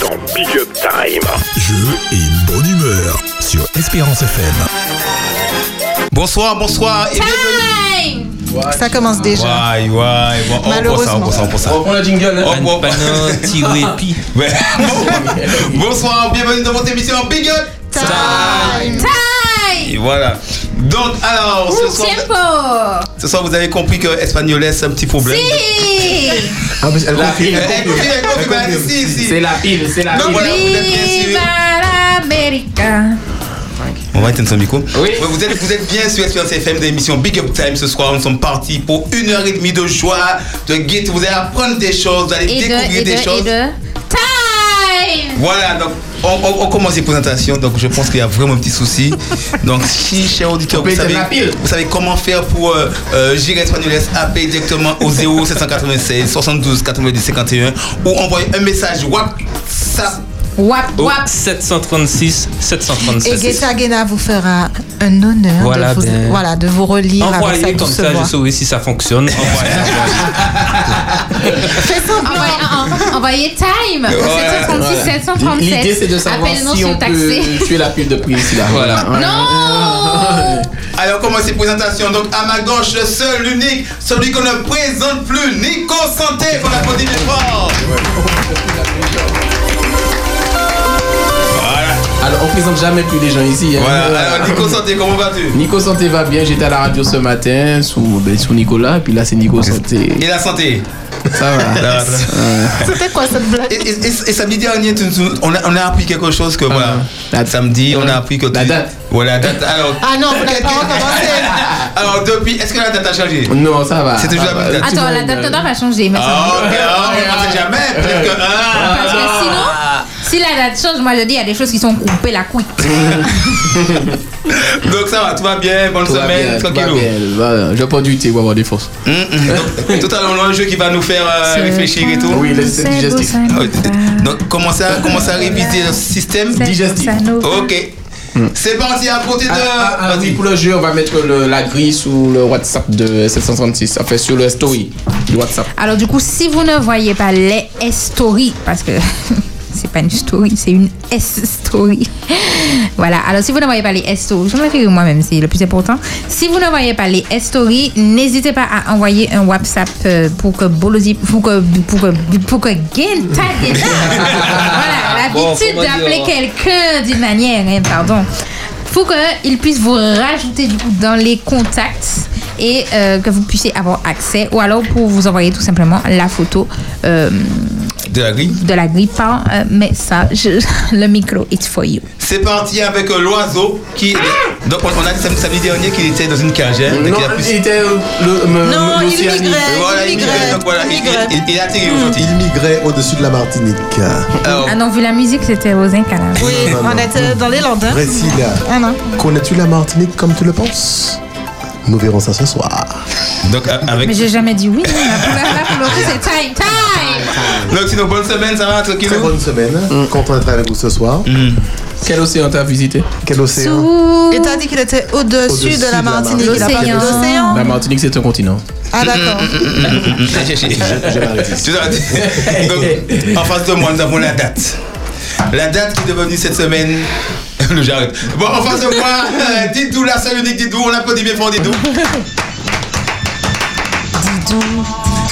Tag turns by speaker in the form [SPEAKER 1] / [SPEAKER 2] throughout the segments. [SPEAKER 1] dans Big Up Time.
[SPEAKER 2] Jeu et bonne humeur sur Espérance FM.
[SPEAKER 3] Bonsoir, bonsoir et bienvenue.
[SPEAKER 4] Ça commence déjà.
[SPEAKER 3] Waouh, waouh, bon, Oh, on prend ça, on prend ça, on prend ça.
[SPEAKER 5] Reprends la jingle.
[SPEAKER 3] Oh, bon,
[SPEAKER 6] Panin, Tiré, Pi.
[SPEAKER 3] ouais. bonsoir, bienvenue dans votre émission Big Up.
[SPEAKER 4] Time.
[SPEAKER 3] Et voilà. Donc, alors, ce soir,
[SPEAKER 7] Tiempo!
[SPEAKER 3] ce soir, vous avez compris que Espagnolet, c'est un petit problème.
[SPEAKER 5] Ah, mais elle
[SPEAKER 3] La
[SPEAKER 5] confirme,
[SPEAKER 3] pile,
[SPEAKER 5] elle
[SPEAKER 3] elle
[SPEAKER 5] confirme.
[SPEAKER 3] confirme, elle confirme, elle confirme, si, si.
[SPEAKER 5] C'est la pile, c'est la
[SPEAKER 3] Donc
[SPEAKER 5] pile.
[SPEAKER 3] voilà, vous êtes bien sûr.
[SPEAKER 7] Ah, Viva la América!
[SPEAKER 3] On va éteindre son micro.
[SPEAKER 5] Oui.
[SPEAKER 3] Ouais, Vous êtes, vous êtes bien sur Espérance FM de l'émission Big Up Time ce soir. Nous sommes partis pour une heure et demie de joie, de guide. Vous allez apprendre des choses, vous allez
[SPEAKER 7] Et de,
[SPEAKER 3] découvrir
[SPEAKER 7] et
[SPEAKER 3] des
[SPEAKER 7] de, et
[SPEAKER 3] choses.
[SPEAKER 7] de. Time!
[SPEAKER 3] Voilà, donc on, on- on commence les présentations, donc je pense qu'il y a vraiment un petit souci. Donc si, cher auditeur,
[SPEAKER 5] On peut
[SPEAKER 3] vous savez,
[SPEAKER 5] éteindre la pile.
[SPEAKER 3] vous savez comment faire pour euh, euh, gérer Espagnoles AP directement au 0796 72 90 51 ou envoyer un message WhatsApp.
[SPEAKER 7] Wap,
[SPEAKER 6] Oh,
[SPEAKER 7] wap!
[SPEAKER 6] 736,
[SPEAKER 4] Et
[SPEAKER 6] 736.
[SPEAKER 4] Guetta Guena vous fera un honneur
[SPEAKER 6] Voilà,
[SPEAKER 4] de, vous,
[SPEAKER 6] ben.
[SPEAKER 4] voilà, de vous relire avec sa
[SPEAKER 6] Envoyez comme
[SPEAKER 4] douce
[SPEAKER 6] ça,
[SPEAKER 4] voix.
[SPEAKER 6] je saurai si ça fonctionne. Envoyez.
[SPEAKER 4] Fais semblant.
[SPEAKER 7] Envoyez, en- en- envoyez time!
[SPEAKER 3] Voilà,
[SPEAKER 7] 736,
[SPEAKER 5] L'idée,
[SPEAKER 7] 737.
[SPEAKER 5] c'est de savoir
[SPEAKER 7] Appelle-nous
[SPEAKER 5] si
[SPEAKER 7] sur
[SPEAKER 5] on peut
[SPEAKER 7] taxi. Oh
[SPEAKER 5] tuer la pile de prix ici. Là.
[SPEAKER 6] Voilà.
[SPEAKER 3] Ah,
[SPEAKER 7] Non!
[SPEAKER 3] Alors comment ces présentations Donc à ma gauche, le seul, l'unique, celui qu'on ne présente plus, Nico Santé, qu'on applaudit bien fort.
[SPEAKER 5] Alors, on présente jamais plus les gens ici. hein.
[SPEAKER 3] Voilà, alors Nico Santé, comment vas-tu
[SPEAKER 5] Nico Santé va bien, j'étais à la radio ce matin sous, ben, sous Nicolas, puis là c'est Nico Santé.
[SPEAKER 3] Et la santé
[SPEAKER 5] Ça va.
[SPEAKER 4] C'était quoi cette blague
[SPEAKER 3] Et, et- et- et samedi dernier, tu nous- on, a, on a appris quelque chose que voilà.
[SPEAKER 5] La-
[SPEAKER 3] samedi, on a appris que
[SPEAKER 5] Ah. La
[SPEAKER 3] tu-
[SPEAKER 5] date.
[SPEAKER 3] Voilà, la date. Alors,
[SPEAKER 4] Ah non, vous n'avez pas recommencé.
[SPEAKER 3] alors depuis, est-ce que la date a changé
[SPEAKER 5] Ah. Non, ça va.
[SPEAKER 3] C'est toujours la même date.
[SPEAKER 5] Ah, tu
[SPEAKER 7] Attends,
[SPEAKER 5] vois,
[SPEAKER 7] la date d'honneur va changer, mais
[SPEAKER 3] Ah,
[SPEAKER 7] ça
[SPEAKER 3] ok, ah, on ne sait jamais. Peut-être que. ah,
[SPEAKER 7] Parce que sinon, si la date change, moi je dis, il y a des choses qui sont coupées la couille.
[SPEAKER 3] Donc ça va, tout va bien, bonne
[SPEAKER 5] tout va bien,
[SPEAKER 3] semaine,
[SPEAKER 5] tout va
[SPEAKER 3] tranquillou.
[SPEAKER 5] bien. Voilà, Je prends du thé, on va avoir des forces.
[SPEAKER 3] Hum, hum. Donc, tout à l'heure, on a un jeu qui va nous faire euh, réfléchir et tout.
[SPEAKER 5] Oui, le système digestif.
[SPEAKER 3] Ah, Donc commencez à, commencez à réviser le système. Oh.
[SPEAKER 5] Digestif.
[SPEAKER 3] Ok. C'est parti à côté de.
[SPEAKER 5] Hmm. Ah, ah, ah, oui,
[SPEAKER 3] Vas-y.
[SPEAKER 5] pour le jeu, on va mettre le- la grille sur le WhatsApp de 736. Enfin, sur le story du WhatsApp.
[SPEAKER 7] Alors du coup, si vous ne voyez pas les stories, parce que c'est pas une story, c'est une S-story. voilà, alors si vous ne voyez pas les stories, je me fais moi-même, c'est le plus important. Si vous ne voyez pas les stories, n'hésitez pas à envoyer un WhatsApp euh, pour que Bolosi, pour que, pour que, pour que Genta Genta- voilà,
[SPEAKER 6] Bon,
[SPEAKER 7] l'habitude
[SPEAKER 6] comment dire,
[SPEAKER 7] d'appeler
[SPEAKER 6] hein.
[SPEAKER 7] quelqu'un d'une manière, hein, pardon. Faut qu'il puisse vous rajouter du coup dans les contacts et euh, que vous puissiez avoir accès ou alors pour vous envoyer tout simplement la photo euh,
[SPEAKER 3] De la grille.
[SPEAKER 7] de la grippe par euh, message. Le micro, it's for you.
[SPEAKER 3] C'est parti avec euh, l'oiseau qui. Donc on on a dit sam- samedi dernier qu'il était dans une cagère. et
[SPEAKER 5] Non,
[SPEAKER 3] qu'il a pu-
[SPEAKER 5] il était euh, le. me-
[SPEAKER 4] Non, il
[SPEAKER 5] l'Océanie.
[SPEAKER 4] migrait.
[SPEAKER 3] Et voilà, il
[SPEAKER 4] Il
[SPEAKER 3] migrait.
[SPEAKER 4] migrait.
[SPEAKER 3] Donc voilà, il,
[SPEAKER 4] Il Mm. migrait.
[SPEAKER 3] il- il est atterri aujourd'hui.
[SPEAKER 8] Il migrait au-dessus de la Martinique.
[SPEAKER 3] Alors,
[SPEAKER 7] Ah non, vu la musique, c'était aux Incalables.
[SPEAKER 4] Oui, on était dans les Landes. hein.
[SPEAKER 8] Priscilla,
[SPEAKER 4] Ah non.
[SPEAKER 8] connais-tu la Martinique comme tu le penses Nous verrons ça ce soir.
[SPEAKER 3] donc a- avec.
[SPEAKER 7] Mais j'ai jamais dit oui. hein. Là, pour, là, pour le coup, c'est time, time!
[SPEAKER 3] Donc sinon, bonne semaine, ça va, Mm. tranquille.
[SPEAKER 8] Très bonne semaine. Content d'être avec vous ce soir.
[SPEAKER 5] Quel océan t'as visité
[SPEAKER 8] Quel océan
[SPEAKER 7] Sous-
[SPEAKER 4] Et t'as dit qu'il était
[SPEAKER 8] Au-dessus
[SPEAKER 4] au-dessus
[SPEAKER 8] de
[SPEAKER 4] de
[SPEAKER 8] la
[SPEAKER 4] la Martinique. Il a pas dit
[SPEAKER 7] L'océan.
[SPEAKER 4] l'océan.
[SPEAKER 5] La Martinique, c'est un continent.
[SPEAKER 4] Ah d'accord.
[SPEAKER 8] Je m'arrête ici.
[SPEAKER 3] Tu dois- Donc, en face de moi, nous avons la date. La date qui est devenue cette semaine. Le j'arrête. Bon, en face de moi, euh, Didou, la seule unique Didou, on applaudit bien fort Didou. Didou,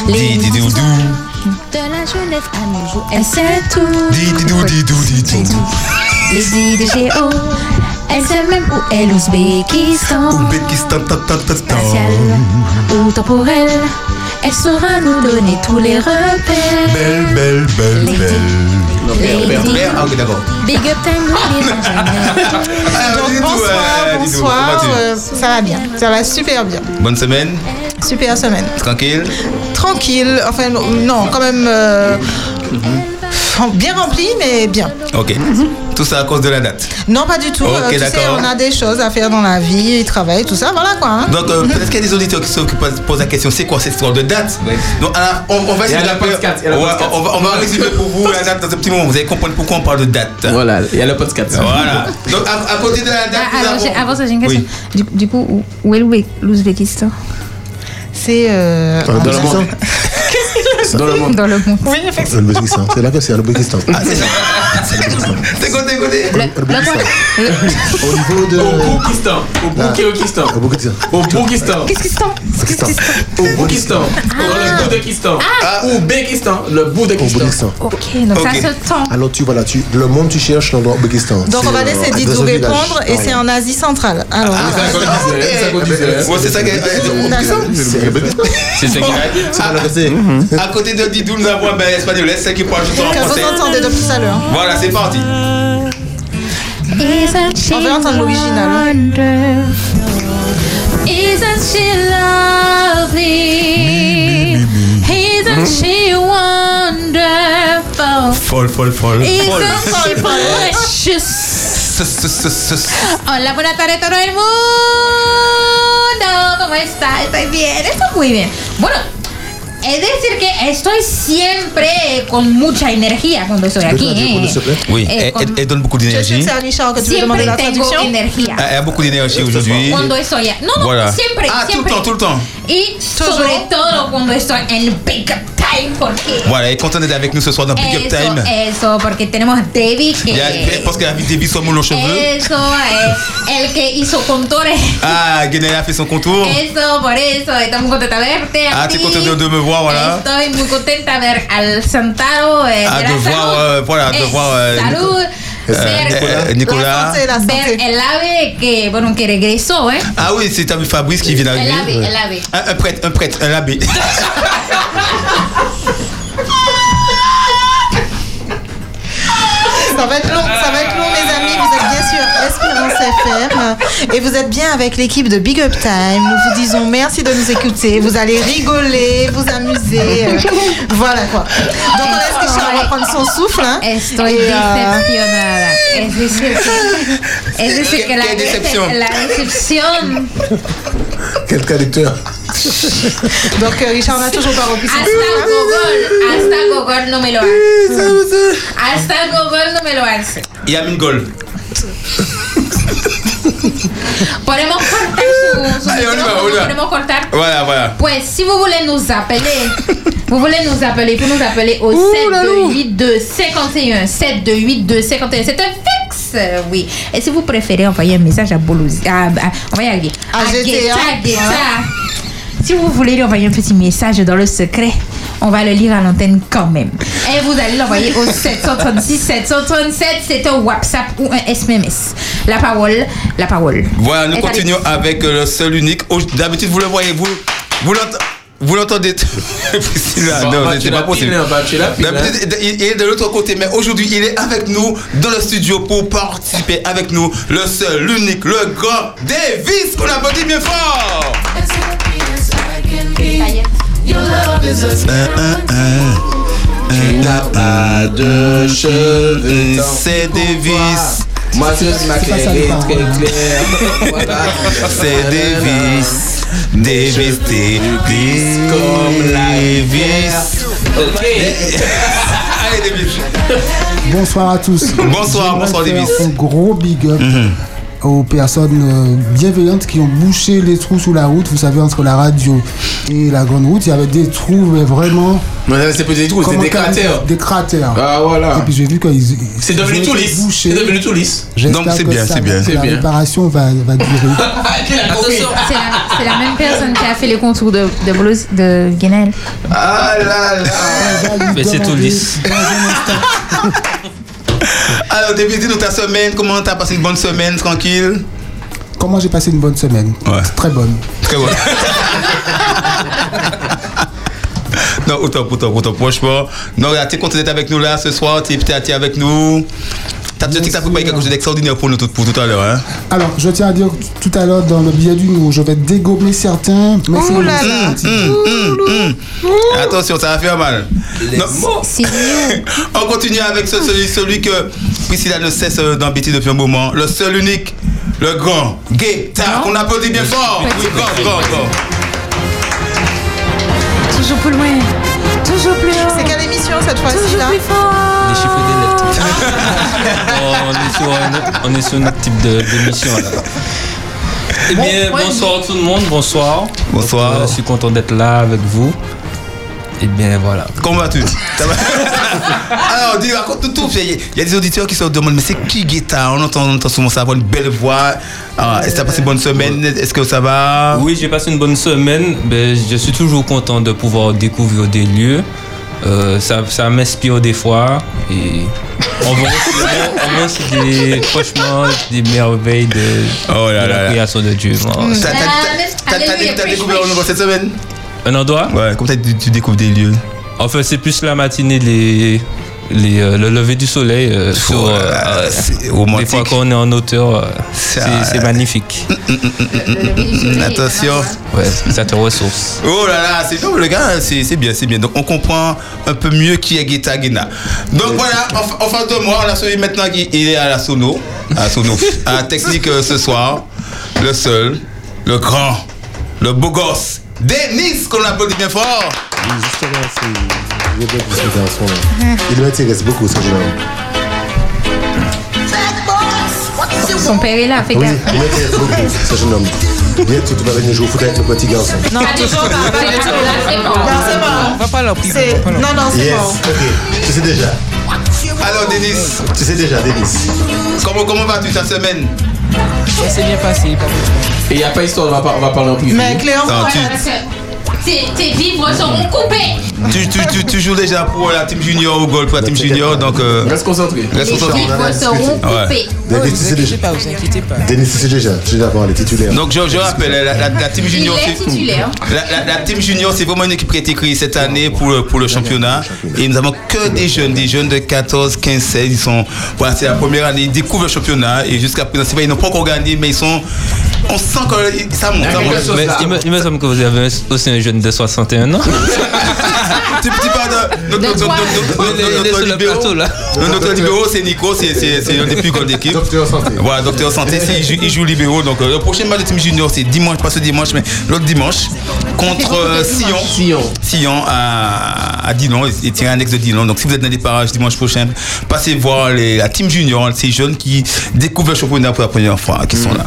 [SPEAKER 3] Didou,
[SPEAKER 7] De la jeunesse à nos jours, elle sait tout.
[SPEAKER 3] Didou, Didou, Didou.
[SPEAKER 7] Les idées géo, elle sait même où est l'Ouzbékistan.
[SPEAKER 3] Ouzbékistan, ta, ta, ta, ta.
[SPEAKER 7] Spatial ou temporel, elle saura nous donner tous les repères.
[SPEAKER 8] Belle, belle, belle, belle.
[SPEAKER 7] Les Didou.
[SPEAKER 3] Merde, ah ok, d'accord.
[SPEAKER 7] Big up time, n'oubliez jamais.
[SPEAKER 3] Alors, Didou, euh,
[SPEAKER 4] Bonsoir,
[SPEAKER 3] Didou,
[SPEAKER 4] Ah, bonsoir.
[SPEAKER 3] comment vas-tu
[SPEAKER 4] euh, Ça va bien. Ça va super bien.
[SPEAKER 3] Bonne semaine,
[SPEAKER 4] Super semaine.
[SPEAKER 3] tranquille.
[SPEAKER 4] Tranquille. Enfin non, non, quand même. euh, Bien rempli, mais bien.
[SPEAKER 3] Ok.
[SPEAKER 5] Mhm.
[SPEAKER 3] Tout ça à cause de la date.
[SPEAKER 4] Non, pas du tout.
[SPEAKER 3] Ok,
[SPEAKER 4] euh, tu sais,
[SPEAKER 3] d'accord.
[SPEAKER 4] on a des choses à faire dans la vie, travail, tout ça. Voilà quoi.
[SPEAKER 5] Ah.
[SPEAKER 4] hein.
[SPEAKER 3] Donc, euh, peut-être qu'il y a des auditeurs qui se qui posent- posent la question c'est quoi cette histoire de date Donc, alors, on, on va essayer
[SPEAKER 5] Il
[SPEAKER 3] de
[SPEAKER 5] y
[SPEAKER 3] la
[SPEAKER 5] a la podcast, il y a
[SPEAKER 3] on
[SPEAKER 5] la
[SPEAKER 3] va-
[SPEAKER 5] podcast.
[SPEAKER 3] on va- on va résumer pour vous la date dans un petit moment. Vous allez comprendre pourquoi on parle de date.
[SPEAKER 5] Voilà, il y a le podcast.
[SPEAKER 3] Voilà. Donc, à, à côté de la date,
[SPEAKER 7] Ah,
[SPEAKER 3] nous
[SPEAKER 7] alors,
[SPEAKER 3] avons-
[SPEAKER 7] j'ai- avant ça, j'ai une question.
[SPEAKER 3] Oui.
[SPEAKER 7] Du, du coup, où, où est l'Ouzbé- l'Ouzbékistan
[SPEAKER 4] C'est. euh,
[SPEAKER 3] Ah,
[SPEAKER 8] Dans le
[SPEAKER 5] Dans le
[SPEAKER 8] monde.
[SPEAKER 5] monde. dans le monde.
[SPEAKER 7] dans le monde.
[SPEAKER 4] Oui, effectivement.
[SPEAKER 8] L'Ouzbékistan, c'est là que c'est, à l'Ouzbékistan.
[SPEAKER 3] Ah, C'est ça. C'est côté, côté.
[SPEAKER 7] Le- l'autre- le-
[SPEAKER 8] Au niveau de.
[SPEAKER 5] Au Boukistan. Au Boukistan.
[SPEAKER 8] Au Burkistan.
[SPEAKER 5] Ah. Au Boukistan.
[SPEAKER 7] Qu'est-ce que c'est Qu'est-ce que c'est
[SPEAKER 5] Au Boukistan. Dans
[SPEAKER 4] Ah.
[SPEAKER 5] le bout de Kistan. Au Békistan. Le bout de
[SPEAKER 8] Au
[SPEAKER 5] Kistan.
[SPEAKER 8] Burkistan.
[SPEAKER 7] Ok, donc
[SPEAKER 3] Ok.
[SPEAKER 7] ça se tend.
[SPEAKER 8] Alors tu voilà, tu le monde tu cherches l'endroit euh, au Burkistan.
[SPEAKER 4] Donc on va
[SPEAKER 3] euh,
[SPEAKER 4] laisser Didou répondre et c'est en Asie centrale.
[SPEAKER 3] Ah,
[SPEAKER 4] Alors,
[SPEAKER 5] Ça qu'on disait, ça hein. qu'on disait.
[SPEAKER 3] Bon, eh, c'est ça qu'elle
[SPEAKER 6] C'est ça qui va être.
[SPEAKER 8] C'est pas l'adressé.
[SPEAKER 3] Ah,
[SPEAKER 5] Mhm.
[SPEAKER 3] À côté de Didou, nous avons un bel espagnol. hein, C'est celle qui prend tout en
[SPEAKER 4] que euh, vous
[SPEAKER 3] français.
[SPEAKER 4] entendez depuis tout à l'heure. hein.
[SPEAKER 3] Voilà, c'est parti.
[SPEAKER 7] Isn't she
[SPEAKER 4] On veut entendre l'original. hein.
[SPEAKER 7] wonderful? Isn't she lovely? Isn't she wonderful?
[SPEAKER 3] Folle, folle, folle.
[SPEAKER 7] Isn't she precious? Hola, buenas tardes todo el mundo. ¿Cómo está? Estoy bien, estoy muy bien. Bueno, es decir que estoy siempre con mucha energía cuando estoy
[SPEAKER 8] peux traduire pour
[SPEAKER 7] aquí.
[SPEAKER 8] nous, s'il te plaît
[SPEAKER 7] ¿eh?
[SPEAKER 3] Oui,
[SPEAKER 7] Eh,
[SPEAKER 3] elle,
[SPEAKER 7] con-
[SPEAKER 3] elle- elle donne beaucoup
[SPEAKER 4] Je sais que
[SPEAKER 3] d'énergie.
[SPEAKER 4] c'est à Richard que tu veux demander
[SPEAKER 7] Siempre
[SPEAKER 4] la
[SPEAKER 7] tengo
[SPEAKER 4] traduction.
[SPEAKER 7] energía.
[SPEAKER 3] Elle a beaucoup d'énergie aujourd'hui.
[SPEAKER 7] Cuando estoy a- No, no,
[SPEAKER 3] Ah, Voilà.
[SPEAKER 7] siempre,
[SPEAKER 3] Ah, tout le
[SPEAKER 7] siempre.
[SPEAKER 3] temps, tout le temps.
[SPEAKER 7] Y sobre
[SPEAKER 4] Toujours.
[SPEAKER 7] todo cuando estoy en Big Up Time, porque.
[SPEAKER 3] Voilà, elle est contente d'être avec nous ce soir dans Big Up
[SPEAKER 7] eso,
[SPEAKER 3] Time.
[SPEAKER 7] eso, porque tenemos a David que.
[SPEAKER 3] Il y a- Elle pense qu'elle a vu David son moule aux cheveux.
[SPEAKER 7] Eso, eh, el que hizo contours.
[SPEAKER 3] Ah, Guinée a fait son contour.
[SPEAKER 7] Eso, por eso, estoy muy contenta de verte. a
[SPEAKER 3] Ah, t'es
[SPEAKER 7] ti.
[SPEAKER 3] contente de- de me voir, voilà.
[SPEAKER 7] Estoy muy contenta de ver al Santaro. eh,
[SPEAKER 3] Ah,
[SPEAKER 7] de
[SPEAKER 3] de
[SPEAKER 7] la
[SPEAKER 3] voir,
[SPEAKER 7] salud.
[SPEAKER 3] euh, voilà, de
[SPEAKER 7] Eh,
[SPEAKER 3] voir, euh,
[SPEAKER 7] Salud.
[SPEAKER 3] Euh,
[SPEAKER 7] Ver,
[SPEAKER 3] euh,
[SPEAKER 4] La
[SPEAKER 3] Nicolas.
[SPEAKER 4] santé, la
[SPEAKER 7] ver
[SPEAKER 4] santé.
[SPEAKER 7] el ave que, bueno, que regresó, ¿eh?
[SPEAKER 3] Ah oui, c'est t'as vu Fabrice qui vient
[SPEAKER 7] El ave,
[SPEAKER 3] d'arriver.
[SPEAKER 7] el ave.
[SPEAKER 3] Un, un prêtre, un prêtre, un abbé.
[SPEAKER 4] Ça va être long, ça va être long, mes amis. Vous êtes bien sûr Espérance FM et vous êtes bien avec l'équipe de Big Up Time. Nous vous disons merci de nous écouter. Vous allez rigoler, vous amuser. euh, voilà quoi. Donc on laisse Richard reprendre son souffle. hein.
[SPEAKER 7] Estoy
[SPEAKER 4] Et, euh,
[SPEAKER 7] decepcionada. Es decir, que, es decir que la,
[SPEAKER 3] Qué decepción.
[SPEAKER 7] la decepción
[SPEAKER 8] Quel caractère
[SPEAKER 4] donc euh, Richard n'a toujours pas repris son
[SPEAKER 7] hasta
[SPEAKER 4] souffle.
[SPEAKER 7] Gogol, hasta Gogol no me lo hace. Hasta Gogol no me lo hace.
[SPEAKER 3] Yamin Gol.
[SPEAKER 7] Podemos cortar su, su
[SPEAKER 3] Ay, ahora,
[SPEAKER 7] micrófono,
[SPEAKER 3] ahora.
[SPEAKER 7] podemos cortar.
[SPEAKER 3] Voilà, voilà.
[SPEAKER 7] Pues si vous voulez nous appeler, vous voulez nous appeler, vous nous appeler au 7282 51 7282 51. C'est un fixe, euh, oui. Et si vous préférez envoyer un message à Boulouzi, à, à- on va y arriver.
[SPEAKER 4] À GTA,
[SPEAKER 7] Guetta, Guetta. Si vous voulez lui envoyer un petit message dans le secret, on va le lire à l'antenne quand même. Et vous allez l'envoyer au 736 737. C'est un WhatsApp ou un SMS. La parole, la parole.
[SPEAKER 3] Voilà,
[SPEAKER 7] Est
[SPEAKER 3] nous
[SPEAKER 7] à
[SPEAKER 3] continuons
[SPEAKER 7] l'écoute.
[SPEAKER 3] avec euh, le seul unique. Oh, D'habitude, vous le voyez, vous, vous l'entendez. Vous l'entendez. Priscilla,
[SPEAKER 5] Bon,
[SPEAKER 3] non,
[SPEAKER 5] bah, tu
[SPEAKER 3] c'est
[SPEAKER 5] l'as
[SPEAKER 3] pas possible.
[SPEAKER 5] pilé, hein, bah, tu l'as pilé,
[SPEAKER 3] D'habitude, il il est de l'autre côté, mais aujourd'hui, il est avec nous dans le studio pour participer avec nous. Le seul, l'unique, le grand Davis qu'on applaudit bien fort.
[SPEAKER 5] T'as pas de cheveux.
[SPEAKER 3] C'est Davis.
[SPEAKER 5] Moi, je m'accueille très clair. Voilà.
[SPEAKER 3] C'est Davis. Davis, Davis.
[SPEAKER 5] Comme la
[SPEAKER 3] Davis.
[SPEAKER 5] Ok.
[SPEAKER 3] Allez, Davis.
[SPEAKER 1] Bonsoir à tous.
[SPEAKER 3] Bonsoir, bonsoir, Mm-hmm.
[SPEAKER 1] J'aimerais
[SPEAKER 3] Davis.
[SPEAKER 1] faire Un gros big up aux personnes euh, bienveillantes qui ont bouché les trous sous la route. Vous savez, entre la radio et la grande route, il y avait des trous, mais vraiment.
[SPEAKER 5] Mais c'est pas des trous, c'est
[SPEAKER 1] comment
[SPEAKER 5] des
[SPEAKER 1] on dit-
[SPEAKER 5] cratères.
[SPEAKER 1] Des cratères.
[SPEAKER 5] Ah
[SPEAKER 1] Et
[SPEAKER 5] voilà.
[SPEAKER 1] puis j'ai vu qu'ils.
[SPEAKER 5] C'est devenu tout lisse. C'est devenu tout lisse.
[SPEAKER 3] Donc, c'est bien, c'est bien.
[SPEAKER 5] C'est
[SPEAKER 1] La
[SPEAKER 5] bien.
[SPEAKER 1] réparation va, va durer.
[SPEAKER 5] Ah, tu l'as compris.
[SPEAKER 7] C'est la, c'est la même personne qui a fait les contours de, de Boulouse, de Guinel.
[SPEAKER 3] Ah là là.
[SPEAKER 6] Mais c'est tout lisse.
[SPEAKER 3] Alors, Davis, dis-nous ta semaine. Comment t'as passé une bonne semaine, tranquille
[SPEAKER 1] Comment j'ai passé une bonne semaine
[SPEAKER 3] Ouais.
[SPEAKER 1] Très bonne.
[SPEAKER 3] Très bon. Non, au top, au top, au top. Franchement, non, regarde, t'es content d'être avec nous là ce soir, t'es t'es- t'es avec nous. T'as déjà dit que t'as préparé quelque chose d'extraordinaire pour nous tout, pour tout à l'heure. Hein.
[SPEAKER 1] Alors, je tiens à dire tout à l'heure dans le billet d'humour, je vais dégommer certains. Mais c'est-
[SPEAKER 4] Ouh Oh là
[SPEAKER 1] c'est
[SPEAKER 4] là.
[SPEAKER 1] parti.
[SPEAKER 3] Attention, ça va faire mal. Non,
[SPEAKER 7] C'est
[SPEAKER 3] on continue avec ce- celui, celui que Priscilla ne cesse euh, d'embêter depuis un moment. Le seul unique, le grand, gay, tard, qu'on applaudit bien fort. Oui, grand, grand, grand.
[SPEAKER 7] toujours plus loin, toujours plus haut,
[SPEAKER 4] C'est quelle émission cette fois-ci
[SPEAKER 7] toujours
[SPEAKER 4] là
[SPEAKER 7] plus fort.
[SPEAKER 6] Les chiffres des lettres. Oh, on, est sur un, on est sur un autre type de- d'émission là. Eh bien, bonsoir tout le monde, bonsoir.
[SPEAKER 3] Bonsoir.
[SPEAKER 6] Donc, euh, je suis content d'être là avec vous. Et bien voilà.
[SPEAKER 3] Comment vas-tu Ça va Alors, dis, raconte-nous tout. Il y, a- il y a des auditeurs qui se demandent, mais c'est qui Guetta on entend, on entend souvent ça, avoir une belle voix. Ah, Est-ce que tu as passé une bonne semaine Est-ce que ça va
[SPEAKER 6] Oui, j'ai passé une bonne semaine. Ben, je suis toujours content de pouvoir découvrir des lieux. Euh, ça ça m'inspire des fois. Et on voit aussi, on voit aussi des, franchement des merveilles de,
[SPEAKER 3] Oh là
[SPEAKER 6] de
[SPEAKER 3] là
[SPEAKER 6] la
[SPEAKER 3] là.
[SPEAKER 6] création de Dieu. Bon,
[SPEAKER 3] T'as- t'as- t'as- t'as-
[SPEAKER 7] Alléluia,
[SPEAKER 3] t'as- T'as
[SPEAKER 7] preach,
[SPEAKER 3] découvert un
[SPEAKER 7] preach.
[SPEAKER 3] nouveau cette semaine
[SPEAKER 6] Un endroit
[SPEAKER 3] Ouais, comme t'as dit, tu découvres des lieux.
[SPEAKER 6] Enfin, c'est plus la matinée, les, les, euh, le lever du soleil. euh, sur, euh,
[SPEAKER 3] Euh, c'est
[SPEAKER 6] des fois,
[SPEAKER 3] romantique. Mm,
[SPEAKER 6] quand on est en hauteur, euh,
[SPEAKER 3] Ça-
[SPEAKER 6] c'est c'est magnifique.
[SPEAKER 3] mm, Attention.
[SPEAKER 6] Ouais, ça te ressource.
[SPEAKER 3] Oh là là, c'est non, le gars, c'est c'est bien, c'est bien. Donc on comprend un peu mieux qui est Guetta Guena. Donc voilà, en, fa- en face de moi, on a celui maintenant qui il est à la sono, à la sono, à la technique euh, ce soir, le seul, le grand, le beau gosse, Denis qu'on applaudit bien fort.
[SPEAKER 8] Justement, Ah, euh, c'est. Il y a beaucoup de choses à ce
[SPEAKER 4] Hein.
[SPEAKER 8] moment-là. Il m'intéresse beaucoup, ce jeune
[SPEAKER 7] Son père est là, fais
[SPEAKER 8] Oui,
[SPEAKER 7] gaffe.
[SPEAKER 8] il m'intéresse beaucoup, ce jeune homme. Bientôt, tu vas venir jouer au foot avec le petit garçon.
[SPEAKER 4] Non, toujours pas. pas du tout. Non, c'est mort.
[SPEAKER 6] Va pas là,
[SPEAKER 4] C'est- Non, non, c'est
[SPEAKER 8] Yes,
[SPEAKER 4] mort.
[SPEAKER 8] ok. Tu sais déjà.
[SPEAKER 3] Alors Denis,
[SPEAKER 8] Tu sais déjà, Denis.
[SPEAKER 3] comment comment vas-tu ta semaine
[SPEAKER 5] Ça s'est bien passé. Et après, histoire, on va, pas- on va parler en privé.
[SPEAKER 4] Mais clairement,
[SPEAKER 3] Non, tu-
[SPEAKER 4] voilà,
[SPEAKER 9] Tes, tes vivres seront coupés.
[SPEAKER 3] tu, tu, tu, tu joues déjà pour la team junior au golf, pour la team junior, donc euh,
[SPEAKER 5] Reste concentré.
[SPEAKER 3] reste
[SPEAKER 9] Les
[SPEAKER 3] concentré.
[SPEAKER 9] vivres seront coupés.
[SPEAKER 8] Denis, tu sais déjà.
[SPEAKER 5] vous inquiétez pas.
[SPEAKER 8] Denis, tu sais déjà. Tu sais d'abord, les titulaires.
[SPEAKER 3] Donc je, je rappelle, la, la- la team
[SPEAKER 9] Il
[SPEAKER 3] junior,
[SPEAKER 9] est
[SPEAKER 3] c'est-
[SPEAKER 9] titulaire.
[SPEAKER 3] La, la- la team junior, c'est vraiment une équipe qui a été créée cette année pour le, pour le championnat. Et nous avons que des jeunes, des jeunes de 14, 15, 16. Ils sont, voilà, c'est la première année, ils découvrent le championnat. Et jusqu'à présent, c'est vrai, ils n'ont pas encore gagné, mais ils sont, on sent que ça monte. Ça monte.
[SPEAKER 5] chose
[SPEAKER 6] Mais
[SPEAKER 5] là.
[SPEAKER 6] il, me, il me semble que vous avez aussi un jeune de 61 ans.
[SPEAKER 3] Tu, tu parles de notre, notre,
[SPEAKER 9] quoi
[SPEAKER 3] notre- notre-
[SPEAKER 6] Il est-
[SPEAKER 3] notre-
[SPEAKER 6] il est
[SPEAKER 3] notre
[SPEAKER 6] sur le
[SPEAKER 3] libéraux.
[SPEAKER 6] plateau là.
[SPEAKER 3] Notre- notre libéraux, c'est Nico, c'est- c'est c'est un des plus grands d'équipe.
[SPEAKER 8] Docteur Santé.
[SPEAKER 3] Voilà, docteur santé, c'est- il joue, il joue libéraux. Donc euh, le prochain match de team junior, c'est dimanche, pas ce dimanche, mais l'autre dimanche, contre euh, Sion.
[SPEAKER 5] Sillon.
[SPEAKER 3] Sillon à, à Dinan et tirer un ex de Dinan. Donc si vous êtes dans les parages dimanche prochain, passez voir les, la team junior, ces jeunes qui découvrent le championnat pour la première fois, qui sont là.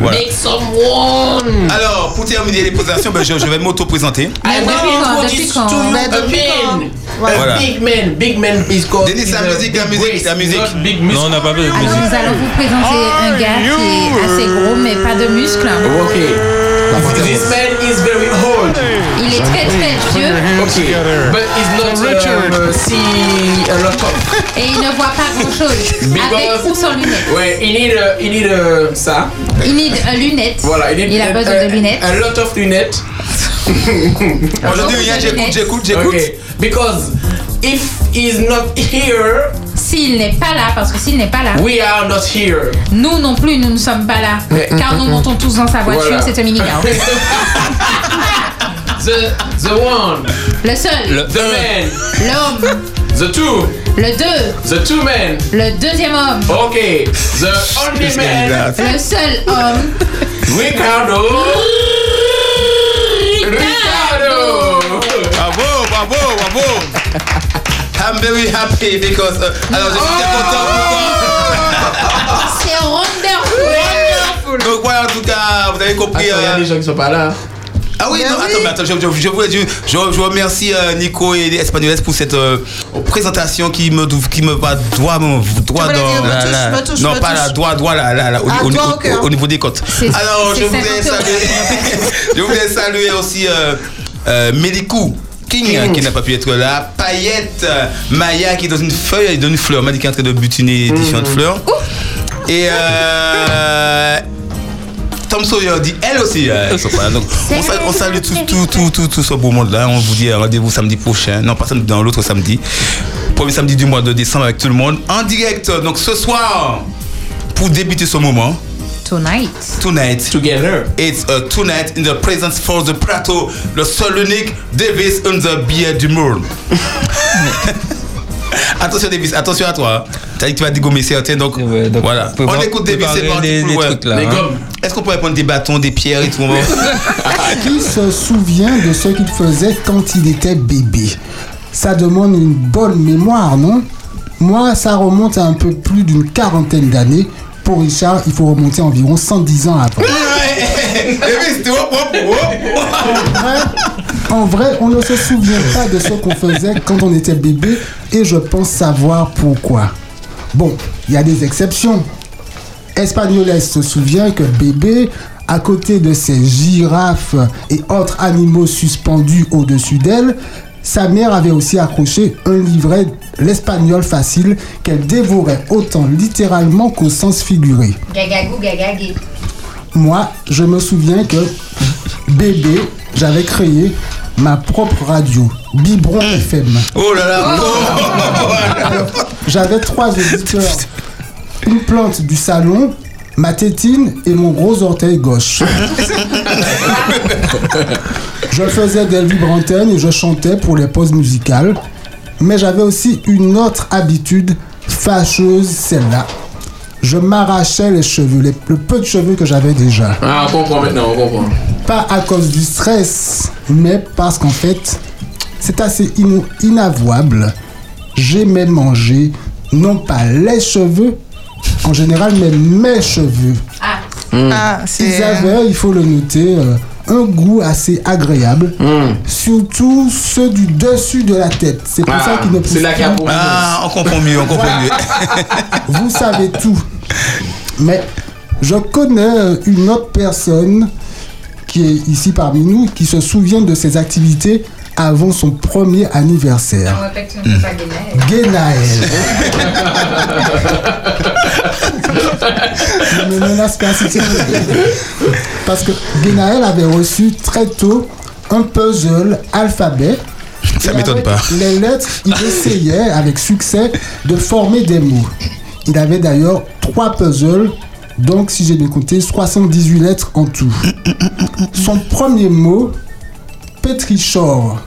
[SPEAKER 3] Voilà.
[SPEAKER 9] Make someone.
[SPEAKER 10] Mm.
[SPEAKER 3] Alors, pour terminer les présentations, ben, je, je vais m'auto-présenter.
[SPEAKER 4] Bah,
[SPEAKER 7] Mais
[SPEAKER 5] I will
[SPEAKER 7] depuis quand,
[SPEAKER 5] introduce
[SPEAKER 7] depuis
[SPEAKER 5] to
[SPEAKER 7] quand
[SPEAKER 5] you
[SPEAKER 4] Mais
[SPEAKER 5] a
[SPEAKER 4] depuis quand
[SPEAKER 5] man.
[SPEAKER 3] Voilà.
[SPEAKER 5] A Big man, big man, please call.
[SPEAKER 3] Denis,
[SPEAKER 5] He's
[SPEAKER 3] la
[SPEAKER 5] a
[SPEAKER 3] musique, la
[SPEAKER 5] big
[SPEAKER 3] musique,
[SPEAKER 5] race,
[SPEAKER 3] la musique.
[SPEAKER 5] not
[SPEAKER 6] Non,
[SPEAKER 5] big
[SPEAKER 6] on
[SPEAKER 5] muscle.
[SPEAKER 6] n'a pas besoin de
[SPEAKER 7] Alors
[SPEAKER 6] musique.
[SPEAKER 7] nous allons vous présenter un gars qui est assez gros mais pas de muscles.
[SPEAKER 5] Ok. This man is very old.
[SPEAKER 7] Il est très très vieux
[SPEAKER 5] Okay. But he's not um, uh, see a lot of.
[SPEAKER 7] et il ne voit pas grand chose. Avec ou sans lunettes.
[SPEAKER 5] Ouais, il need, uh, he need uh, ça.
[SPEAKER 7] Il need a lunette.
[SPEAKER 5] Voilà, il need
[SPEAKER 7] Il a
[SPEAKER 5] a-
[SPEAKER 7] besoin
[SPEAKER 5] a-
[SPEAKER 7] de lunettes.
[SPEAKER 5] A lot of lunettes.
[SPEAKER 3] Aujourd'hui, rien, j'écoute, j'écoute, j'écoute.
[SPEAKER 5] Okay. Because if he's not here,
[SPEAKER 7] S'il n'est pas là, parce que s'il n'est pas là,
[SPEAKER 5] we are not here.
[SPEAKER 7] nous non plus, nous ne sommes pas là.
[SPEAKER 3] Mm,
[SPEAKER 7] Car nous montons tous dans sa voiture,
[SPEAKER 5] Voilà.
[SPEAKER 7] c'est un minicar.
[SPEAKER 5] The the one,
[SPEAKER 7] Le seul,
[SPEAKER 6] Le-
[SPEAKER 5] the man,
[SPEAKER 7] l'homme,
[SPEAKER 5] the two,
[SPEAKER 7] le deux,
[SPEAKER 5] the two men.
[SPEAKER 7] le deuxième homme,
[SPEAKER 5] Okay. The only man,
[SPEAKER 7] le seul homme,
[SPEAKER 5] Ricardo. Ricardo.
[SPEAKER 3] Bravo, bravo, bravo. I'm very happy because. euh, alors, je suis très content pour
[SPEAKER 7] c'est Wonderful.
[SPEAKER 3] toi. Donc voilà, en tout cas, vous avez compris.
[SPEAKER 5] Attends, y a
[SPEAKER 3] euh,
[SPEAKER 5] des gens qui sont pas là.
[SPEAKER 3] Ah oui, non, attends, mais attends, je, je, je voulais dire- je- je remercie euh, Nico et les Espagnoles pour cette euh, présentation qui me, dou- qui me va droit, mon- droit
[SPEAKER 4] voulais
[SPEAKER 3] dans.
[SPEAKER 4] dire, me
[SPEAKER 3] là,
[SPEAKER 4] touche,
[SPEAKER 3] là.
[SPEAKER 4] me touche,
[SPEAKER 3] non,
[SPEAKER 4] me
[SPEAKER 3] pas
[SPEAKER 4] touche.
[SPEAKER 3] là, droit, droit, là, là, là, au,
[SPEAKER 4] Ah,
[SPEAKER 3] au-
[SPEAKER 4] droit
[SPEAKER 3] au-
[SPEAKER 4] au cœur.
[SPEAKER 3] au- au niveau des côtes.
[SPEAKER 7] C'est-
[SPEAKER 3] Alors, je
[SPEAKER 7] c'est
[SPEAKER 3] voulais
[SPEAKER 7] 50 euros.
[SPEAKER 3] saluer, je voulais saluer aussi euh, euh, Mélicou. King, qui n'a pas pu être là, Payette, euh, Maya qui est dans une feuille, elle est dans une fleur, Madi qui est en train de butiner différentes fleurs. Et euh, Tom Sawyer dit elle aussi. euh, ils sont pas là. Donc, on, sal- on salue tout, tout, tout, tout, tout ce beau monde là. On vous dit euh, rendez-vous samedi prochain. Non, pas samedi, dans l'autre samedi. Premier samedi du mois de décembre avec tout le monde en direct. Donc ce soir, pour débuter ce moment,
[SPEAKER 7] Tonight.
[SPEAKER 3] tonight.
[SPEAKER 5] Together.
[SPEAKER 3] It's a tonight in the presence for the plateau, le seul unique Davis on the beer du monde. attention Davis, attention à toi. hein. T'as dit que tu vas dégommer certains, donc,
[SPEAKER 6] Ouais, donc,
[SPEAKER 3] voilà.
[SPEAKER 6] faut
[SPEAKER 3] On
[SPEAKER 6] voir-
[SPEAKER 3] écoute Davis, c'est
[SPEAKER 6] préparer
[SPEAKER 3] parti
[SPEAKER 6] les-
[SPEAKER 3] pour le
[SPEAKER 6] les
[SPEAKER 3] web.
[SPEAKER 6] trucs, là,
[SPEAKER 5] Les
[SPEAKER 6] hein.
[SPEAKER 5] gommes.
[SPEAKER 3] Est-ce qu'on pourrait prendre des bâtons, des pierres et tout on va-
[SPEAKER 1] Qui se souvient de ce qu'il faisait quand il était bébé Ça demande une bonne mémoire, non Moi, ça remonte à un peu plus d'une quarantaine d'années. Pour Richard, il faut remonter environ 110 ans avant.
[SPEAKER 3] Davis, tu vois, hop, hop, hop.
[SPEAKER 1] Ouais. En vrai, on ne se souvient pas de ce qu'on faisait quand on était bébé et je pense savoir pourquoi. Bon, il y a des exceptions. Espagnoles se souvient que bébé, à côté de ses girafes et autres animaux suspendus au-dessus d'elle, sa mère avait aussi accroché un livret L'espagnol facile qu'elle dévorait autant littéralement qu'au sens figuré.
[SPEAKER 7] Gagagou, gagagé.
[SPEAKER 1] Moi, je me souviens que bébé, j'avais créé ma propre radio, Biberon FM.
[SPEAKER 3] Oh là là
[SPEAKER 4] Oh.
[SPEAKER 1] J'avais trois auditeurs, une plante du salon, ma tétine et mon gros orteil gauche. je faisais des libres antennes et je chantais pour les pauses musicales. Mais j'avais aussi une autre habitude, fâcheuse celle-là. Je m'arrachais les cheveux, les- le peu de cheveux que j'avais déjà.
[SPEAKER 5] Ah, on comprend maintenant, on comprend.
[SPEAKER 1] Pas à cause du stress, mais parce qu'en fait, c'est assez ino- inavouable. J'aimais manger, non pas les cheveux, en général, mais mes cheveux.
[SPEAKER 7] Ah,
[SPEAKER 5] Hmm.
[SPEAKER 4] Ah,
[SPEAKER 1] Ils
[SPEAKER 4] c'est.
[SPEAKER 1] avaient, il faut le noter, euh, un goût assez agréable,
[SPEAKER 5] Hmm.
[SPEAKER 1] surtout ceux du dessus de la tête. C'est pour ça
[SPEAKER 5] Ah,
[SPEAKER 1] qu'ils ne poussent
[SPEAKER 5] c'est là qu'il y a
[SPEAKER 1] plus.
[SPEAKER 5] problème.
[SPEAKER 3] Ah, on comprend mieux, on comprend mieux.
[SPEAKER 1] Vous savez tout. Mais je connais euh, une autre personne qui est ici parmi nous qui se souvient de ses activités avant son premier anniversaire.
[SPEAKER 7] on répète que tu ne peux pas gagner.
[SPEAKER 1] Guénaël. ne me menace pas si tu veux. Parce que Guénaël avait reçu très tôt un puzzle alphabet.
[SPEAKER 3] Ça
[SPEAKER 1] Et
[SPEAKER 3] m'étonne
[SPEAKER 1] avec
[SPEAKER 3] pas.
[SPEAKER 1] Les lettres, il essayait avec succès de former des mots. Il avait d'ailleurs trois puzzles, donc si j'ai bien compté, 78 lettres en tout. Son premier mot, pétrichor.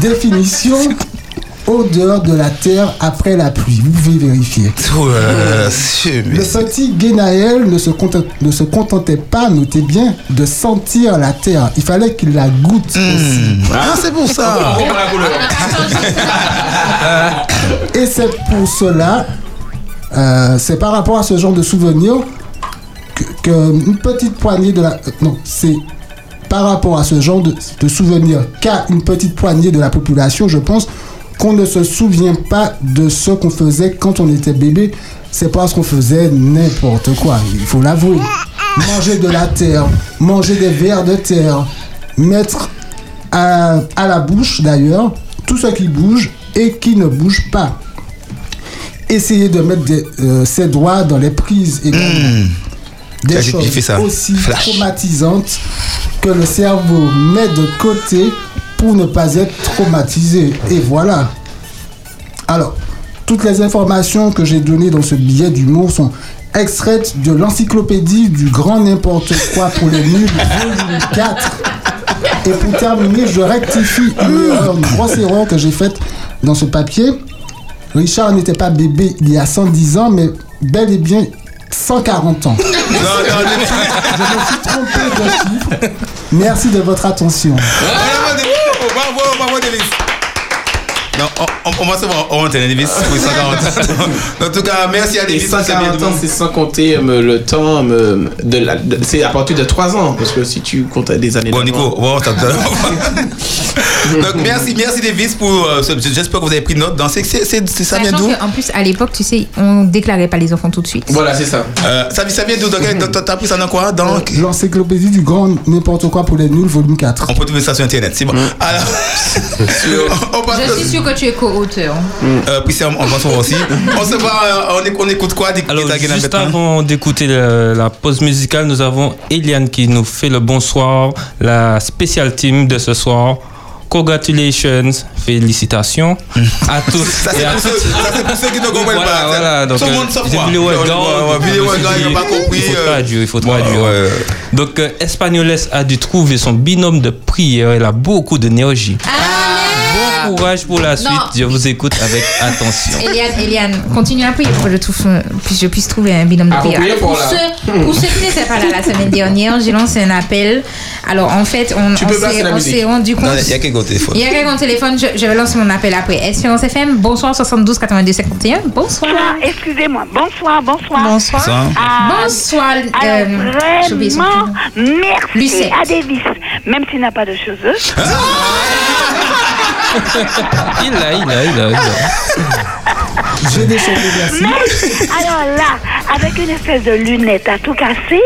[SPEAKER 1] Définition, odeur de la terre après la pluie. Vous pouvez vérifier.
[SPEAKER 3] Oh là là, c'est- mais-
[SPEAKER 1] Le petit Guénaël ne se, content- ne se contentait pas, notez bien, de sentir la terre. Il fallait qu'il la goûte aussi.
[SPEAKER 3] Ah, c'est pour ça.
[SPEAKER 10] Oh,
[SPEAKER 4] Ah,
[SPEAKER 1] Et c'est pour cela, euh, c'est par rapport à ce genre de souvenir que, que une petite poignée de la. euh, Non, c'est par rapport à ce genre de, de souvenir qu'a une petite poignée de la population, je pense, qu'on ne se souvient pas de ce qu'on faisait quand on était bébé. C'est parce qu'on faisait n'importe quoi, il faut l'avouer. Manger de la terre, manger des vers de terre, mettre à, Euh, à la bouche d'ailleurs tout ce qui bouge et qui ne bouge pas. Essayez de mettre des- euh, ses doigts dans les prises également. Des
[SPEAKER 3] Ça, j'ai- j'ai
[SPEAKER 1] choses
[SPEAKER 3] fait ça.
[SPEAKER 1] aussi
[SPEAKER 3] Flash.
[SPEAKER 1] traumatisantes que le cerveau met de côté pour ne pas être traumatisé. Et voilà. Alors, toutes les informations que j'ai données dans ce billet d'humour sont extraites de l'encyclopédie du grand n'importe quoi pour les nuls, volume 4. Et pour terminer, je rectifie une, erreur, une grosse erreur que j'ai faite dans ce papier. Richard n'était pas bébé il y a 110 ans, mais bel et bien 140 ans.
[SPEAKER 3] Non, non, non.
[SPEAKER 1] Je me suis trompé de chiffre. Merci de votre attention.
[SPEAKER 3] Bravo, Davis. Bravo, bravo, Davis. Non, on, on, on va se voir en antenne, Davis, pour 140. en tout cas, merci à
[SPEAKER 5] Et
[SPEAKER 3] Davis. c'est bien
[SPEAKER 5] 140
[SPEAKER 3] de
[SPEAKER 5] ans, c'est sans compter euh, le temps euh, de la. de- C'est à partir de 3 ans, parce que si tu comptes des années.
[SPEAKER 3] Bon, Nico,
[SPEAKER 5] d'avant-
[SPEAKER 3] on va voir ça tout à l'heure. Donc, merci, merci Davis pour. euh, ce- J'espère que vous avez pris note dans. C'est c'est- c'est- c'est- ça vient
[SPEAKER 7] Sachant
[SPEAKER 3] d'où
[SPEAKER 7] que, en plus, à l'époque, tu sais, on déclarait pas les enfants tout de suite.
[SPEAKER 5] Voilà, c'est ça.
[SPEAKER 3] Euh, ça, ça vient d'où Dans quel- dans- T'as appris ça dans quoi dans...
[SPEAKER 1] L'encyclopédie du grand n'importe quoi pour les nuls, volume 4.
[SPEAKER 3] On peut trouver ça sur internet, c'est bon.
[SPEAKER 5] Mm.
[SPEAKER 3] Alors, on passe
[SPEAKER 7] Je suis sûre que tu es co-auteur.
[SPEAKER 3] euh, Priscilla, on va se voir aussi. On se voit, euh, on, éc- on écoute quoi Dick-
[SPEAKER 6] Alors,
[SPEAKER 3] Dick Dagenham
[SPEAKER 6] juste
[SPEAKER 3] maintenant
[SPEAKER 6] avant d'écouter la, la pause musicale, nous avons Eliane qui nous fait le bonsoir, la spéciale team de ce soir. Congratulations, félicitations à tous
[SPEAKER 3] Ça,
[SPEAKER 6] et
[SPEAKER 3] c'est
[SPEAKER 6] à
[SPEAKER 3] pour, ceux-
[SPEAKER 6] toutes.
[SPEAKER 3] ça, c'est pour ceux qui ne comprennent
[SPEAKER 6] Voilà,
[SPEAKER 3] pas.
[SPEAKER 6] voilà, donc,
[SPEAKER 3] Tout le
[SPEAKER 6] euh,
[SPEAKER 3] monde sauf
[SPEAKER 6] j'ai
[SPEAKER 3] moi.
[SPEAKER 6] vu les
[SPEAKER 3] Ouais,
[SPEAKER 6] Wagons,
[SPEAKER 3] ouais,
[SPEAKER 6] donc,
[SPEAKER 3] ouais, les
[SPEAKER 6] je me suis
[SPEAKER 3] Wagons,
[SPEAKER 6] dit,
[SPEAKER 3] ils n'ont pas compris.
[SPEAKER 6] il faut
[SPEAKER 3] euh,
[SPEAKER 6] traduire, il faut
[SPEAKER 3] ouais,
[SPEAKER 6] traduire.
[SPEAKER 3] ouais.
[SPEAKER 6] Donc, euh, Espagnoles a dû trouver son binôme de prière. Elle a beaucoup d'énergie.
[SPEAKER 3] Beaucoup
[SPEAKER 6] bon courage pour la suite. Je vous écoute avec attention.
[SPEAKER 7] Eliane, Eliane, continue à prier pour que je, trouve, un- puis je puisse trouver un binôme de
[SPEAKER 5] Ah, vous
[SPEAKER 7] prière.
[SPEAKER 5] priez
[SPEAKER 7] Alors, Pour,
[SPEAKER 5] pour la-
[SPEAKER 7] ceux, pour ceux qui n'étaient pas là la semaine dernière, j'ai lancé un appel. Alors, en fait, on,
[SPEAKER 5] Tu
[SPEAKER 7] on
[SPEAKER 5] peux passer
[SPEAKER 7] s'est-
[SPEAKER 5] la
[SPEAKER 7] on
[SPEAKER 5] musique.
[SPEAKER 7] s'est rendu compte.
[SPEAKER 3] Non, il y a quelqu'un au téléphone.
[SPEAKER 7] Il y a quelqu'un au téléphone, je, je lance mon appel après. Espérance FM, bonsoir 72 82 51. Bonsoir.
[SPEAKER 10] Ah, Excusez-moi. Bonsoir, bonsoir.
[SPEAKER 4] Bonsoir.
[SPEAKER 3] Ça,
[SPEAKER 10] Ah,
[SPEAKER 7] Bonsoir.
[SPEAKER 10] alors,
[SPEAKER 7] euh, j'ai oublié son
[SPEAKER 10] vraiment,
[SPEAKER 7] prénom.
[SPEAKER 10] merci
[SPEAKER 7] Lucette.
[SPEAKER 10] à Davis, même s'il n'a pas de cheveux.
[SPEAKER 6] Il a, il a, il a. il a.
[SPEAKER 1] J'ai des choses
[SPEAKER 10] Mais, alors là, avec une espèce de lunette à tout casser,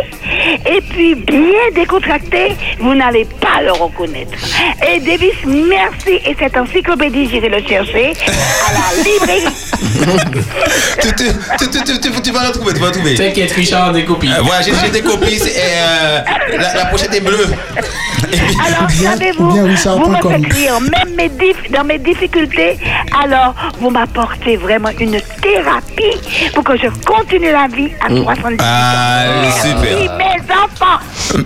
[SPEAKER 10] et puis bien décontracté, vous n'allez pas le reconnaître. Et Davis, merci. Et cette encyclopédie, j'irai le chercher à la librairie.
[SPEAKER 3] tu, tu, tu, tu, tu, tu, tu vas le trouver, tu vas le trouver.
[SPEAKER 5] T'inquiète, Richard, des copies.
[SPEAKER 3] Euh, voilà, j'ai j'ai des copies c'est, euh, la, la pochette est bleue.
[SPEAKER 10] Alors,
[SPEAKER 1] bien-
[SPEAKER 10] savez-vous,
[SPEAKER 1] ou bien Richard
[SPEAKER 10] vous me
[SPEAKER 1] Poncom.
[SPEAKER 10] faites rire, même mes dif- dans mes difficultés. Alors, vous m'apportez vraiment une thérapie pour que je continue la vie à 70
[SPEAKER 3] Mm. Ah,
[SPEAKER 10] Oui,
[SPEAKER 3] super.
[SPEAKER 10] mes enfants.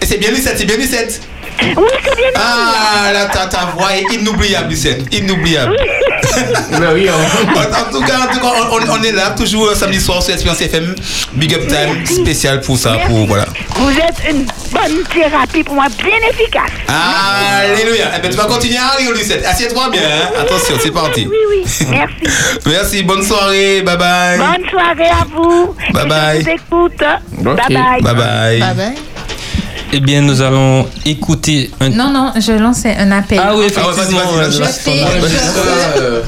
[SPEAKER 3] Et c'est bien Lucette, c'est bien Lucette.
[SPEAKER 10] Oui, c'est bien.
[SPEAKER 3] Ah, là, ta, ta voix est inoubliable, Lucette. Inoubliable.
[SPEAKER 5] Mais Bah oui, hein.
[SPEAKER 3] En,
[SPEAKER 5] on-
[SPEAKER 3] en tout cas, en tout cas, on, on- on est là, toujours euh, samedi soir sur Espérance FM. Big Up Time, spécial pour ça,
[SPEAKER 10] Merci.
[SPEAKER 3] pour, voilà.
[SPEAKER 10] Vous êtes une bonne thérapie pour moi, bien efficace.
[SPEAKER 3] Alléluia. Eh ben, tu vas continuer à rire, Lucette. Assieds-toi bien, hein. Attention, c'est parti.
[SPEAKER 10] Oui, oui, merci.
[SPEAKER 3] Merci, bonne soirée, bye bye.
[SPEAKER 10] Bonne soirée à vous.
[SPEAKER 3] Bye
[SPEAKER 10] Et
[SPEAKER 3] bye.
[SPEAKER 10] Je vous écoute. Bye
[SPEAKER 5] Ok.
[SPEAKER 10] bye.
[SPEAKER 3] Bye bye.
[SPEAKER 4] Bye bye.
[SPEAKER 6] Eh bien, nous allons écouter un.
[SPEAKER 7] Non, non, je lançais un appel.
[SPEAKER 6] Ah oui,
[SPEAKER 3] Ah ouais, vas-y,
[SPEAKER 6] effectivement.
[SPEAKER 3] vas-y,
[SPEAKER 7] euh,
[SPEAKER 3] vas-y,
[SPEAKER 7] Je
[SPEAKER 3] vas-y.
[SPEAKER 7] fais- Ah.
[SPEAKER 5] Juste, euh,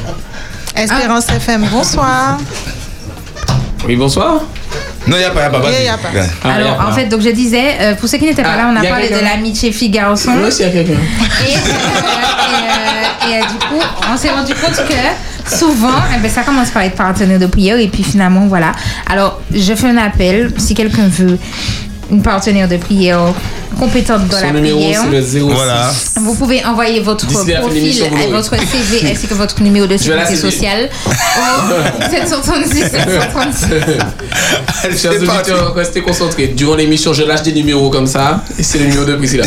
[SPEAKER 4] Espérance FM, bonsoir.
[SPEAKER 5] Oui, bonsoir.
[SPEAKER 3] Non, y a pas, y a pas, vas-y.
[SPEAKER 4] Y a pas.
[SPEAKER 5] Ah, y a
[SPEAKER 7] Alors,
[SPEAKER 5] pas.
[SPEAKER 7] en fait, donc je disais, euh, pour ceux qui n'étaient pas
[SPEAKER 5] Ah,
[SPEAKER 7] là, on a
[SPEAKER 5] y a
[SPEAKER 7] parlé de
[SPEAKER 5] quelqu'un
[SPEAKER 7] l'amitié fille-garçon.
[SPEAKER 5] Moi aussi, il y a quelqu'un.
[SPEAKER 7] Et, euh, et, euh, et, euh, du coup, on s'est rendu compte que souvent, eh ben, ça commence par être partenaire de prière et puis finalement, voilà. Alors, je fais un appel. Si quelqu'un veut une partenaire de prière compétente dans
[SPEAKER 5] Son
[SPEAKER 7] la
[SPEAKER 5] numéro,
[SPEAKER 7] prière,
[SPEAKER 5] c'est le 06.
[SPEAKER 3] Voilà.
[SPEAKER 7] vous pouvez envoyer votre
[SPEAKER 5] D'ici la fin de
[SPEAKER 7] profil,
[SPEAKER 5] l'émission, vous
[SPEAKER 7] euh,
[SPEAKER 5] l'aurez.
[SPEAKER 7] votre CV ainsi que votre numéro de
[SPEAKER 5] vais la
[SPEAKER 7] sécurité
[SPEAKER 5] saisir.
[SPEAKER 7] sociale au 736 736.
[SPEAKER 3] Allez,
[SPEAKER 5] Chers
[SPEAKER 3] c'est parti.
[SPEAKER 5] auditeurs, restez concentrés. Durant l'émission, je lâche des numéros comme ça. Et c'est le numéro de Priscilla.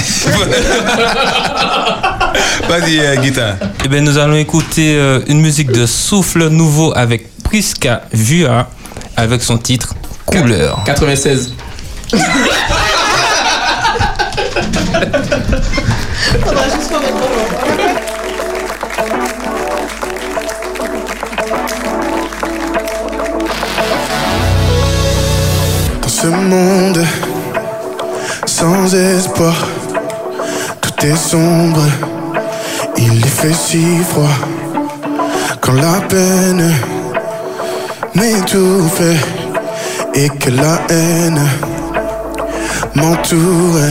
[SPEAKER 3] Vas-y, euh, guitare.
[SPEAKER 6] Eh bien, nous allons écouter euh, une musique de souffle nouveau avec Prisca Vua avec son titre Couleur.
[SPEAKER 5] 96.
[SPEAKER 8] Dans ce monde sans espoir, tout est sombre. Il y fait si froid quand la peine m'étouffe et que la haine m'entoure.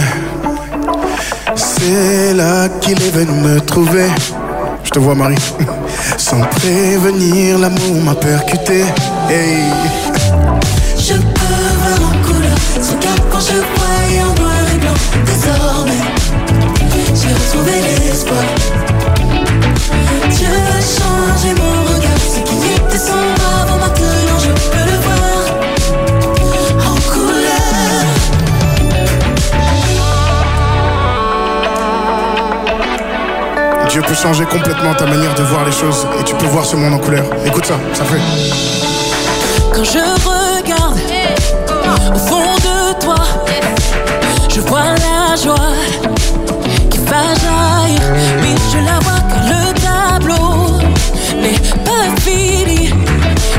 [SPEAKER 8] C'est là qu'il est venu me trouver. Je te vois, Marie. Sans prévenir, l'amour m'a percuté. Hey.
[SPEAKER 10] Je peux voir en couleur ce cap quand je voyais en noir et blanc. Désormais, j'ai retrouvé l'espoir. Dieu a changé mon regard. Ce qui était sombre avant maintenant, je peux le voir en couleur.
[SPEAKER 8] Dieu peut changer complètement ta manière de voir les choses et tu peux voir ce monde en couleur. Écoute ça, ça fait.
[SPEAKER 10] Quand je regarde au fond de toi, je vois la joie qui va jaillir. Oui, je la vois car le tableau n'est pas fini.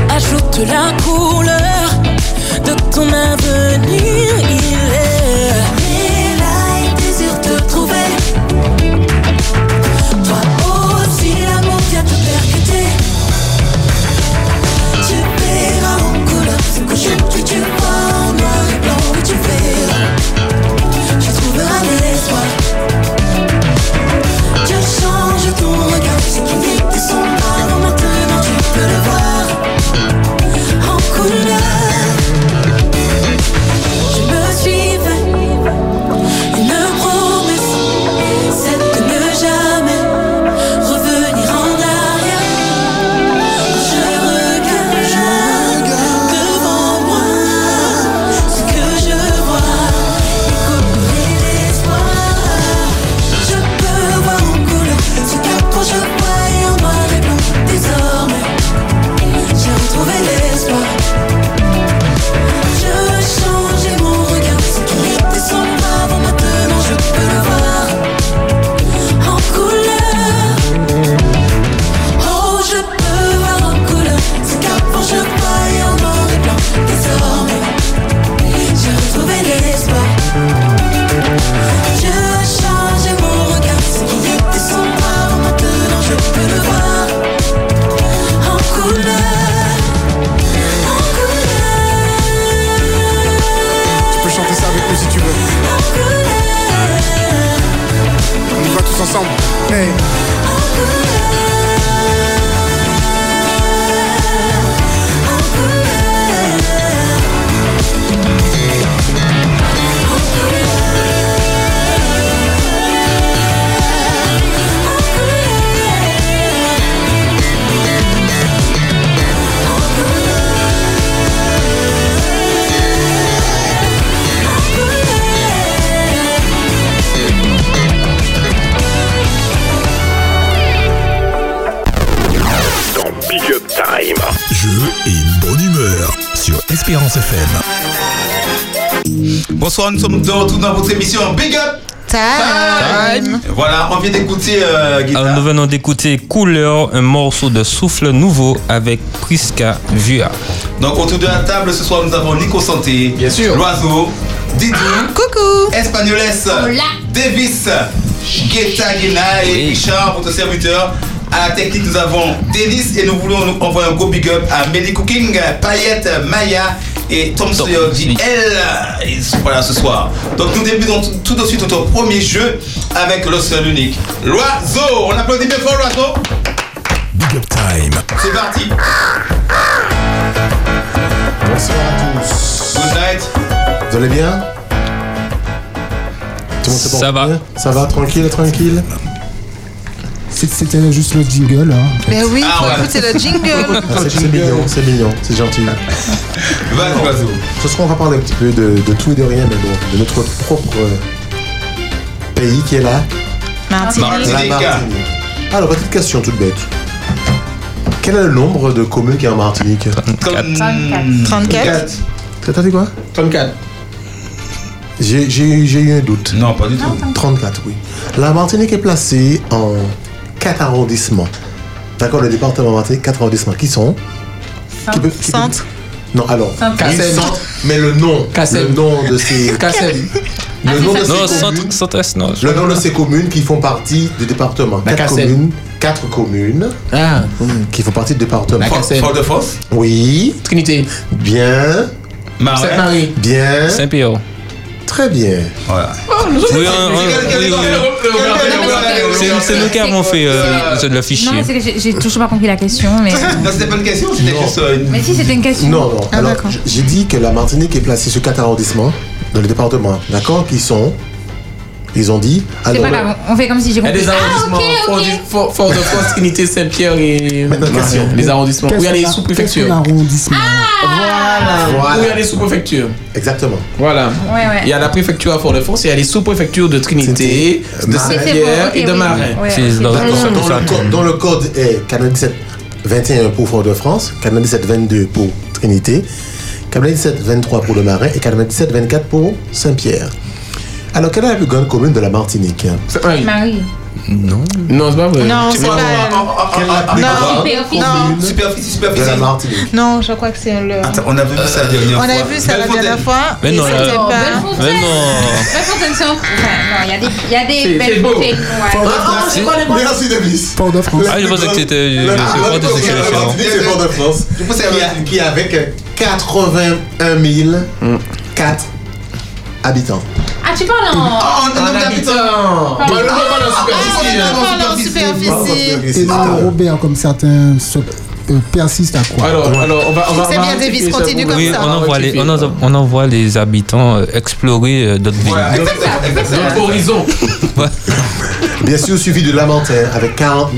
[SPEAKER 10] Ajoute la couleur de ton avenir. Il est. Et là, il désire te trouver. Toi aussi, l'amour vient te percuter. Tu verras en couleur ce que je que tu vois en noir et blanc. Oui, tu verras, tu trouveras l'espoir. Oh,
[SPEAKER 8] Hey.
[SPEAKER 2] Dans Big Up Time. Jeu et bonne humeur sur Espérance FM.
[SPEAKER 3] Bonsoir, nous sommes de retour dans votre émission Big Up
[SPEAKER 4] Time.
[SPEAKER 3] Voilà, on vient d'écouter euh, Guy-
[SPEAKER 6] Alors nous venons d'écouter Couleur, un morceau de souffle nouveau avec Prisca Vua.
[SPEAKER 3] Donc autour de la table ce soir nous avons Nico Santé, bien
[SPEAKER 6] sûr.
[SPEAKER 3] Loiseau, Didou,
[SPEAKER 4] Coucou,
[SPEAKER 3] Espagnoles, Davis, Guetta Guénaï et Richard, votre serviteur. À la technique, nous avons Dennis et nous voulons nous envoyer un gros big up à Melly Cooking, Payette, Maya et Tom Sawyer JL. Ils sont pas là ce soir. Donc nous débutons tout- tout de suite notre premier jeu avec le seul unique. Loiseau, on applaudit bien fort Loiseau.
[SPEAKER 2] Big Up Time.
[SPEAKER 3] C'est parti.
[SPEAKER 11] Bonsoir à tous.
[SPEAKER 3] Good night.
[SPEAKER 11] Vous allez bien Tout le monde se porte
[SPEAKER 6] Ça va.
[SPEAKER 11] bien Ça va, tranquille, tranquille
[SPEAKER 1] C'est- C'était juste le jingle. Hein, en fait.
[SPEAKER 4] Ben oui,
[SPEAKER 11] Ah,
[SPEAKER 4] faut
[SPEAKER 11] ouais.
[SPEAKER 4] écouter le jingle.
[SPEAKER 11] Ah, c'est- C'est mignon, c'est mignon, c'est gentil.
[SPEAKER 3] Vas-y, vas-y.
[SPEAKER 11] Ce soir, on va parler un petit peu de, de tout et de rien, mais bon, de notre propre euh, pays qui est là.
[SPEAKER 4] Martinique.
[SPEAKER 11] La Martinique. Alors, petite question toute bête. Quel est le nombre de communes qu'il y a en Martinique
[SPEAKER 4] 34. 34.
[SPEAKER 11] T'as t'as dit quoi 34. J'ai j'ai- j'ai eu un doute.
[SPEAKER 3] Non, pas du
[SPEAKER 11] tout. 34, oui. La Martinique est placée en 4 arrondissements. D'accord, le département Martinique, 4 arrondissements. Qui sont qui peut- qui peut- Non, alors.
[SPEAKER 5] Centre.
[SPEAKER 11] oui,
[SPEAKER 5] Cassel.
[SPEAKER 11] centre, Mais le nom. Le
[SPEAKER 5] Cassel.
[SPEAKER 11] nom de ces.
[SPEAKER 5] Cassel.
[SPEAKER 11] Le nom de ces
[SPEAKER 6] Non,
[SPEAKER 11] communes-
[SPEAKER 6] centre, centre, non.
[SPEAKER 11] le nom de ces communes qui font partie du département.
[SPEAKER 5] La
[SPEAKER 11] quatre
[SPEAKER 5] Cassel. Ah,
[SPEAKER 11] communes. Quatre communes. Hmm, Qui font partie du département.
[SPEAKER 5] La Cassel. Fort-
[SPEAKER 3] Fort-de-France.
[SPEAKER 11] Oui. Trinité. Bien.
[SPEAKER 3] Marais. Sainte-Marie.
[SPEAKER 11] Bien.
[SPEAKER 6] Saint-Pierre.
[SPEAKER 11] Très bien.
[SPEAKER 3] Voilà.
[SPEAKER 5] Oh,
[SPEAKER 6] Oui, on- on- oui, oui. C'est- C'est nous qui avons fait euh, le- le
[SPEAKER 7] Non,
[SPEAKER 6] fichier.
[SPEAKER 7] mais c'est que j'ai- j'ai toujours pas compris la question, mais.
[SPEAKER 3] Non, c'était pas une question, c'était juste une.
[SPEAKER 7] Mais si, c'était une question.
[SPEAKER 11] Non, non.
[SPEAKER 7] Ah,
[SPEAKER 11] Alors,
[SPEAKER 7] d'accord.
[SPEAKER 11] j- j'ai dit que la Martinique est placée sur quatre arrondissements dans le département. D'accord Qui sont. Ils ont dit.
[SPEAKER 7] C'est
[SPEAKER 11] alors,
[SPEAKER 7] pas grave, on fait comme si j'ai
[SPEAKER 5] Il y a
[SPEAKER 7] compris.
[SPEAKER 5] des arrondissements.
[SPEAKER 7] Ah, ok, ok.
[SPEAKER 5] Fort-de-France, Trinité, Saint-Pierre et.
[SPEAKER 11] question.
[SPEAKER 5] Les arrondissements. Où il y a les sous-préfectures.
[SPEAKER 1] Arrondissement.
[SPEAKER 5] Voilà. Où il y a les sous-préfectures.
[SPEAKER 11] Exactement.
[SPEAKER 5] Voilà.
[SPEAKER 7] Ouais, ouais.
[SPEAKER 5] Il y a la préfecture à Fort-de-France, il y a les sous-préfectures de Trinité, de
[SPEAKER 11] Marais.
[SPEAKER 5] Saint-Pierre et de Marais.
[SPEAKER 11] Dans, dans le code, dans le code est 97 21 pour Fort-de-France, 97 22 pour Trinité, 97 23 pour le Marais et 97 24 pour Saint-Pierre. Alors, quelle est la plus grande commune de la Martinique
[SPEAKER 7] Marie.
[SPEAKER 11] Non.
[SPEAKER 5] Non, c'est pas vrai.
[SPEAKER 4] Non, c'est pas
[SPEAKER 11] Quelle est la plus grande
[SPEAKER 4] elle. Non,
[SPEAKER 11] commune
[SPEAKER 3] Superficie,
[SPEAKER 11] de la
[SPEAKER 3] superficie.
[SPEAKER 11] Martinique
[SPEAKER 4] non, je crois que c'est le.
[SPEAKER 3] On avait vu ça la dernière
[SPEAKER 4] Euh, On
[SPEAKER 3] fois.
[SPEAKER 4] avait vu ça la dernière fois.
[SPEAKER 3] Mais
[SPEAKER 4] et
[SPEAKER 3] non,
[SPEAKER 4] c'était
[SPEAKER 3] là-
[SPEAKER 4] pas-
[SPEAKER 6] Mais non.
[SPEAKER 7] Fontaine sur- Ouais, non, il y a des- il y a des
[SPEAKER 11] C'est- c'est
[SPEAKER 7] belles
[SPEAKER 11] beau.
[SPEAKER 7] bouteilles noires. Ah,
[SPEAKER 11] Fort-de-France. Merci, Davis.
[SPEAKER 1] Fort-de-France.
[SPEAKER 6] Ah, je pensais que c'était. Je
[SPEAKER 11] La
[SPEAKER 6] je
[SPEAKER 11] plus grande
[SPEAKER 6] pensais que
[SPEAKER 11] commune
[SPEAKER 6] c'était
[SPEAKER 11] de la
[SPEAKER 6] référent.
[SPEAKER 11] Martinique, c'est Fort-de-France. Qui a- Euh, Qui est avec 81 004 habitants.
[SPEAKER 9] Ah, tu parles en.
[SPEAKER 11] Un habitant.
[SPEAKER 9] Pardon.
[SPEAKER 11] Voilà, voilà,
[SPEAKER 9] Ah,
[SPEAKER 11] superficie,
[SPEAKER 9] on
[SPEAKER 11] hein.
[SPEAKER 9] parle en superficie.
[SPEAKER 1] Et là,
[SPEAKER 11] euh,
[SPEAKER 1] Robert, comme certains se- euh, persistent à croire.
[SPEAKER 5] Alors, alors, on va. On va
[SPEAKER 4] C'est
[SPEAKER 5] on va
[SPEAKER 4] bien, Davis,
[SPEAKER 5] rectifier ça,
[SPEAKER 4] continue
[SPEAKER 5] on va-
[SPEAKER 4] comme
[SPEAKER 6] Oui,
[SPEAKER 4] ça.
[SPEAKER 6] on envoie, les, on, envoie- on envoie les habitants euh, explorer euh, d'autres villes.
[SPEAKER 5] Notre horizon.
[SPEAKER 11] Bien sûr, suivi de Lamentin avec 40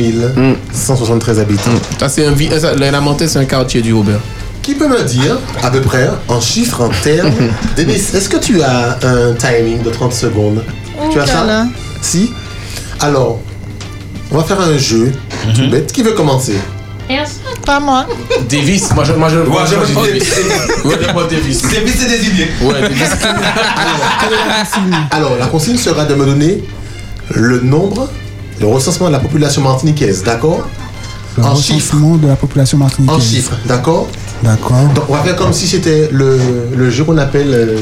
[SPEAKER 11] 173 habitants.
[SPEAKER 5] Mm. Ça, c'est un. vi- euh, ça, Le Lamentin, c'est un quartier du Robert.
[SPEAKER 11] Qui peut me dire, à peu près, en chiffres, en termes,
[SPEAKER 5] Mm.
[SPEAKER 11] Denis, est-ce que tu as un timing de 30 secondes Tu as
[SPEAKER 4] Oh, là là.
[SPEAKER 11] ça Si Alors, on va faire un jeu tout bête. Qui veut commencer
[SPEAKER 4] Pas moi.
[SPEAKER 5] Davis, moi je. Moi je. Moi
[SPEAKER 11] je-
[SPEAKER 5] je. Davis. Ouais, je prends Davis.
[SPEAKER 3] Davis, c'est des idées.
[SPEAKER 5] Ouais, Davis.
[SPEAKER 11] Alors, la consigne sera de me donner le nombre, le recensement de la population martiniquaise, d'accord
[SPEAKER 1] Le
[SPEAKER 11] En chiffres,
[SPEAKER 1] recensement de la population martiniquaise.
[SPEAKER 11] en chiffres, d'accord
[SPEAKER 1] D'accord.
[SPEAKER 11] Donc, on va faire comme si c'était le, le jeu qu'on appelle. euh,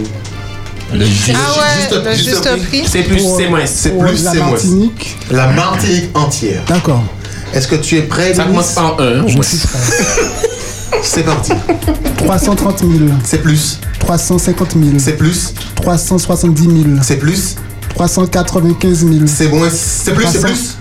[SPEAKER 4] Ah ouais, le juste prix.
[SPEAKER 5] C'est plus, c'est moins.
[SPEAKER 11] C'est
[SPEAKER 1] Pour
[SPEAKER 11] plus,
[SPEAKER 1] la
[SPEAKER 11] c'est moins.
[SPEAKER 1] Martinique.
[SPEAKER 11] La Martinique entière.
[SPEAKER 1] D'accord.
[SPEAKER 11] Mmh. Est-ce que tu es prêt
[SPEAKER 5] Ça
[SPEAKER 11] Denis
[SPEAKER 5] commence par un.
[SPEAKER 1] Je suis prêt.
[SPEAKER 11] C'est parti.
[SPEAKER 1] 330 000,
[SPEAKER 11] C'est plus.
[SPEAKER 1] 350 000,
[SPEAKER 11] C'est plus.
[SPEAKER 1] 370 000,
[SPEAKER 11] C'est plus.
[SPEAKER 1] 395 000,
[SPEAKER 11] C'est moins. C'est plus. C'est plus.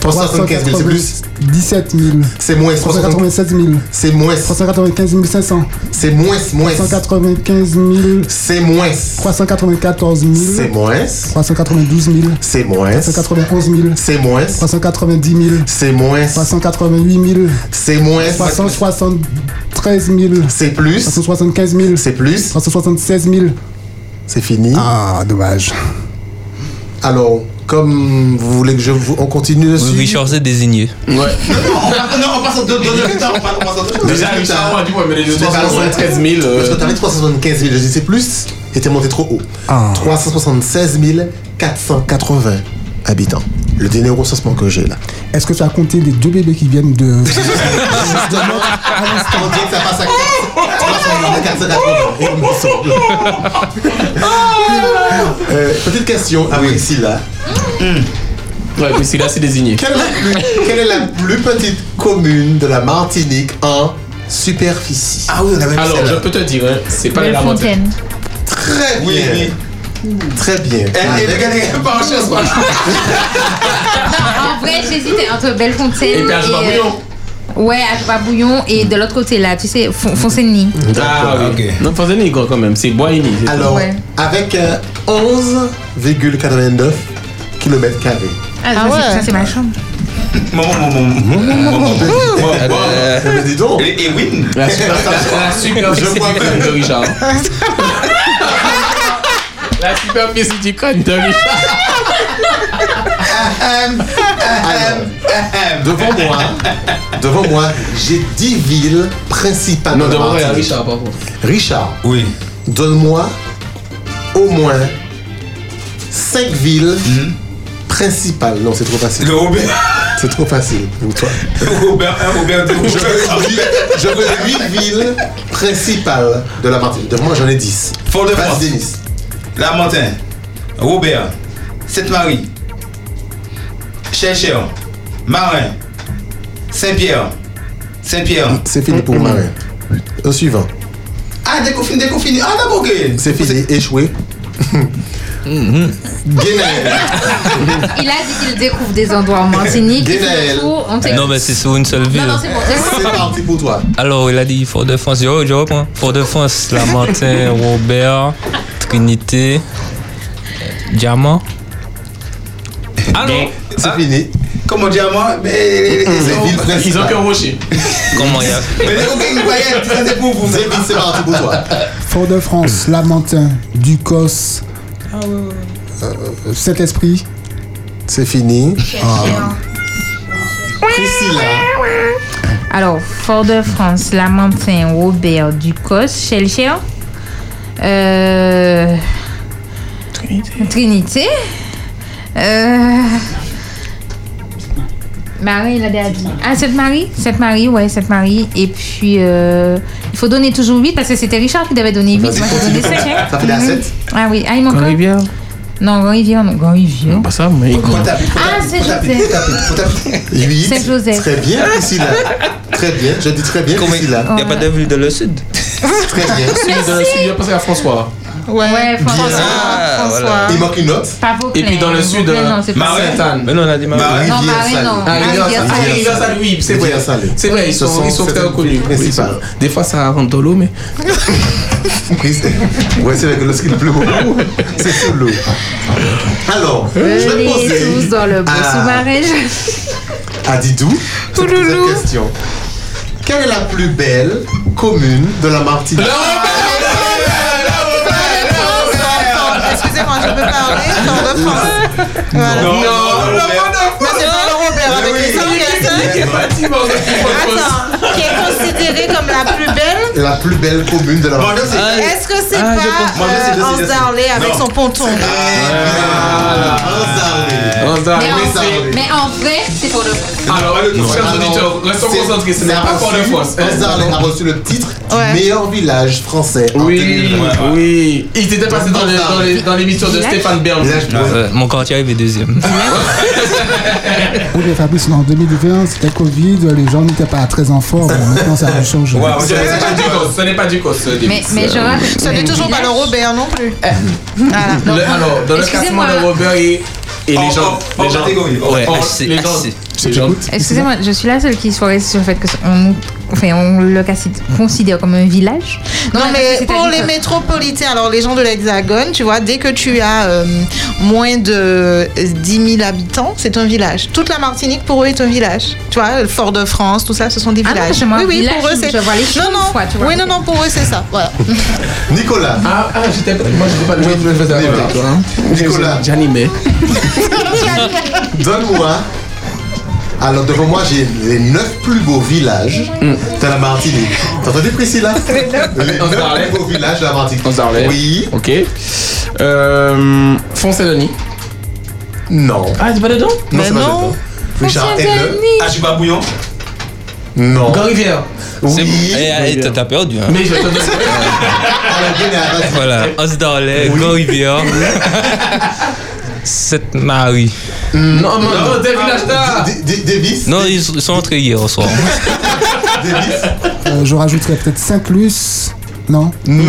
[SPEAKER 11] 375 000, c'est plus
[SPEAKER 1] 17 000.
[SPEAKER 11] C'est moins
[SPEAKER 1] 387 000.
[SPEAKER 11] C'est moins
[SPEAKER 1] 395 500.
[SPEAKER 11] C'est moins, moins.
[SPEAKER 1] 395 000.
[SPEAKER 11] C'est moins.
[SPEAKER 1] 394 000.
[SPEAKER 11] C'est moins.
[SPEAKER 1] 392 000.
[SPEAKER 11] C'est moins.
[SPEAKER 1] 391 000.
[SPEAKER 11] C'est moins.
[SPEAKER 1] 390 000.
[SPEAKER 11] C'est moins.
[SPEAKER 1] 388 000.
[SPEAKER 11] C'est moins.
[SPEAKER 1] 373 000.
[SPEAKER 11] C'est plus.
[SPEAKER 1] 375 000.
[SPEAKER 11] C'est plus.
[SPEAKER 1] 376 000.
[SPEAKER 11] C'est fini.
[SPEAKER 1] Ah, dommage.
[SPEAKER 11] Alors, comme vous voulez que je vous, on continue dessus.
[SPEAKER 6] Richard est désigné.
[SPEAKER 11] Ouais.
[SPEAKER 3] Non, on passe au deux- deux résultats, on passe- on passe au deux- deux
[SPEAKER 5] Déjà,
[SPEAKER 3] résultats.
[SPEAKER 5] Richard, on a dit, ouais, mais les
[SPEAKER 11] J'étais
[SPEAKER 5] 373 000, euh,
[SPEAKER 11] Parce que t'avais 375 000, je disais plus, et t'es monté trop haut. 376 480 habitants. Le dernier recensement que j'ai là.
[SPEAKER 1] Est-ce que tu as compté les deux bébés qui viennent de.
[SPEAKER 11] Justement, à l'instant, on dirait que ça passe à 400 480, il me semble. Euh, Petite question à Priscilla.
[SPEAKER 5] Mm. Ouais, Priscilla, c'est désigné.
[SPEAKER 11] Quelle est, la plus, quelle est la plus petite commune de la Martinique en superficie Ah oui, on avait
[SPEAKER 5] Alors, je peux te dire, hein, c'est pas la Martinique.
[SPEAKER 11] Très bien. Très bien.
[SPEAKER 5] eh, regardez,
[SPEAKER 11] pas en chaise,
[SPEAKER 7] En vrai, j'hésitais entre Bellefontaine euh,
[SPEAKER 5] Et puis à Bouillon.
[SPEAKER 7] Ouais, à Bouillon et de l'autre côté là, tu sais, Fon- Fontenay.
[SPEAKER 5] Ah, oui. Non, Fontenay, quoi, quand même, c'est Boigny. c'est
[SPEAKER 11] Alors,
[SPEAKER 5] tout.
[SPEAKER 11] avec euh, 11,89 km carrés.
[SPEAKER 7] Ah, je me suis dit, ça c'est ma chambre.
[SPEAKER 3] Eh ben,
[SPEAKER 11] Mais dis donc. Et oui.
[SPEAKER 5] La super- la superficie
[SPEAKER 11] Je
[SPEAKER 5] du
[SPEAKER 11] vois
[SPEAKER 5] crâne de
[SPEAKER 11] que.
[SPEAKER 5] Richard. La superficie du crâne de Richard.
[SPEAKER 10] Ah,
[SPEAKER 11] Eh, Devant moi, devant moi, j'ai 10 villes principales.
[SPEAKER 5] Non,
[SPEAKER 11] de la
[SPEAKER 5] devant moi,
[SPEAKER 11] Martinique.
[SPEAKER 5] Richard, par contre.
[SPEAKER 11] Richard. Oui. Donne-moi au moins 5 villes principales. Non, c'est trop facile. C'est trop facile pour toi.
[SPEAKER 3] Robert un, Robert deux.
[SPEAKER 11] Je veux huit- Je veux 8 villes principales de la Martinique. De moi, j'en ai 10.
[SPEAKER 3] Fort-de-France.
[SPEAKER 11] Denis.
[SPEAKER 3] Lamantin. Robert. Sainte-Marie. Chercheur. Marin. Saint-Pierre. Saint-Pierre.
[SPEAKER 11] C'est fini
[SPEAKER 7] Mm-hmm.
[SPEAKER 11] pour Marin. Un suivant.
[SPEAKER 3] Ah, déconfine, déconfine. Ah, d'accord, ok.
[SPEAKER 11] C'est Mm-hmm. fini. Échoué. Guénel.
[SPEAKER 7] Il a dit qu'il découvre des endroits en Martinique. il se
[SPEAKER 11] Guénel.
[SPEAKER 7] retrouve, on t'écoute.
[SPEAKER 6] Non, mais c'est sur une seule ville.
[SPEAKER 7] Non, non, c'est bon. c'est bon.
[SPEAKER 11] parti pour toi.
[SPEAKER 6] Alors, il a dit Fort-de-France. Je, je reprends. Fort-de-France, Lamantin, Robert, Trinité, euh, Diamant. Allô
[SPEAKER 11] C'est fini.
[SPEAKER 3] Comment dire moi Mais les villes
[SPEAKER 5] Ils ont qu'un rocher.
[SPEAKER 6] Comment il y a
[SPEAKER 3] Mais ok, vous voyez, ça, c'est pour vous.
[SPEAKER 11] C'est c'est parti pour toi.
[SPEAKER 1] Fort-de-France, Lamentin, Ducos, euh, Saint-Esprit.
[SPEAKER 11] C'est fini.
[SPEAKER 1] Ah.
[SPEAKER 11] Priscilla.
[SPEAKER 7] Alors, Fort-de-France, Lamantin, Robert, Ducos, Shelcher, euh, Trinité, euh, Marie, la dernière. Ah, Sainte-Marie Sainte-Marie, ouais, Sainte-Marie. Et puis, euh, il faut donner toujours 8 parce que c'était Richard qui devait donner 8. Moi,
[SPEAKER 11] Vas-y,
[SPEAKER 7] j'ai
[SPEAKER 11] continue.
[SPEAKER 7] donné 5.
[SPEAKER 11] Ça fait la 7.
[SPEAKER 7] Ah oui, ah, il manque un.
[SPEAKER 5] Grand-Rivière.
[SPEAKER 7] Non, Grand-Rivière, non, Grand-Rivière.
[SPEAKER 5] Pas ça, mais.
[SPEAKER 7] Ah, c'est Joseph.
[SPEAKER 11] 8.
[SPEAKER 7] Saint-Joseph.
[SPEAKER 11] Très bien, Priscilla. Très bien. Je dis très bien,
[SPEAKER 6] Il
[SPEAKER 11] Priscilla.
[SPEAKER 6] n'y a pas de ville dans le sud
[SPEAKER 11] Très bien.
[SPEAKER 5] Dans le sud, il a passé à François.
[SPEAKER 4] Ouais,
[SPEAKER 7] Ouais, François.
[SPEAKER 6] Ah, voilà.
[SPEAKER 11] Il manque une note.
[SPEAKER 7] Pas Vauclair,
[SPEAKER 5] Et puis dans le
[SPEAKER 7] Vauclair,
[SPEAKER 5] sud, euh,
[SPEAKER 7] non, c'est pas
[SPEAKER 3] Marais.
[SPEAKER 7] ça.
[SPEAKER 5] Sainte-Anne.
[SPEAKER 6] Mais non, on a dit Marie.
[SPEAKER 3] Bah,
[SPEAKER 7] Non, Marie, non.
[SPEAKER 5] Ah,
[SPEAKER 7] Marie,
[SPEAKER 5] Rivière
[SPEAKER 7] Salée.
[SPEAKER 5] Salée. Rivière Salée, oui, c'est vrai.
[SPEAKER 11] Rivière Salée.
[SPEAKER 5] C'est vrai, ils
[SPEAKER 11] Ce
[SPEAKER 5] sont,
[SPEAKER 11] sont-
[SPEAKER 5] ils sont
[SPEAKER 11] c'est
[SPEAKER 5] très
[SPEAKER 11] un
[SPEAKER 5] reconnus.
[SPEAKER 11] pays principal.
[SPEAKER 5] Oui, c'est- Des fois, ça rentre dans l'eau, mais.
[SPEAKER 11] Ouais, c'est vrai que lorsqu'il pleut beaucoup, c'est sous l'eau. Alors, je vais
[SPEAKER 7] Venez tous
[SPEAKER 11] poser
[SPEAKER 7] Euh, dans le beau
[SPEAKER 11] Ah.
[SPEAKER 7] sous-marin.
[SPEAKER 11] à Didou cette
[SPEAKER 7] Touloulou.
[SPEAKER 11] question. Quelle est la plus belle commune de la Martinique
[SPEAKER 4] Excusez-moi, je peux parler Fort-de-France. Voilà.
[SPEAKER 3] Non, non,
[SPEAKER 4] Mais c'est pas le Robert avec les cinq, Eh il y a cinq. Attends, qui est considérée comme la plus belle
[SPEAKER 11] La plus belle commune de la
[SPEAKER 3] Bordeaux,
[SPEAKER 11] Martinique.
[SPEAKER 3] c'est-
[SPEAKER 4] Est-ce que c'est
[SPEAKER 6] Ah, je
[SPEAKER 4] pas
[SPEAKER 3] Moi, je
[SPEAKER 4] euh,
[SPEAKER 3] sais, je sais, je
[SPEAKER 4] Anse
[SPEAKER 3] sais.
[SPEAKER 4] Darley avec
[SPEAKER 3] Non.
[SPEAKER 4] son ponton
[SPEAKER 11] Ah, Anzaré.
[SPEAKER 7] Mais en-
[SPEAKER 11] Salée.
[SPEAKER 7] Mais en vrai, c'est pour le
[SPEAKER 5] Euh, Alors, Euh, chers
[SPEAKER 11] Alors,
[SPEAKER 5] auditeurs, restons
[SPEAKER 11] c'est-
[SPEAKER 5] concentrés, ce n'est
[SPEAKER 11] ça a
[SPEAKER 5] pas pour
[SPEAKER 11] reçu-
[SPEAKER 5] de France.
[SPEAKER 11] Anzaré a reçu le titre
[SPEAKER 4] Ouais.
[SPEAKER 11] du meilleur village français en
[SPEAKER 5] Oui,
[SPEAKER 11] 2020.
[SPEAKER 5] oui. Il était passé dans les- dans les- dans l'émission de
[SPEAKER 7] Village.
[SPEAKER 5] Stéphane Bern.
[SPEAKER 11] Village bleu.
[SPEAKER 6] Euh, mon quartier arrive deuxième.
[SPEAKER 1] Oui, mais Fabrice, en 2020, c'était Covid, euh, les gens n'étaient pas très en forme. Maintenant, ça a changé.
[SPEAKER 3] Waouh,
[SPEAKER 5] Ce n'est pas du cos, ce n'est pas du cos, ce
[SPEAKER 7] Mais,
[SPEAKER 5] Davis.
[SPEAKER 7] mais je
[SPEAKER 3] euh,
[SPEAKER 7] rappelle.
[SPEAKER 4] Ce n'est toujours pas le Robert non plus.
[SPEAKER 3] Eh,
[SPEAKER 4] Voilà.
[SPEAKER 5] Le- Alors, dans le classement
[SPEAKER 7] Excusez-moi.
[SPEAKER 5] de Robert et et les
[SPEAKER 3] Hors-
[SPEAKER 5] gens.
[SPEAKER 3] hors- hors
[SPEAKER 5] les gens-
[SPEAKER 3] catégorie, hors-
[SPEAKER 5] hors-
[SPEAKER 6] hors-
[SPEAKER 5] les gens-
[SPEAKER 6] HC.
[SPEAKER 11] Je t'écoute.
[SPEAKER 7] Excusez-moi, je suis la seule qui soit restée sur le fait que on, nous- enfin, on le cassi- considère comme un village.
[SPEAKER 4] Non, mais
[SPEAKER 7] c'est-à-dire
[SPEAKER 4] pour les
[SPEAKER 7] que-
[SPEAKER 4] métropolitains, alors les gens de l'Hexagone, tu vois, dès que tu as euh, moins de 10 000 habitants, c'est un village. Toute la Martinique, pour eux, est un village. Tu vois, Fort-de-France, tout ça, ce sont des
[SPEAKER 7] Ah non,
[SPEAKER 4] villages.
[SPEAKER 7] chez moi,
[SPEAKER 4] oui, oui,
[SPEAKER 7] village,
[SPEAKER 4] pour eux, c'est.
[SPEAKER 7] je vois les
[SPEAKER 4] non,
[SPEAKER 7] choses,
[SPEAKER 4] non,
[SPEAKER 7] quoi, tu vois.
[SPEAKER 4] oui, non, non, pour eux, c'est ça. Voilà.
[SPEAKER 11] Nicolas.
[SPEAKER 5] Ah, ah j'étais. Moi, je peux pas le jouer, je vais faire avec toi. hein.
[SPEAKER 11] Nicolas.
[SPEAKER 5] J'animais.
[SPEAKER 11] Donne-moi. Alors devant moi j'ai les 9 plus beaux villages
[SPEAKER 5] Mm.
[SPEAKER 11] de la Martinique. T'as entendu Priscilla Les 9 plus beaux villages de la Martinique.
[SPEAKER 5] On se parlait.
[SPEAKER 11] Oui.
[SPEAKER 5] Ok. Euh. Font-Saint-Denis.
[SPEAKER 11] Non.
[SPEAKER 5] Ah, c'est pas dedans
[SPEAKER 11] Non, c'est pas dedans. Richard Helle.
[SPEAKER 3] Ah, je suis pas bouillon.
[SPEAKER 11] Non.
[SPEAKER 5] Grand-Rivière.
[SPEAKER 6] C'est bon. Eh, eh, t'as- t'as perdu. Hein.
[SPEAKER 5] Mais je te donne.
[SPEAKER 6] Voilà, Os d'Orlais, Grand Rivière. Sainte-Marie.
[SPEAKER 3] Hmm.
[SPEAKER 5] Non, non, non, David
[SPEAKER 3] Ah,
[SPEAKER 5] Ashtar.
[SPEAKER 11] Davis
[SPEAKER 6] Non, ils sont entrés hier au soir.
[SPEAKER 1] Euh, je rajouterais peut-être Saint-Luce. Non Mm,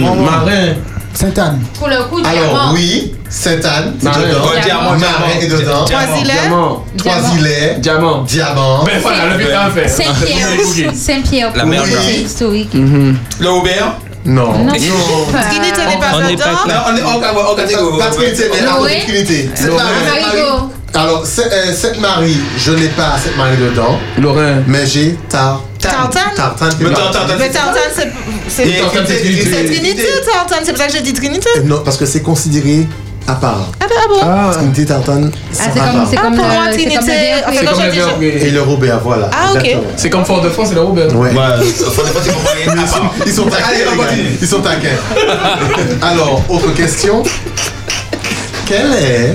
[SPEAKER 11] Non.
[SPEAKER 5] Marin.
[SPEAKER 1] Sainte-Anne.
[SPEAKER 7] Pour le coup,
[SPEAKER 11] Alors
[SPEAKER 7] diamant.
[SPEAKER 11] oui, Sainte-Anne, c'est
[SPEAKER 5] Marais.
[SPEAKER 11] dedans.
[SPEAKER 5] Ouais,
[SPEAKER 3] diamant,
[SPEAKER 11] Marais est dedans.
[SPEAKER 4] Trois îlets
[SPEAKER 5] Diamant.
[SPEAKER 11] Trois îlets.
[SPEAKER 5] Diamant.
[SPEAKER 11] Diamant.
[SPEAKER 5] Ben voilà, le but à faire.
[SPEAKER 7] Saint-Pierre. Saint-Pierre,
[SPEAKER 3] La
[SPEAKER 7] pour
[SPEAKER 3] merde,
[SPEAKER 7] moi,
[SPEAKER 3] là.
[SPEAKER 7] c'est historique.
[SPEAKER 3] Le Aubert.
[SPEAKER 11] Mm-hmm. Non.
[SPEAKER 7] Non,
[SPEAKER 4] Trinité n'est pas
[SPEAKER 6] On n'est pas
[SPEAKER 4] dedans.
[SPEAKER 6] clair.
[SPEAKER 3] Non, on est en en catégorie.
[SPEAKER 11] Pas Trinité, mais avant
[SPEAKER 7] Noé.
[SPEAKER 11] de Trinité. Sainte-Marie.
[SPEAKER 7] Marigot.
[SPEAKER 11] Alors, c'est- euh, Sainte-Marie, je n'ai pas Sainte-Marie dedans,
[SPEAKER 5] Lorrain.
[SPEAKER 11] mais j'ai Tartane.
[SPEAKER 4] Tartane
[SPEAKER 11] Tartane.
[SPEAKER 3] Mais attends, attends,
[SPEAKER 4] Mais Tartane, c'est- c'est.
[SPEAKER 3] Et-
[SPEAKER 5] Tartane, c'est
[SPEAKER 4] C'est
[SPEAKER 5] Trinité.
[SPEAKER 4] Trinité, Tartane, c'est pour ça que j'ai dit Trinité.
[SPEAKER 11] Euh, Non, parce que c'est considéré à part.
[SPEAKER 4] Ah, bah, ah bon
[SPEAKER 5] Ah,
[SPEAKER 11] Trinité, Tartane,
[SPEAKER 7] Ah,
[SPEAKER 11] c'est
[SPEAKER 7] c'est
[SPEAKER 11] à
[SPEAKER 7] comme,
[SPEAKER 11] part.
[SPEAKER 7] c'est
[SPEAKER 4] Ah,
[SPEAKER 7] comme,
[SPEAKER 4] pour
[SPEAKER 7] euh,
[SPEAKER 4] moi,
[SPEAKER 7] c'est
[SPEAKER 4] Trinité,
[SPEAKER 7] comme le verre,
[SPEAKER 4] ah,
[SPEAKER 7] oui.
[SPEAKER 5] c'est comme
[SPEAKER 4] j'ai
[SPEAKER 5] le
[SPEAKER 4] dit-
[SPEAKER 11] Et
[SPEAKER 5] verbe.
[SPEAKER 11] le Robert, voilà.
[SPEAKER 4] Ah, ok.
[SPEAKER 11] exactement.
[SPEAKER 5] C'est comme Fort-de-France, c'est le Robert.
[SPEAKER 11] Ouais.
[SPEAKER 3] Ouais, ça n'est pas si compliqué.
[SPEAKER 11] Ils sont taquins.
[SPEAKER 3] Allez, on
[SPEAKER 11] les gars.
[SPEAKER 3] continue.
[SPEAKER 11] Ils sont taquins. Alors, autre question. Quelle est.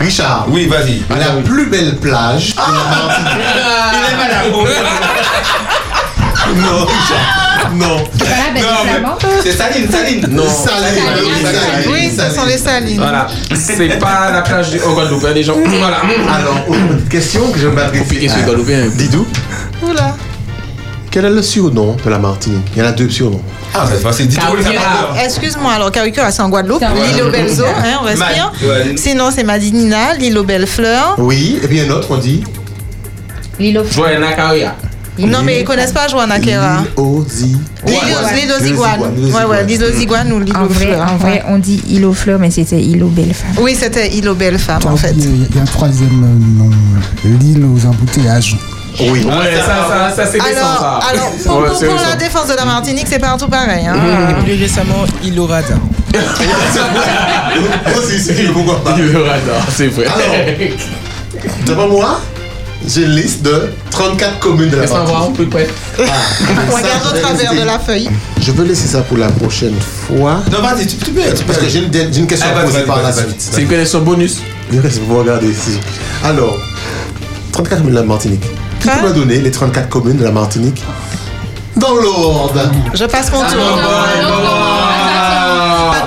[SPEAKER 11] Richard,
[SPEAKER 3] Ah, Oui, vas-y.
[SPEAKER 11] la plus belle plage de la Martinique
[SPEAKER 3] Il est malade.
[SPEAKER 11] Non, Richard. Non.
[SPEAKER 7] Voilà, ben,
[SPEAKER 3] Non, mais-
[SPEAKER 7] flamand.
[SPEAKER 3] C'est Saline, Saline.
[SPEAKER 5] Non.
[SPEAKER 11] Salé.
[SPEAKER 4] Oui, ce sont les salines.
[SPEAKER 5] Voilà. C'est pas la plage du au Guadeloupe, hein, les gens. Voilà.
[SPEAKER 11] Alors, autre question que je
[SPEAKER 5] Compliqué
[SPEAKER 11] m'adresse
[SPEAKER 5] sur les Guadeloupéens.
[SPEAKER 11] Didou.
[SPEAKER 4] Oula.
[SPEAKER 11] Quel est le surnom de la Martinique Il y en a deux surnoms.
[SPEAKER 3] Ah, c'est facile. Dis-toi,
[SPEAKER 5] Carrière.
[SPEAKER 4] Excuse-moi, alors Caricura, c'est en Guadeloupe.
[SPEAKER 7] C'est en
[SPEAKER 4] L'île aux
[SPEAKER 7] Guadeloupe.
[SPEAKER 4] belles eaux, hein, on respire. Sinon, c'est Madinina, l'île aux belles fleurs.
[SPEAKER 11] Oui, et puis un autre, on dit
[SPEAKER 7] L'île aux
[SPEAKER 5] Joanna Caria.
[SPEAKER 4] Non, mais ils connaissent pas hein. Joanakera.
[SPEAKER 11] l'île aux i-
[SPEAKER 4] L'île
[SPEAKER 11] Ouais.
[SPEAKER 4] aux- l'île aux iguanes.
[SPEAKER 11] l'île
[SPEAKER 4] Ouais,
[SPEAKER 11] aux
[SPEAKER 4] ouais,
[SPEAKER 11] iguanes.
[SPEAKER 4] l'île aux iguanes ou l'île
[SPEAKER 7] En
[SPEAKER 4] aux
[SPEAKER 7] vrai,
[SPEAKER 4] fleurs.
[SPEAKER 7] en vrai, on dit île aux fleurs, mais c'était île aux belles femmes.
[SPEAKER 4] Oui, c'était île aux belles femmes,
[SPEAKER 1] T'as
[SPEAKER 4] en fait.
[SPEAKER 1] oublié, Il y a un troisième euh, nom. L'île aux embouteillages.
[SPEAKER 11] Oui.
[SPEAKER 5] Ouais, ça, ça, ça, c'est décent,
[SPEAKER 4] Alors,
[SPEAKER 5] ça.
[SPEAKER 4] alors pour,
[SPEAKER 5] Ouais,
[SPEAKER 4] pour-
[SPEAKER 5] c'est
[SPEAKER 4] pour
[SPEAKER 5] décent.
[SPEAKER 4] la défense de la Martinique, c'est partout pareil. hein.
[SPEAKER 12] Plus récemment, il aura ça.
[SPEAKER 11] Moi, c'est ici, pourquoi pas
[SPEAKER 5] Ah. Il aura tort, c'est vrai.
[SPEAKER 11] Alors. Devant moi, j'ai une liste de 34 communes de la
[SPEAKER 5] Laisse-moi voir un
[SPEAKER 11] Martinique.
[SPEAKER 5] peu près.
[SPEAKER 11] Ah,
[SPEAKER 4] Regarde
[SPEAKER 11] ça,
[SPEAKER 4] au
[SPEAKER 11] je vais
[SPEAKER 4] travers
[SPEAKER 11] hésiter.
[SPEAKER 4] de la feuille.
[SPEAKER 11] Je veux laisser ça pour la prochaine fois.
[SPEAKER 3] Non, vas-y, tu tu peux. tu
[SPEAKER 11] Parce
[SPEAKER 3] peux.
[SPEAKER 11] que j'ai une, j'ai une question
[SPEAKER 3] Ah,
[SPEAKER 11] à
[SPEAKER 3] vas-y,
[SPEAKER 11] poser
[SPEAKER 3] vas-y,
[SPEAKER 11] par la
[SPEAKER 3] vas-y, vas-y.
[SPEAKER 11] suite.
[SPEAKER 5] C'est une connaissance bonus.
[SPEAKER 11] Le reste, vous regardez ici. Alors, 34 communes de la Martinique. Qui peut
[SPEAKER 4] Hein
[SPEAKER 11] me donner les 34 communes de la Martinique dans l'ordre
[SPEAKER 4] Je passe mon
[SPEAKER 5] non,
[SPEAKER 4] tour. Pas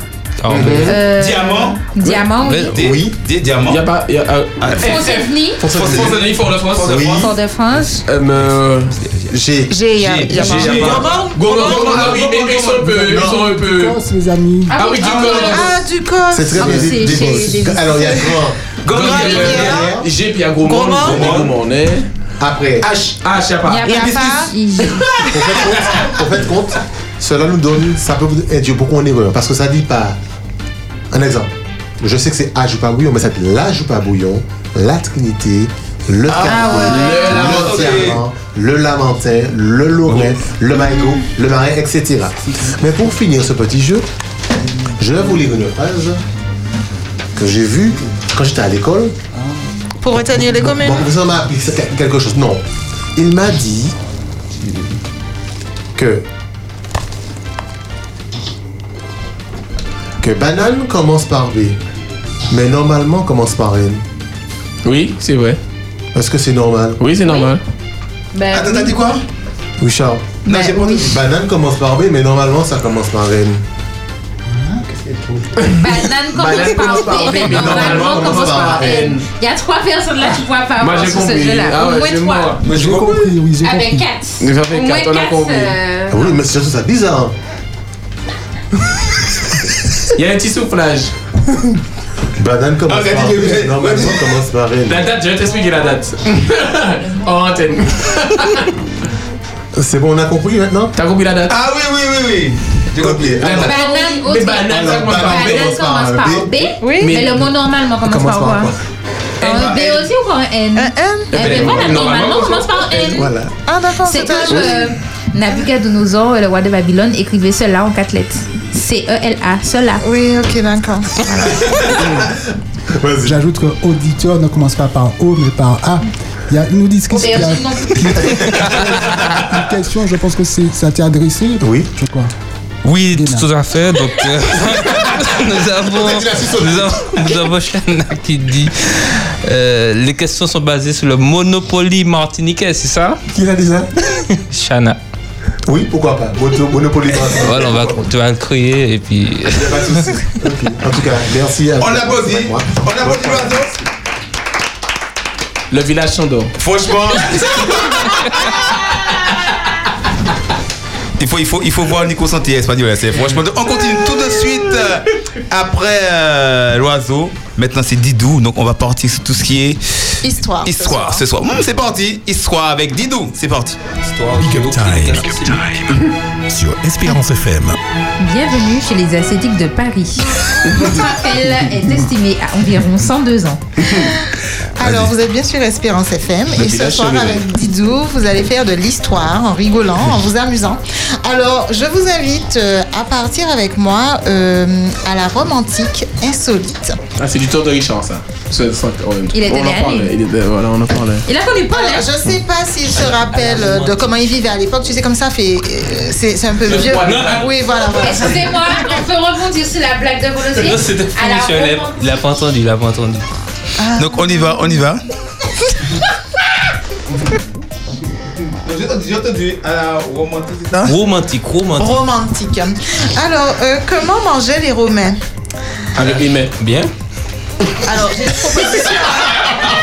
[SPEAKER 11] Mm-hmm.
[SPEAKER 6] Carpet.
[SPEAKER 7] euh,
[SPEAKER 3] Diamant.
[SPEAKER 7] Diamant, oui.
[SPEAKER 6] Belle-
[SPEAKER 3] Des-
[SPEAKER 11] Oui.
[SPEAKER 3] Des diamants.
[SPEAKER 5] Y a pas. Y a, euh,
[SPEAKER 3] Ah,
[SPEAKER 7] Fontaine-Denis,
[SPEAKER 5] Fort-de-Denis, Fort-de-France.
[SPEAKER 11] Oui.
[SPEAKER 7] Fort-de-France,
[SPEAKER 5] Euh, mais, euh,
[SPEAKER 11] J'ai.
[SPEAKER 4] J'ai, il y a-
[SPEAKER 3] J'ai-
[SPEAKER 4] il y a
[SPEAKER 3] j'ai-
[SPEAKER 4] pas.
[SPEAKER 3] j'ai-
[SPEAKER 4] Gourmand
[SPEAKER 5] Gourmand, Gourmand, ah oui, mais mais ils sont un peu. Ils sont un peu.
[SPEAKER 1] Corse, mes amis.
[SPEAKER 5] Ah oui, du
[SPEAKER 7] Ah,
[SPEAKER 5] corps.
[SPEAKER 4] Ah, du corps.
[SPEAKER 11] C'est très
[SPEAKER 7] Ah,
[SPEAKER 11] bien.
[SPEAKER 7] mais c'est
[SPEAKER 11] des- des-
[SPEAKER 7] chez
[SPEAKER 11] des-
[SPEAKER 7] Davis.
[SPEAKER 11] Alors, il y a grand.
[SPEAKER 4] Gourmand-Rivière.
[SPEAKER 5] J'ai Pierre Gourmand.
[SPEAKER 4] Gourmand.
[SPEAKER 5] Gourmand.
[SPEAKER 11] Après,
[SPEAKER 3] H.
[SPEAKER 5] Ah, je sais
[SPEAKER 7] il
[SPEAKER 5] pas.
[SPEAKER 7] n'y a pas. il-
[SPEAKER 11] pour faire compte, pour faire compte, cela nous donne, ça peut vous induire beaucoup en erreur. Parce que ça dit pas. Un exemple. Je sais que c'est à Jupa Bouillon, mais ça dit la Jupa Bouillon, la Trinité, le Carreau,
[SPEAKER 5] ouais.
[SPEAKER 1] ah,
[SPEAKER 11] le
[SPEAKER 3] Le
[SPEAKER 11] Diamant, le Lamentin, le Lorrain, le Maïgo, le Marais, etc. Mais pour finir ce petit jeu, je vais vous lire une phrase que j'ai vue quand j'étais à l'école.
[SPEAKER 4] Pour retenir les communes.
[SPEAKER 11] Mon professeur m'a appris que- quelque chose. Non. Il m'a dit que. Que banane commence par B, mais normalement commence par N.
[SPEAKER 5] Oui, c'est vrai.
[SPEAKER 11] Est-ce que c'est normal
[SPEAKER 5] Oui, c'est normal.
[SPEAKER 7] Ben,
[SPEAKER 3] Attends, t'as dit quoi
[SPEAKER 11] Richard. Non, j'ai pas entendu. Banane commence par B, mais normalement, ça commence par N.
[SPEAKER 7] Banane commence par
[SPEAKER 11] par
[SPEAKER 7] P, mais
[SPEAKER 11] B, mais normalement,
[SPEAKER 7] normalement commence par N.
[SPEAKER 11] N.
[SPEAKER 7] Il y a trois personnes là qui ne pourraient pas avoir sur ce jeu-là.
[SPEAKER 5] Ah
[SPEAKER 7] Au moins trois.
[SPEAKER 11] j'ai compris, oui,
[SPEAKER 7] j'ai Ah, ben, compris. quatre. Au moins quatre, euh,
[SPEAKER 11] Ah oui, mais c'est ça bizarre. hein.
[SPEAKER 5] Il y a un petit soufflage.
[SPEAKER 11] Banane commence par B, normalement commence par N.
[SPEAKER 5] La date, je vais t'expliquer la date. en antenne.
[SPEAKER 11] C'est bon, on a compris maintenant
[SPEAKER 5] T'as compris la date
[SPEAKER 3] Ah oui, oui, oui, oui. J'ai compris.
[SPEAKER 11] Alors,
[SPEAKER 7] Banane, aussi.
[SPEAKER 11] banane, ça commence par B.
[SPEAKER 7] Banane commence par B.
[SPEAKER 11] Oui.
[SPEAKER 7] Mais le mot normalement commence par quoi Un B aussi ou par un Euh, N Un N
[SPEAKER 11] Eh ben,
[SPEAKER 7] voilà,
[SPEAKER 11] normalement,
[SPEAKER 7] normalement commence par N.
[SPEAKER 11] Voilà.
[SPEAKER 7] Ah
[SPEAKER 4] bah,
[SPEAKER 7] d'accord, c'est comme euh, Nabucodonosor, le roi de Babylone, écrivait cela en quatre lettres. C-E-L-A, cela.
[SPEAKER 4] Oui, ok, d'accord.
[SPEAKER 1] J'ajoute que auditeur ne commence pas par O mais par A. Il y a une auditrice qui a
[SPEAKER 7] Aubergine non plus.
[SPEAKER 1] une question, je pense que c'est- ça t'est adressé.
[SPEAKER 11] Oui.
[SPEAKER 1] Je crois.
[SPEAKER 6] Oui, tout à fait. Donc, euh, nous avons, nous avons, nous avons Shana qui dit euh, les questions sont basées sur le Monopoly martiniquais, c'est ça
[SPEAKER 11] Qui l'a déjà
[SPEAKER 6] Shana.
[SPEAKER 11] Oui, pourquoi pas Mono- Monopoly martiniquais.
[SPEAKER 6] Voilà, on va, tu vas le créer et puis.
[SPEAKER 11] Pas de souci. Ok. En tout cas, merci à
[SPEAKER 3] On applaudit.
[SPEAKER 11] Moi.
[SPEAKER 3] On applaudit Brazo.
[SPEAKER 5] Le village Chandor.
[SPEAKER 3] Franchement. Il faut, il, faut, il faut voir Nico Santé espagnol. c'est Franchement, on continue tout de suite euh, après euh, l'oiseau. Maintenant, c'est Didou. Donc, on va partir sur tout ce qui est
[SPEAKER 4] Histoire.
[SPEAKER 3] histoire ce soir. Hum, c'est parti. Histoire avec Didou. C'est parti. Histoire.
[SPEAKER 2] Big Up Time. Sur Espérance FM.
[SPEAKER 7] Bienvenue chez les ascétiques de Paris. Votre appel est estimé à environ 102 ans.
[SPEAKER 4] Alors, vous êtes bien sûr Espérance FM
[SPEAKER 7] Le
[SPEAKER 4] et ce
[SPEAKER 7] village
[SPEAKER 4] soir
[SPEAKER 7] chevelé.
[SPEAKER 4] avec Didou, vous allez faire de l'histoire en rigolant, en vous amusant. Alors, je vous invite euh, à partir avec moi euh, à la Rome antique insolite.
[SPEAKER 5] Ah, c'est du tour de Richard, ça. C'est- c'est- on-
[SPEAKER 4] Il était
[SPEAKER 5] on en
[SPEAKER 4] derrière
[SPEAKER 5] parlait,
[SPEAKER 4] lui.
[SPEAKER 5] il était- Voilà, on en parlait.
[SPEAKER 4] Il a connu Paul. hein Je sais pas s'il se rappelle euh, de comment il vivait à l'époque. Tu sais, comme ça, fait, euh, c'est c'est un peu
[SPEAKER 5] Le
[SPEAKER 4] vieux.
[SPEAKER 5] poil.
[SPEAKER 4] Oui, voilà. voilà.
[SPEAKER 7] Eh, Excusez-moi, on peut rebondir sur la blague de Volosé
[SPEAKER 6] Non, c'était
[SPEAKER 7] À la
[SPEAKER 6] fini, Shana.
[SPEAKER 7] remonte-
[SPEAKER 6] Il a pas entendu, il a pas entendu.
[SPEAKER 3] Donc, on y va, on y va. J'ai entendu à la euh, romantique.
[SPEAKER 6] Romantique, romantique.
[SPEAKER 4] Romantique. Alors, euh, comment mangeaient les Romains
[SPEAKER 5] Avec Imet.
[SPEAKER 6] Bien.
[SPEAKER 4] Alors, j'ai une proposition.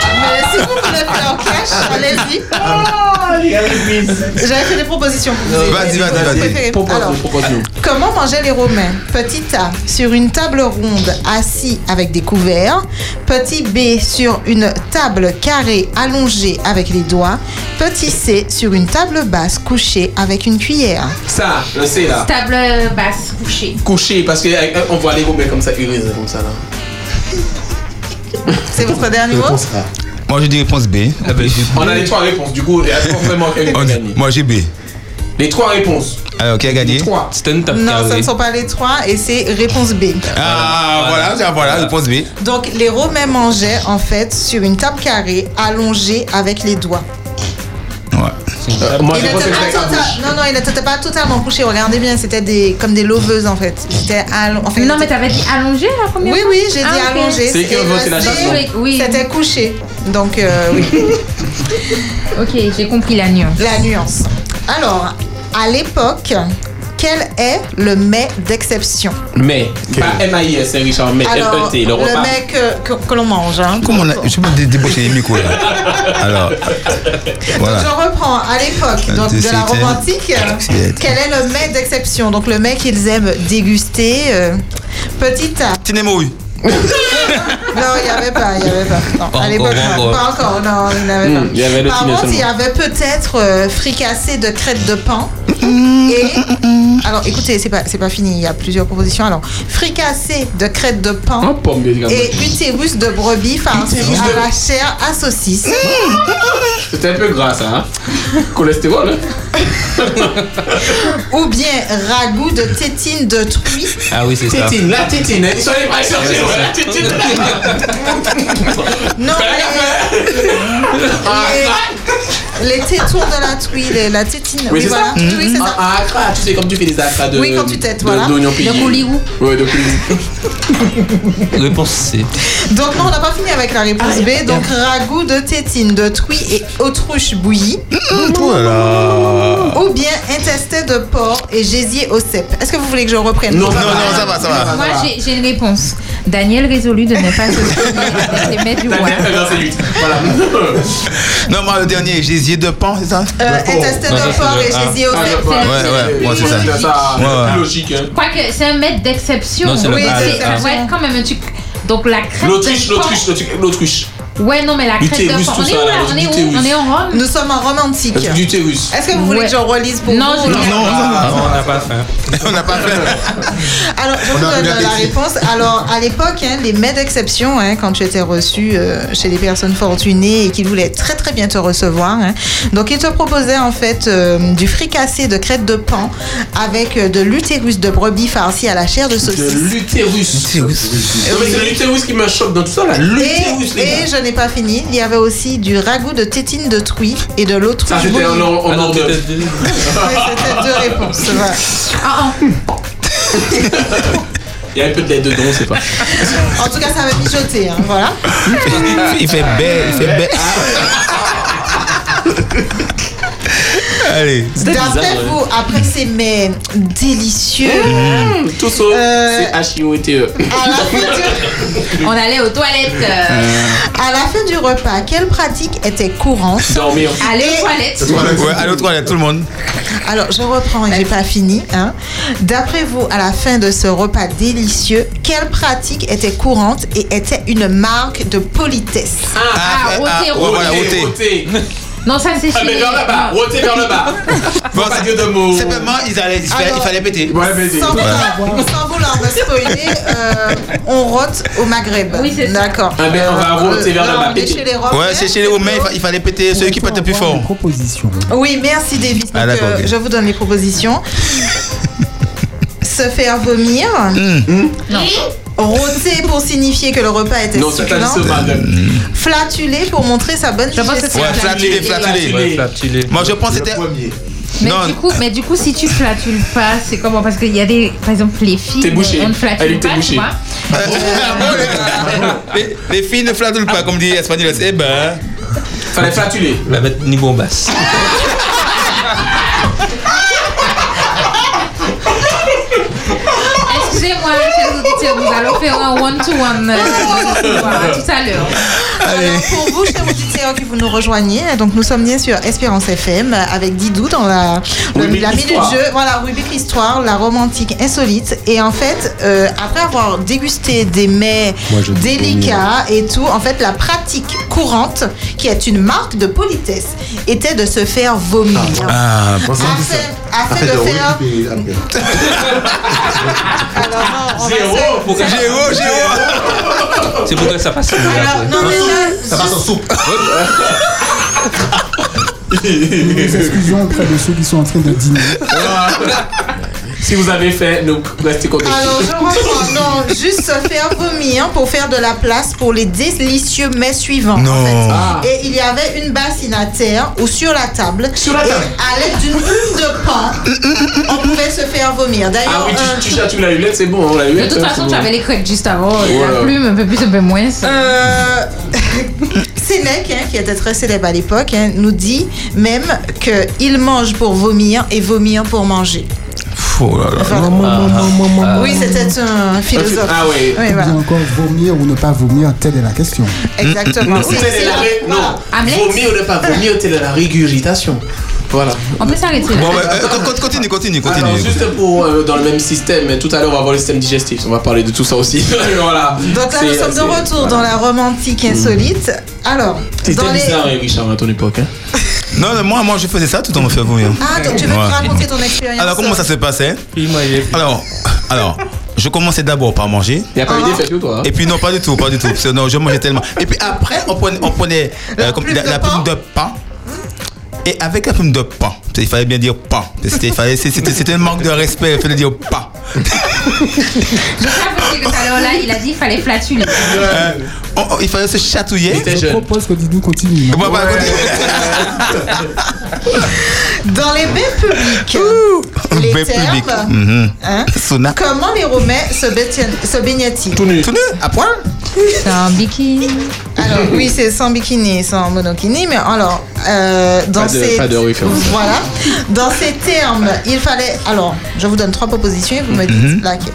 [SPEAKER 4] Mais si vous voulez faire cash, allez-y. J'avais fait des propositions pour vous.
[SPEAKER 3] Ah, Vas-y, vas-y,
[SPEAKER 4] aider.
[SPEAKER 3] vas-y.
[SPEAKER 4] Préférez- Alors, Comment mangeaient les Romains Petit A, sur une table ronde assis avec des couverts. Petit B, sur une table carrée allongée avec les doigts. Petit C, sur une table basse couchée avec une cuillère.
[SPEAKER 5] Ça, je sais là.
[SPEAKER 7] Table euh, basse couchée.
[SPEAKER 5] Couché, parce qu'on voit les Romains comme ça, urisés comme ça là.
[SPEAKER 4] C'est votre dernier mot
[SPEAKER 3] Ah. Moi, j'ai dit réponse ben, B.
[SPEAKER 5] On a les trois réponses, du coup, est-ce qu'on vraiment quelqu'un qui a gagné
[SPEAKER 3] Moi, j'ai B.
[SPEAKER 5] Les trois réponses.
[SPEAKER 3] Alors, qui a gagné
[SPEAKER 5] Trois.
[SPEAKER 6] C'était une table
[SPEAKER 4] Non, ce ne sont pas les trois et c'est réponse B.
[SPEAKER 3] Ah, voilà, voilà, voilà, réponse B.
[SPEAKER 4] Donc les Romains mangeaient en fait sur une table carrée allongée avec les doigts.
[SPEAKER 5] Euh, moi,
[SPEAKER 4] Il
[SPEAKER 5] je pense
[SPEAKER 4] n'était
[SPEAKER 5] que
[SPEAKER 4] pas
[SPEAKER 5] c'est avec la
[SPEAKER 4] tota- Non, non, il n'était pas totalement couché. Regardez bien, c'était des, comme des loveuses en fait. C'était allongé.
[SPEAKER 7] Non, mais t'avais dit allongé la première
[SPEAKER 4] Oui,
[SPEAKER 7] fois
[SPEAKER 4] oui, j'ai
[SPEAKER 7] Ah,
[SPEAKER 4] dit
[SPEAKER 7] ok.
[SPEAKER 4] allongé.
[SPEAKER 5] C'est qui a
[SPEAKER 4] Et
[SPEAKER 5] inventé la
[SPEAKER 4] le
[SPEAKER 5] chanson
[SPEAKER 4] C, C'était couché. Donc, euh, oui.
[SPEAKER 7] Ok, j'ai compris la nuance.
[SPEAKER 4] La nuance. Alors, à l'époque, quel est le mets d'exception
[SPEAKER 5] Mais, pas MAIS, c'est Richard, mais
[SPEAKER 4] Alors,
[SPEAKER 5] MET, E le repas.
[SPEAKER 4] mets que, que, que l'on mange. hein.
[SPEAKER 3] Comment on a. Je sais pas dé- débaucher les micros là. Alors.
[SPEAKER 4] Je
[SPEAKER 3] Voilà.
[SPEAKER 4] reprends à l'époque donc, de la romantique. euh, Quel est le mets d'exception Donc le mets qu'ils aiment déguster. euh, petite.
[SPEAKER 3] Tinémouille.
[SPEAKER 4] Non, il n'y avait pas, il n'y avait pas. Non,
[SPEAKER 3] Pas
[SPEAKER 4] à
[SPEAKER 3] encore,
[SPEAKER 4] l'époque,
[SPEAKER 3] pas
[SPEAKER 4] non,
[SPEAKER 3] encore.
[SPEAKER 4] pas encore, non, il n'y avait
[SPEAKER 3] Hmm,
[SPEAKER 4] pas.
[SPEAKER 3] il y avait le
[SPEAKER 4] Par
[SPEAKER 3] ciné
[SPEAKER 4] contre, il y
[SPEAKER 3] seulement.
[SPEAKER 4] avait peut-être euh, fricassé de crêpes de pain. Et alors, écoutez, c'est pas, c'est pas fini. Il y a plusieurs propositions. Alors, fricassé de crêpes de pain
[SPEAKER 3] Ah,
[SPEAKER 5] Oh, pomme de gamme.
[SPEAKER 4] et utérus de brebis farci
[SPEAKER 5] Utérus de-
[SPEAKER 4] à la chair à saucisse.
[SPEAKER 3] Hmm.
[SPEAKER 5] C'était un peu gras ça, hein Cholestérol, hein
[SPEAKER 4] Ou bien ragoût de tétine de truie.
[SPEAKER 6] Ah oui, c'est ça.
[SPEAKER 5] Tétine, la tétine, hein. ils sont allés pas chercher,
[SPEAKER 6] Ouais,
[SPEAKER 5] ouais, la
[SPEAKER 6] c'est ça.
[SPEAKER 5] tétine
[SPEAKER 4] Non, mais-
[SPEAKER 5] Ah,
[SPEAKER 4] mais-
[SPEAKER 5] ça.
[SPEAKER 4] les tétons de la tuile et la tétine.
[SPEAKER 5] Oui, c'est
[SPEAKER 4] voilà.
[SPEAKER 5] ça. Hmm.
[SPEAKER 4] Oui, oui, c'est
[SPEAKER 5] En-
[SPEAKER 4] ça.
[SPEAKER 5] En accra, tu sais, comme tu fais des accras de.
[SPEAKER 4] Oui, quand tu têtes,
[SPEAKER 5] de-
[SPEAKER 4] voilà.
[SPEAKER 5] D'oignons pilés.
[SPEAKER 4] De coulis-ou.
[SPEAKER 5] Ouais, de coulis.
[SPEAKER 6] Réponse C.
[SPEAKER 4] Donc non, on n'a pas fini avec la réponse B. Donc ragoût de tétine, de truie et autruche bouillie.
[SPEAKER 10] Ah,
[SPEAKER 3] Voilà.
[SPEAKER 4] Ou bien intestin de porc et gésier au cèpe. Est-ce que vous voulez que je reprenne
[SPEAKER 3] Non, non, non, ça va, ça va.
[SPEAKER 7] Moi, j'ai- j'ai une réponse. Daniel résolut de ne pas se souvenir avec les maîtres du
[SPEAKER 5] Eh
[SPEAKER 7] roi.
[SPEAKER 5] ben,
[SPEAKER 3] non, moi, le dernier, gésier de pan, c'est ça
[SPEAKER 4] Euh, intestin de porc et gésier au
[SPEAKER 5] Ah,
[SPEAKER 4] cèpe.
[SPEAKER 3] Ouais, ouais, moi, c'est ça.
[SPEAKER 5] C'est ça,
[SPEAKER 3] Ouais, ouais.
[SPEAKER 5] plus logique. hein.
[SPEAKER 7] Quoique, c'est un maître d'exception.
[SPEAKER 5] Non, c'est Ah. le
[SPEAKER 7] Oui,
[SPEAKER 5] maître
[SPEAKER 7] c'est-
[SPEAKER 5] d'exception.
[SPEAKER 7] ouais, quand même un truc. Donc la crêpe.
[SPEAKER 5] L'autruche,
[SPEAKER 7] de porc-
[SPEAKER 5] l'autruche, l'autruche, l'autruche.
[SPEAKER 7] Ouais, non, mais la crêpe de
[SPEAKER 5] L'utérus,
[SPEAKER 7] porc.
[SPEAKER 5] tout
[SPEAKER 7] On est
[SPEAKER 5] ça,
[SPEAKER 7] où là
[SPEAKER 5] là,
[SPEAKER 7] On est où
[SPEAKER 5] l'utérus.
[SPEAKER 7] On est en Rome
[SPEAKER 4] Nous sommes en Rome antique.
[SPEAKER 5] Parce que L'utérus.
[SPEAKER 4] Est-ce que vous voulez
[SPEAKER 7] Ouais.
[SPEAKER 4] que je relise pour
[SPEAKER 7] Non,
[SPEAKER 4] vous
[SPEAKER 7] je- Non, non,
[SPEAKER 6] Ah, on n'a pas faim.
[SPEAKER 3] on n'a pas faim.
[SPEAKER 4] Alors, je
[SPEAKER 6] On
[SPEAKER 4] vous
[SPEAKER 6] a
[SPEAKER 4] donne
[SPEAKER 6] regardé.
[SPEAKER 4] la réponse. Alors, à l'époque, hein, les mets d'exception, hein, quand tu étais reçu euh, chez des personnes fortunées et qui voulaient très très bien te recevoir, hein, donc ils te proposaient en fait euh, du fricassé de crête de pan avec euh, de l'utérus de brebis farci à la chair de saucisse.
[SPEAKER 5] De l'utérus. Non, mais c'est l'utérus qui me choque dans tout ça là. L'utérus,
[SPEAKER 4] Et,
[SPEAKER 5] les gars.
[SPEAKER 4] et je n'ai pas fini, il y avait aussi du ragoût de tétine de truie et de l'autre.
[SPEAKER 5] Ça, c'était en or- en ordre.
[SPEAKER 4] C'était deux réponses. voilà.
[SPEAKER 5] Il y a un peu de lait dedans, c'est pas.
[SPEAKER 4] En tout cas, ça va mijoter, hein, voilà.
[SPEAKER 3] Il fait bête, il fait bête. Allez.
[SPEAKER 4] D'après vous, après ces mets délicieux,
[SPEAKER 5] Mmh, Tout ça, c'est H-I-O-T-E.
[SPEAKER 4] à Euh, ah, la fin du-
[SPEAKER 7] On allait aux toilettes. euh,
[SPEAKER 4] À la fin du repas, quelle pratique était courante
[SPEAKER 5] Dormir.
[SPEAKER 7] Aller aux
[SPEAKER 3] Ouais,
[SPEAKER 7] toilettes.
[SPEAKER 3] allez aux toilettes, tout le monde.
[SPEAKER 4] Alors, je reprends, j'ai pas fini. hein. D'après vous, à la fin de ce repas délicieux, quelle pratique était courante et était une marque de politesse
[SPEAKER 7] Ah, roter,
[SPEAKER 3] ouais, voilà,
[SPEAKER 7] roter.
[SPEAKER 3] ôter.
[SPEAKER 7] Non, ça c'est
[SPEAKER 5] Ah, mais
[SPEAKER 7] chez
[SPEAKER 5] vers le bas, roter vers le bas.
[SPEAKER 3] Bon,
[SPEAKER 5] Pas que de mots.
[SPEAKER 3] Simplement, ils allaient, il, fallait,
[SPEAKER 4] Alors,
[SPEAKER 3] il fallait péter.
[SPEAKER 5] Ouais, mais c'est-
[SPEAKER 4] Sans
[SPEAKER 5] Ouais.
[SPEAKER 4] vouloir, sans vouloir me spoiler, euh, on rote au Maghreb.
[SPEAKER 7] Oui, c'est ça.
[SPEAKER 4] D'accord.
[SPEAKER 5] Ah, ben, on va roter vers
[SPEAKER 4] là,
[SPEAKER 5] le bas.
[SPEAKER 4] Euh, on est chez les Romains.
[SPEAKER 3] Ouais, c'est chez les Romains, il fa- il fallait péter ceux qui pétaient plus fort.
[SPEAKER 1] Proposition.
[SPEAKER 4] Oui, merci Davis.
[SPEAKER 3] Ah,
[SPEAKER 4] Donc,
[SPEAKER 3] d'accord,
[SPEAKER 4] euh,
[SPEAKER 3] ok.
[SPEAKER 4] Je vous donne les propositions. Se faire vomir.
[SPEAKER 3] Hmm.
[SPEAKER 7] Non.
[SPEAKER 4] Rôter pour signifier que le repas était
[SPEAKER 5] Non, c'est pas
[SPEAKER 4] succulent.
[SPEAKER 5] ce madame.
[SPEAKER 4] Flatuler pour montrer sa bonne
[SPEAKER 7] Je pense que
[SPEAKER 4] digestion.
[SPEAKER 7] c'est
[SPEAKER 3] Ouais, flatulé,
[SPEAKER 6] Ouais,
[SPEAKER 3] flatulé.
[SPEAKER 6] flatulé.
[SPEAKER 3] Moi, je pense que c'était.
[SPEAKER 11] Premier.
[SPEAKER 7] Mais
[SPEAKER 3] Non.
[SPEAKER 7] du, coup, mais du coup, si tu flatules pas, c'est comment Parce qu'il y a des. Par exemple, les filles.
[SPEAKER 5] T'es bouché.
[SPEAKER 7] On ne
[SPEAKER 5] Elle
[SPEAKER 7] flatule
[SPEAKER 5] était
[SPEAKER 7] pas, tu
[SPEAKER 5] bouchée.
[SPEAKER 7] vois.
[SPEAKER 3] les, les filles ne flatulent pas, comme dit Espagnol. Eh ben. Bah,
[SPEAKER 5] Fallait flatuler.
[SPEAKER 6] On va mettre ni bombasse.
[SPEAKER 7] Excusez-moi, chers auditeurs, nous allons faire un one-to-one euh, à tout à l'heure.
[SPEAKER 4] Alors, pour vous, chers auditeurs qui vous nous rejoignez, hein, donc nous sommes bien sur Espérance FM avec Didou dans la, le-
[SPEAKER 5] Rubrique
[SPEAKER 4] la minute
[SPEAKER 5] histoire.
[SPEAKER 4] jeu. Voilà, rubrique histoire, la romantique insolite. Et en fait, euh, après avoir dégusté des mets
[SPEAKER 11] Moi, je dis
[SPEAKER 4] délicats et tout, en fait, la pratique courante, qui est une marque de politesse, était de se faire vomir.
[SPEAKER 3] Ah, bon,
[SPEAKER 4] Afin, afin
[SPEAKER 11] Après,
[SPEAKER 4] de
[SPEAKER 11] oui,
[SPEAKER 4] faire.
[SPEAKER 11] puis après.
[SPEAKER 4] Alors, non, on va
[SPEAKER 5] Zéro,
[SPEAKER 4] se-
[SPEAKER 5] pour que-
[SPEAKER 3] Géo, Géo
[SPEAKER 6] C'est pourquoi ça passe.
[SPEAKER 4] Alors, non, mais là,
[SPEAKER 11] Ça passe en soupe.
[SPEAKER 1] Nous nous excusons auprès de ceux qui sont en train de dîner.
[SPEAKER 5] Si vous avez fait, nous restez connectés.
[SPEAKER 4] Alors, je reprends. Non, juste se faire vomir pour faire de la place pour les délicieux mets suivants.
[SPEAKER 3] Non.
[SPEAKER 4] En fait.
[SPEAKER 5] Ah.
[SPEAKER 4] Et il y avait une bassine à terre ou sur la table.
[SPEAKER 5] Sur la
[SPEAKER 4] et
[SPEAKER 5] table.
[SPEAKER 4] à l'aide d'une plume de pan, on pouvait se faire vomir.
[SPEAKER 5] Ah
[SPEAKER 4] D'ailleurs,
[SPEAKER 5] oui,
[SPEAKER 4] euh,
[SPEAKER 5] tu, tu, tu, l'as eu l'aide, c'est bon, on l'a eu
[SPEAKER 7] De toute façon, tu avais les crêpes juste avant, la
[SPEAKER 5] hein, Ouais.
[SPEAKER 7] plume, un peu plus, un peu moins.
[SPEAKER 4] euh, Sénèque, hein, qui était très célèbre à l'époque, hein, nous dit même qu'il mange pour vomir et vomir pour manger.
[SPEAKER 3] Oh là là.
[SPEAKER 4] Oui, c'était un philosophe.
[SPEAKER 5] Ah oui.
[SPEAKER 4] Oui, voilà.
[SPEAKER 1] Ou bien encore vomir ou ne pas vomir, telle est la question.
[SPEAKER 4] Exactement.
[SPEAKER 5] Non,
[SPEAKER 4] C'est-
[SPEAKER 5] c'est la ré- non.
[SPEAKER 7] Hamlet
[SPEAKER 5] Vomir ou ne pas vomir, c'est la régurgitation. Voilà.
[SPEAKER 7] On peut s'arrêter là.
[SPEAKER 3] Bon, ben, euh, co- co- continue, continue, continue.
[SPEAKER 5] Alors, juste pour euh, dans le même système, tout à l'heure on va voir le système digestif, on va parler de tout ça aussi. voilà.
[SPEAKER 4] Donc là,
[SPEAKER 5] C'est-
[SPEAKER 4] nous sommes de
[SPEAKER 5] c'est-
[SPEAKER 4] retour
[SPEAKER 5] voilà.
[SPEAKER 4] dans la romantique insolite. Alors, dans
[SPEAKER 5] C'était
[SPEAKER 4] les...
[SPEAKER 5] bizarre, hein, Richard, à ton époque. Hein.
[SPEAKER 3] Non, non, moi, moi, je faisais ça tout en me faisant vomir.
[SPEAKER 4] Ah, donc tu veux nous
[SPEAKER 3] Ouais.
[SPEAKER 4] raconter ton expérience
[SPEAKER 3] Alors, comment ça s'est passé
[SPEAKER 6] Puis moi, j'ai-
[SPEAKER 3] Alors, alors, je commençais d'abord par manger.
[SPEAKER 5] Il n'y a pas eu d'effet tout, toi. hein.
[SPEAKER 3] Et puis non, pas du tout, pas du tout. Parce que non, je mangeais tellement. Et puis après, on prenait, on prenait euh, comme-
[SPEAKER 4] plume
[SPEAKER 3] la,
[SPEAKER 4] de
[SPEAKER 3] la
[SPEAKER 4] pain.
[SPEAKER 3] plume de pain. Et avec la plume de pain, il fallait bien dire pain. Parce que C'était il fallait- c'était- c'était un manque de respect, il fallait dire pain.
[SPEAKER 7] Je tiens à vous dire que tout à l'heure là, il a dit qu'il fallait flatuler.
[SPEAKER 3] Euh, on- on- il fallait se chatouiller.
[SPEAKER 1] Je propose que Didou continue.
[SPEAKER 3] Bon, bah, écoutez,
[SPEAKER 4] Dans les bains publics, les
[SPEAKER 3] bain
[SPEAKER 4] termes,
[SPEAKER 3] public. Mhm.
[SPEAKER 4] hein,
[SPEAKER 3] Sona.
[SPEAKER 4] comment les Romains se baignaient- se baignaient-ils
[SPEAKER 3] Tout nu. Tout nu
[SPEAKER 4] À poil
[SPEAKER 7] Sans bikini.
[SPEAKER 4] Alors, oui, c'est sans bikini, sans monokini, mais alors, euh, dans
[SPEAKER 5] Pas de-
[SPEAKER 4] ces...
[SPEAKER 5] pas de référence.
[SPEAKER 4] Voilà. Dans ces termes, il fallait... Alors, je vous donne trois propositions et vous me dites
[SPEAKER 5] Mhm.
[SPEAKER 4] laquelle.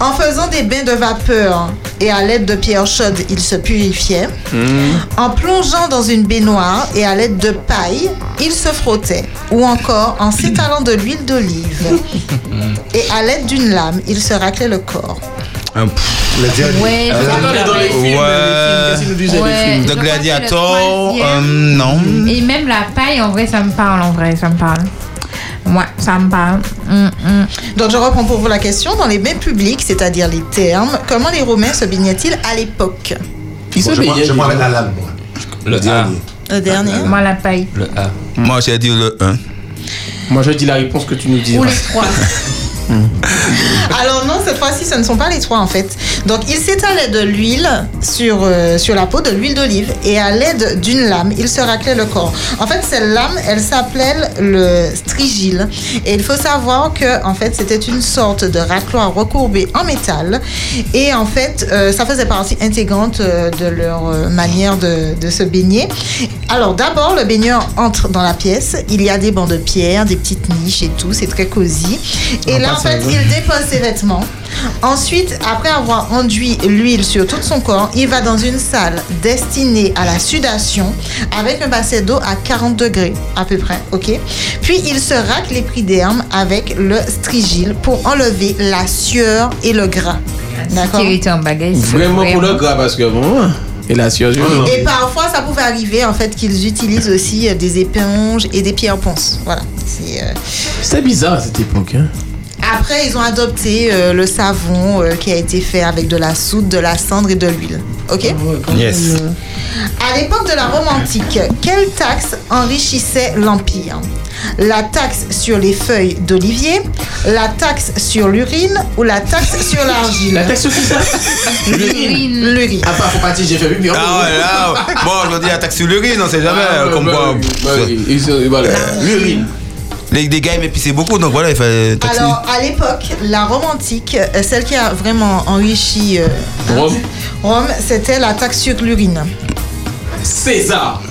[SPEAKER 4] En faisant des bains de vapeur et à l'aide de pierres chaudes, ils se purifiaient.
[SPEAKER 3] Hmm.
[SPEAKER 4] En plongeant dans une baignoire et à l'aide de paille, il se frottait. Ou encore en s'étalant de l'huile d'olive. Et à l'aide d'une lame, il se raclait le corps. Ouais,
[SPEAKER 3] Euh,
[SPEAKER 4] je vois pas dans les films, les films,
[SPEAKER 3] ouais.
[SPEAKER 5] qu'est-ce qu'ils nous
[SPEAKER 7] disaient, les Ouais, films je crois que c'est
[SPEAKER 3] De
[SPEAKER 7] le
[SPEAKER 3] Gladiator,
[SPEAKER 7] troisième.
[SPEAKER 3] euh, non.
[SPEAKER 7] Et même la paille, en vrai, ça me parle, en vrai, ça me parle. Ouais, ça me parle. Mm, mm.
[SPEAKER 4] Donc je reprends pour vous la question. Dans les bains publics, c'est-à-dire les termes, comment les Romains se baignaient-ils à l'époque
[SPEAKER 11] Bon, je prends- je prends avec la lame, moi.
[SPEAKER 3] Le A.
[SPEAKER 4] Le dernier
[SPEAKER 7] Moi, la paille.
[SPEAKER 3] Le A. Moi, j'ai dit le 1.
[SPEAKER 5] Moi, je dis la réponse que tu nous dis.
[SPEAKER 4] trois. Alors non, cette fois-ci, ce ne sont pas les trois en fait. Donc ils s'étalaient de l'huile sur, euh, sur la peau, de l'huile d'olive, et à l'aide d'une lame, ils se raclaient le corps. En fait, cette lame, elle s'appelait le strigile. Et il faut savoir que en fait, c'était une sorte de racloir recourbé en métal. Et en fait, euh, ça faisait partie intégrante euh, de leur euh, manière de, de se baigner. Alors d'abord, le baigneur entre dans la pièce. Il y a des bancs de pierre, des petites niches et tout. C'est très cosy. Et
[SPEAKER 13] Ah,
[SPEAKER 4] là, en
[SPEAKER 13] pas
[SPEAKER 4] fait,
[SPEAKER 13] ça, ouais.
[SPEAKER 4] il dépose ses vêtements. Ensuite, après avoir enduit l'huile sur tout son corps, il va dans une salle destinée à la sudation avec un bassin d'eau à 40 degrés à peu près, ok Puis il se racle l'épiderme avec le strigile pour enlever la sueur et le gras. D'accord
[SPEAKER 7] Sécurité en bagage.
[SPEAKER 5] Vraiment pour le gras, parce que bon, hein, et la surgerie.
[SPEAKER 4] Et parfois, ça pouvait arriver en fait qu'ils utilisent aussi euh, des éponges et des pierres ponces. Voilà. C'est, euh,
[SPEAKER 5] C'est bizarre à cette époque. Hein.
[SPEAKER 4] Après, ils ont adopté euh, le savon euh, qui a été fait avec de la soude, de la cendre et de l'huile.
[SPEAKER 5] Ah
[SPEAKER 4] Ok
[SPEAKER 3] Yes.
[SPEAKER 5] euh.
[SPEAKER 4] À l'époque de la Rome antique, quelle taxe enrichissait l'Empire La taxe sur les feuilles d'olivier, la taxe sur l'urine ou la taxe sur l'argile
[SPEAKER 5] La taxe sur quoi
[SPEAKER 4] L'urine. L'urine.
[SPEAKER 5] Ah, pas, faut pas dire, j'ai fait une
[SPEAKER 3] Ah ouais, là, ouais. bon, je me dis attaque sur l'urine, on sait jamais
[SPEAKER 5] Ah,
[SPEAKER 3] euh, comme
[SPEAKER 5] bah,
[SPEAKER 3] quoi.
[SPEAKER 5] oui,
[SPEAKER 3] pff,
[SPEAKER 5] bah, oui, ils sont- voilà.
[SPEAKER 4] Ah.
[SPEAKER 5] L'urine.
[SPEAKER 3] Les, les gars, ils m'épiçaient beaucoup, donc voilà, il fallait taxer.
[SPEAKER 4] Alors, à l'époque, la Rome antique, euh, celle qui a vraiment enrichi euh,
[SPEAKER 5] Rome.
[SPEAKER 4] Rome, c'était la taxe sur l'urine.
[SPEAKER 5] César.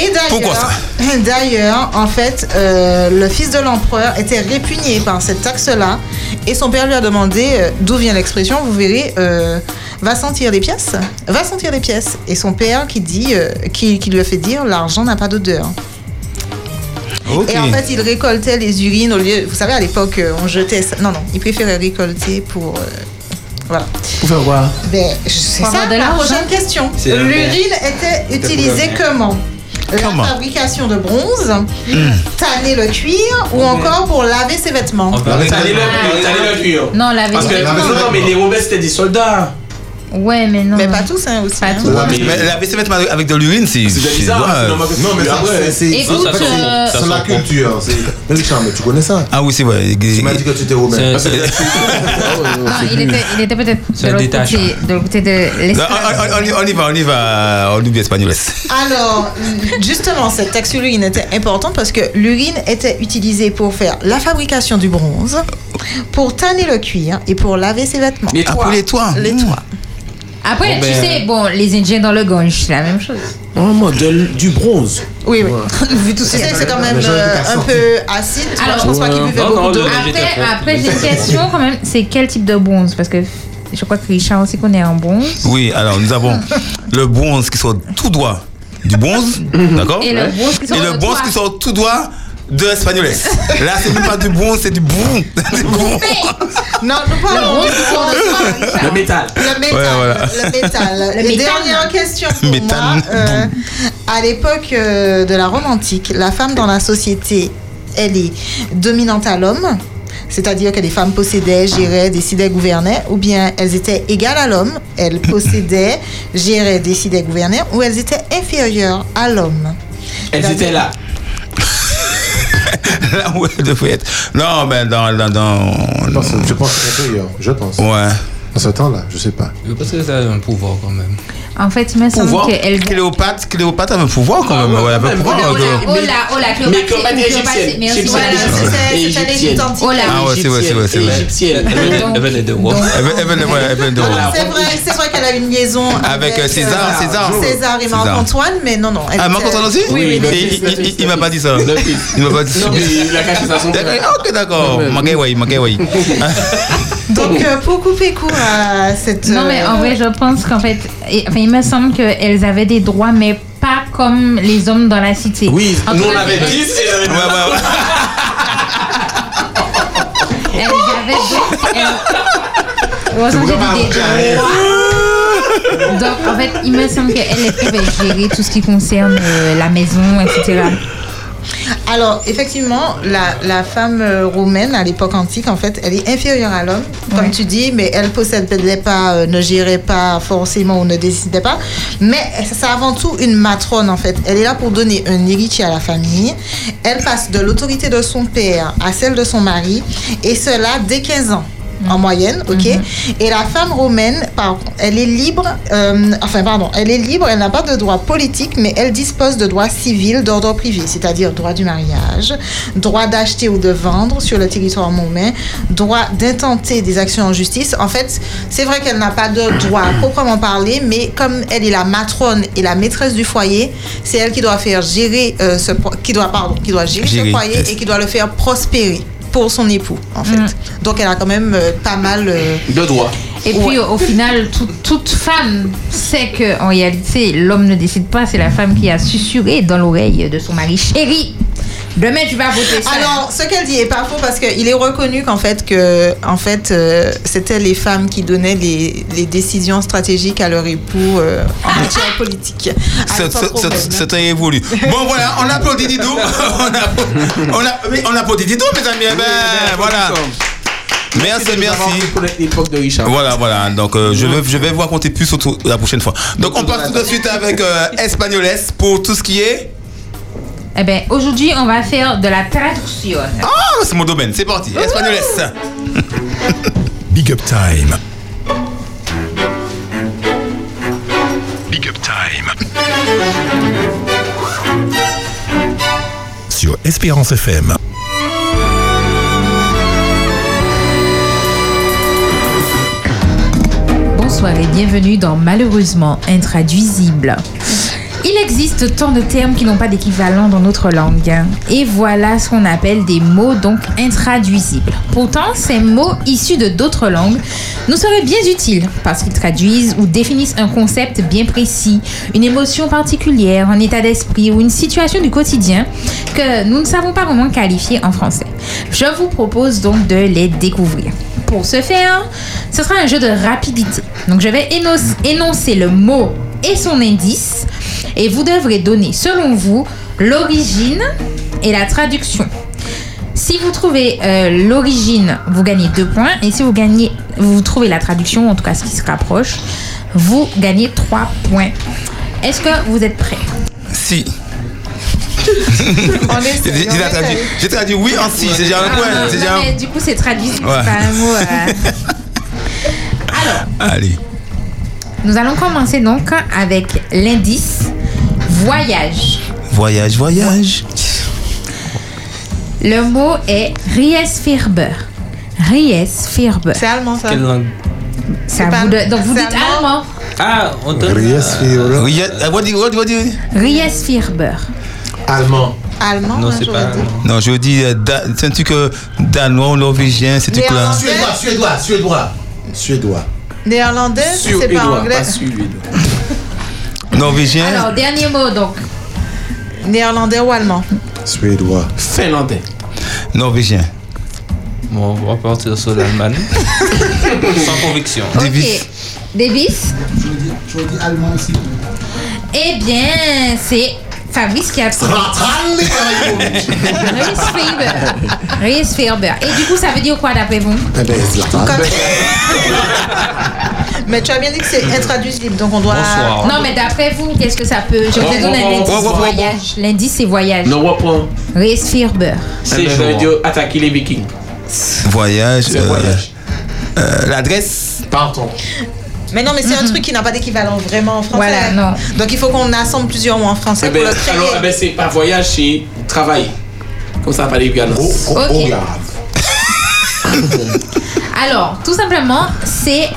[SPEAKER 4] Et
[SPEAKER 5] Pourquoi
[SPEAKER 4] d'ailleurs, d'ailleurs, en fait, euh, le fils de l'empereur était répugné par cette taxe-là, et son père lui a demandé euh, d'où vient l'expression. Vous verrez, euh, va sentir les pièces, va sentir les pièces. Et son père qui dit, euh, qui, qui lui a fait dire, l'argent n'a pas d'odeur.
[SPEAKER 3] Ok.
[SPEAKER 4] Et en fait, il récoltait les urines au lieu, vous savez, à l'époque, euh, on jetait ça. Non, non, il préférait récolter pour. euh, voilà.
[SPEAKER 5] Pour faire voir.
[SPEAKER 4] Ben, je- c'est
[SPEAKER 7] Pour
[SPEAKER 4] ça
[SPEAKER 7] avoir de
[SPEAKER 4] la
[SPEAKER 7] l'argent.
[SPEAKER 4] prochaine question.
[SPEAKER 5] C'est la
[SPEAKER 4] L'urine
[SPEAKER 5] merde.
[SPEAKER 4] était
[SPEAKER 5] C'est pour la
[SPEAKER 4] utilisée
[SPEAKER 5] merde.
[SPEAKER 4] comment La
[SPEAKER 5] Comment
[SPEAKER 4] fabrication de bronze,
[SPEAKER 5] Mm.
[SPEAKER 4] tanner le cuir ou encore pour laver ses vêtements.
[SPEAKER 5] T'as les t'as les le cuir.
[SPEAKER 7] Non, laver
[SPEAKER 5] Parce
[SPEAKER 7] les
[SPEAKER 5] que-
[SPEAKER 7] vêtements.
[SPEAKER 5] Non, non, mais les Romains, c'était des soldats.
[SPEAKER 7] Ouais, mais non. Mais
[SPEAKER 4] pas tous, hein, aussi. Pas
[SPEAKER 3] Ouais, mais la baisser mettre avec de l'urine, c'est.
[SPEAKER 5] C'est bizarre, c'est normal que-
[SPEAKER 11] Non, mais ça, c'est-
[SPEAKER 5] Ouais.
[SPEAKER 11] c'est
[SPEAKER 7] Écoute,
[SPEAKER 11] c'est-
[SPEAKER 7] euh,
[SPEAKER 11] c'est la culture. c'est- Mais Richard, mais tu connais ça
[SPEAKER 3] Ah oui, c'est vrai. Tu
[SPEAKER 11] m'as dit que tu étais romain.
[SPEAKER 3] C'est-
[SPEAKER 7] Non, Ah, il était, il était peut-être de
[SPEAKER 3] C'est un
[SPEAKER 7] l'autre
[SPEAKER 3] détache.
[SPEAKER 7] côté, de l'autre côté de
[SPEAKER 3] Non, on, on- on y- on y va, on y va, on oublie espagnol.
[SPEAKER 4] Alors, justement, cette taxe sur l'urine était importante parce que l'urine était utilisée pour faire la fabrication du bronze, pour tanner le cuir et pour laver ses vêtements.
[SPEAKER 3] Les Ah, toits. pour les toits.
[SPEAKER 4] Les toits.
[SPEAKER 7] Après,
[SPEAKER 5] Bon,
[SPEAKER 7] tu
[SPEAKER 5] ben-
[SPEAKER 7] sais, bon, les Indiens dans le Gange, c'est la même chose.
[SPEAKER 5] Oh, moi, de- du bronze.
[SPEAKER 4] Oui, oui. Vu tout ce qu'il y a C'est quand même euh, un peu acide. tu vois, je pense pas qu'il buvait beaucoup d'eau.
[SPEAKER 7] Après,
[SPEAKER 5] hein.
[SPEAKER 7] après j'ai une question quand même, c'est quel type de bronze Parce que je crois que Richard aussi connaît un bronze.
[SPEAKER 3] Oui, alors nous avons le bronze qui sort tout droit du bronze, d'accord
[SPEAKER 7] Et le bronze qui sort
[SPEAKER 3] Et le
[SPEAKER 7] de
[SPEAKER 3] bronze
[SPEAKER 7] toi.
[SPEAKER 3] qui sort tout droit de espagnol. Là, c'est même pas du bronze, c'est du brou. Du brou.
[SPEAKER 4] Non, je parle
[SPEAKER 7] Le bronze qui sort de toi.
[SPEAKER 5] Le métal.
[SPEAKER 4] Le métal.
[SPEAKER 3] Ouais, voilà.
[SPEAKER 4] Le métal.
[SPEAKER 7] Le
[SPEAKER 4] Et
[SPEAKER 7] métal.
[SPEAKER 4] Dernière question pour
[SPEAKER 3] Métal.
[SPEAKER 4] moi. euh, à l'époque euh, de la Rome antique, la femme dans la société, elle est dominante à l'homme. C'est-à-dire que les femmes possédaient, géraient, décidaient, gouvernaient, ou bien elles étaient égales à l'homme, elles possédaient, géraient, décidaient, gouvernaient, ou elles étaient inférieures à l'homme.
[SPEAKER 5] Elles étaient là.
[SPEAKER 3] là où elle devrait être. Non, mais dans. dans, dans
[SPEAKER 11] Je pense, je pense intérieur, je pense.
[SPEAKER 3] Ouais.
[SPEAKER 11] Dans ce temps-là, je sais pas.
[SPEAKER 6] Je pense que ça a un pouvoir quand même.
[SPEAKER 7] En fait, il me semble
[SPEAKER 3] Pouvoir.
[SPEAKER 7] qu'elle.
[SPEAKER 3] Cléopâtre, Cléopâtre avait un pouvoir quand
[SPEAKER 6] Ah
[SPEAKER 3] même. Ouais, elle avait un pouvoir.
[SPEAKER 7] Oh là,
[SPEAKER 3] donc.
[SPEAKER 7] oh là, oh là,
[SPEAKER 5] Mais Cléopâtre est
[SPEAKER 7] Cléopâtre,
[SPEAKER 5] égyptienne.
[SPEAKER 7] c'est- merci.
[SPEAKER 5] Égyptienne.
[SPEAKER 7] Voilà,
[SPEAKER 5] Égyptienne.
[SPEAKER 7] c'est- c'est- c'est
[SPEAKER 5] Égyptienne.
[SPEAKER 7] l'Égypte antique.
[SPEAKER 5] Oh là,
[SPEAKER 3] Ah ouais, c'est vrai, c'est vrai, c'est vrai.
[SPEAKER 5] Égyptienne.
[SPEAKER 6] Elle venait de Rome.
[SPEAKER 3] Elle venait ouais, elle venait de Rome.
[SPEAKER 4] Ah, C'est vrai, c'est vrai qu'elle a une liaison
[SPEAKER 3] Avec, euh, César, César.
[SPEAKER 4] César et
[SPEAKER 3] César.
[SPEAKER 4] Marc-Antoine, mais non, non. elle
[SPEAKER 3] Ah, Marc
[SPEAKER 4] était-
[SPEAKER 3] Antoine aussi
[SPEAKER 4] Oui,
[SPEAKER 3] Et
[SPEAKER 4] oui.
[SPEAKER 3] il- il- il- Il m'a pas dit ça. Il m'a pas dit ça.
[SPEAKER 5] il a caché ça à son frère.
[SPEAKER 3] D'accord, Ok, d'accord. Magay, oui, Magay, oui.
[SPEAKER 4] Donc, euh, pour couper court à cette. euh,
[SPEAKER 7] Non, mais en vrai, je pense qu'en fait, et- enfin, il me semble qu'elles avaient des droits, mais pas comme les hommes dans la cité.
[SPEAKER 5] Oui,
[SPEAKER 7] En
[SPEAKER 5] nous
[SPEAKER 7] tout
[SPEAKER 5] on
[SPEAKER 7] cas,
[SPEAKER 5] avait 10 et j'avais
[SPEAKER 3] Ouais, ouais, ouais.
[SPEAKER 7] Elles avaient donc. elles- Heureusement, j'ai dit des droits. Donc, en fait, il me semble qu'elles pouvaient gérer tout ce qui concerne euh, la maison, etc.
[SPEAKER 4] Alors, effectivement, la, la femme euh, roumaine à l'époque antique, en fait, elle est inférieure à l'homme, comme tu dis, mais elle possédait pas, euh, ne gérait pas forcément ou ne décidait pas. Mais c'est avant tout une matrone, en fait. Elle est là pour donner un héritier à la famille. Elle passe de l'autorité de son père à celle de son mari, et cela dès 15 ans. En moyenne, ok.
[SPEAKER 7] Mhm.
[SPEAKER 4] Et la femme romaine, par- elle est libre, euh, enfin pardon, elle est libre, elle n'a pas de droit politique, mais elle dispose de droits civils d'ordre privé, c'est-à-dire droit du mariage, droit d'acheter ou de vendre sur le territoire roumain, droit d'intenter des actions en justice. En fait, c'est vrai qu'elle n'a pas de droit à proprement parler, mais comme elle est la matrone et la maîtresse du foyer, c'est elle qui doit faire gérer euh, ce pro- qui doit pardon, qui doit gérer,
[SPEAKER 3] Gérer,
[SPEAKER 4] ce foyer
[SPEAKER 3] yes.
[SPEAKER 4] et qui doit le faire prospérer pour son époux en fait. Donc elle a quand même euh, pas mal euh,
[SPEAKER 5] De droit.
[SPEAKER 7] Et puis au, au final, tout- toute femme sait que en réalité, l'homme ne décide pas, c'est la femme qui a susurré dans l'oreille de son mari chéri. Demain, tu vas voter ça.
[SPEAKER 4] Alors, ce qu'elle dit est pas faux parce qu'il est reconnu qu'en fait, que, en fait euh, c'était les femmes qui donnaient les, les décisions stratégiques à leur époux euh, en matière politique.
[SPEAKER 7] Ah,
[SPEAKER 4] À
[SPEAKER 3] Ce-
[SPEAKER 4] l'époque
[SPEAKER 3] ce-
[SPEAKER 7] hein.
[SPEAKER 4] romaine.
[SPEAKER 3] ce- Cet est évolue. Bon, voilà, on applaudit Didou. on, a- on, a, oui, on applaudit Didou, mes amis. Eh ben, voilà. Merci, merci.
[SPEAKER 5] L'époque de Richard.
[SPEAKER 3] Voilà, voilà. Donc, euh, je, vais, je vais vous raconter plus autour- la prochaine fois. Donc, on passe tout de suite avec euh, Espagnoles pour tout ce qui est.
[SPEAKER 7] Eh ben, aujourd'hui, on va faire de la traduction.
[SPEAKER 3] Ah, c'est mon domaine. C'est parti. Espagnoles.
[SPEAKER 2] Big Up Time. Big Up Time. Sur Espérance FM.
[SPEAKER 7] Bonsoir et bienvenue dans Malheureusement intraduisible. Il existe tant de termes qui n'ont pas d'équivalent dans notre langue. Et voilà ce qu'on appelle des mots donc intraduisibles. Pourtant, ces mots issus de d'autres langues nous seraient bien utiles parce qu'ils traduisent ou définissent un concept bien précis, une émotion particulière, un état d'esprit ou une situation du quotidien que nous ne savons pas vraiment qualifier en français. Je vous propose donc de les découvrir. Pour ce faire, ce sera un jeu de rapidité. Donc je vais éno- énoncer le mot et son indice et vous devrez donner selon vous l'origine et la traduction. Si vous trouvez euh, l'origine, vous gagnez deux points et si vous gagnez, vous trouvez la traduction, en tout cas ce qui se rapproche, vous gagnez trois points. Est-ce que vous êtes prêts
[SPEAKER 3] Si.
[SPEAKER 4] On essaie,
[SPEAKER 3] J'ai- j'ai
[SPEAKER 4] on essaie.
[SPEAKER 3] traduit- J'ai traduit oui en si. C'est déjà un
[SPEAKER 7] Ah,
[SPEAKER 3] point.
[SPEAKER 7] non,
[SPEAKER 3] C'est
[SPEAKER 7] non,
[SPEAKER 3] déjà un-
[SPEAKER 7] mais Du coup, c'est traduit, c'est
[SPEAKER 3] Ouais.
[SPEAKER 7] pas un mot. euh.
[SPEAKER 3] Allez.
[SPEAKER 7] Nous allons commencer donc avec l'indice voyage.
[SPEAKER 3] Voyage, voyage.
[SPEAKER 7] Le mot est Riesfirber. Riesfirber.
[SPEAKER 4] C'est allemand ça.
[SPEAKER 6] Quelle langue
[SPEAKER 7] Ça
[SPEAKER 4] C'est pas-
[SPEAKER 7] vous donne- Donc vous
[SPEAKER 4] c'est
[SPEAKER 7] dites
[SPEAKER 4] allemand.
[SPEAKER 7] allemand.
[SPEAKER 6] Ah, on te.
[SPEAKER 3] Voyage- what do you- what do you- what do you-
[SPEAKER 7] Riesfirber.
[SPEAKER 11] Allemand.
[SPEAKER 4] Allemand.
[SPEAKER 3] Non,
[SPEAKER 4] hein,
[SPEAKER 3] c'est
[SPEAKER 4] j'aurais
[SPEAKER 3] pas.
[SPEAKER 4] dit.
[SPEAKER 3] Non, je dis. euh, da- C'est un truc euh, danois ou norvégien. C'est un truc là.
[SPEAKER 4] Néerlandais.
[SPEAKER 5] Ah,
[SPEAKER 11] Suédois, suédois, suédois. Suédois.
[SPEAKER 4] Néerlandais, c'est pas anglais.
[SPEAKER 3] Norvégien.
[SPEAKER 7] Alors, dernier mot donc.
[SPEAKER 4] Néerlandais ou allemand.
[SPEAKER 11] Suédois.
[SPEAKER 5] Finlandais.
[SPEAKER 3] Norvégien.
[SPEAKER 6] Bon, on va partir sur l'Allemagne. Sans conviction.
[SPEAKER 3] Davis.
[SPEAKER 7] Ok. Davis.
[SPEAKER 1] Je veux dire, je veux dire allemand aussi.
[SPEAKER 7] Eh bien, c'est Fabrice qui a trouvé. Riesfirber. Riesfirber. Et du coup, ça veut dire quoi d'après vous
[SPEAKER 11] Eh ben, Zlatan.
[SPEAKER 4] Mais tu as bien dit que c'est intraduisible, donc on doit.
[SPEAKER 3] Bonsoir.
[SPEAKER 7] Non, mais d'après vous, qu'est-ce que ça peut. Je
[SPEAKER 5] Bon,
[SPEAKER 7] vous donne
[SPEAKER 5] bon,
[SPEAKER 7] un
[SPEAKER 5] bon,
[SPEAKER 7] indice
[SPEAKER 5] bon, bon, bon,
[SPEAKER 7] voyage. L'indice, c'est voyage.
[SPEAKER 5] Non, reprends.
[SPEAKER 7] Respire beurre.
[SPEAKER 5] C'est je veux dire attaquer les vikings.
[SPEAKER 3] Voyage.
[SPEAKER 5] C'est voyage.
[SPEAKER 3] euh, L'adresse
[SPEAKER 5] Pardon.
[SPEAKER 4] Mais non, mais c'est un truc qui n'a pas d'équivalent vraiment en français.
[SPEAKER 7] Voilà, non.
[SPEAKER 4] Donc il faut qu'on assemble plusieurs mots en français
[SPEAKER 5] Eh
[SPEAKER 4] pour
[SPEAKER 5] ben,
[SPEAKER 4] le créer.
[SPEAKER 5] alors, eh ben, c'est pas voyage, c'est travail. Comme ça, pas les gars.
[SPEAKER 7] oh, Ok. oh, grave. Alors, tout simplement, c'est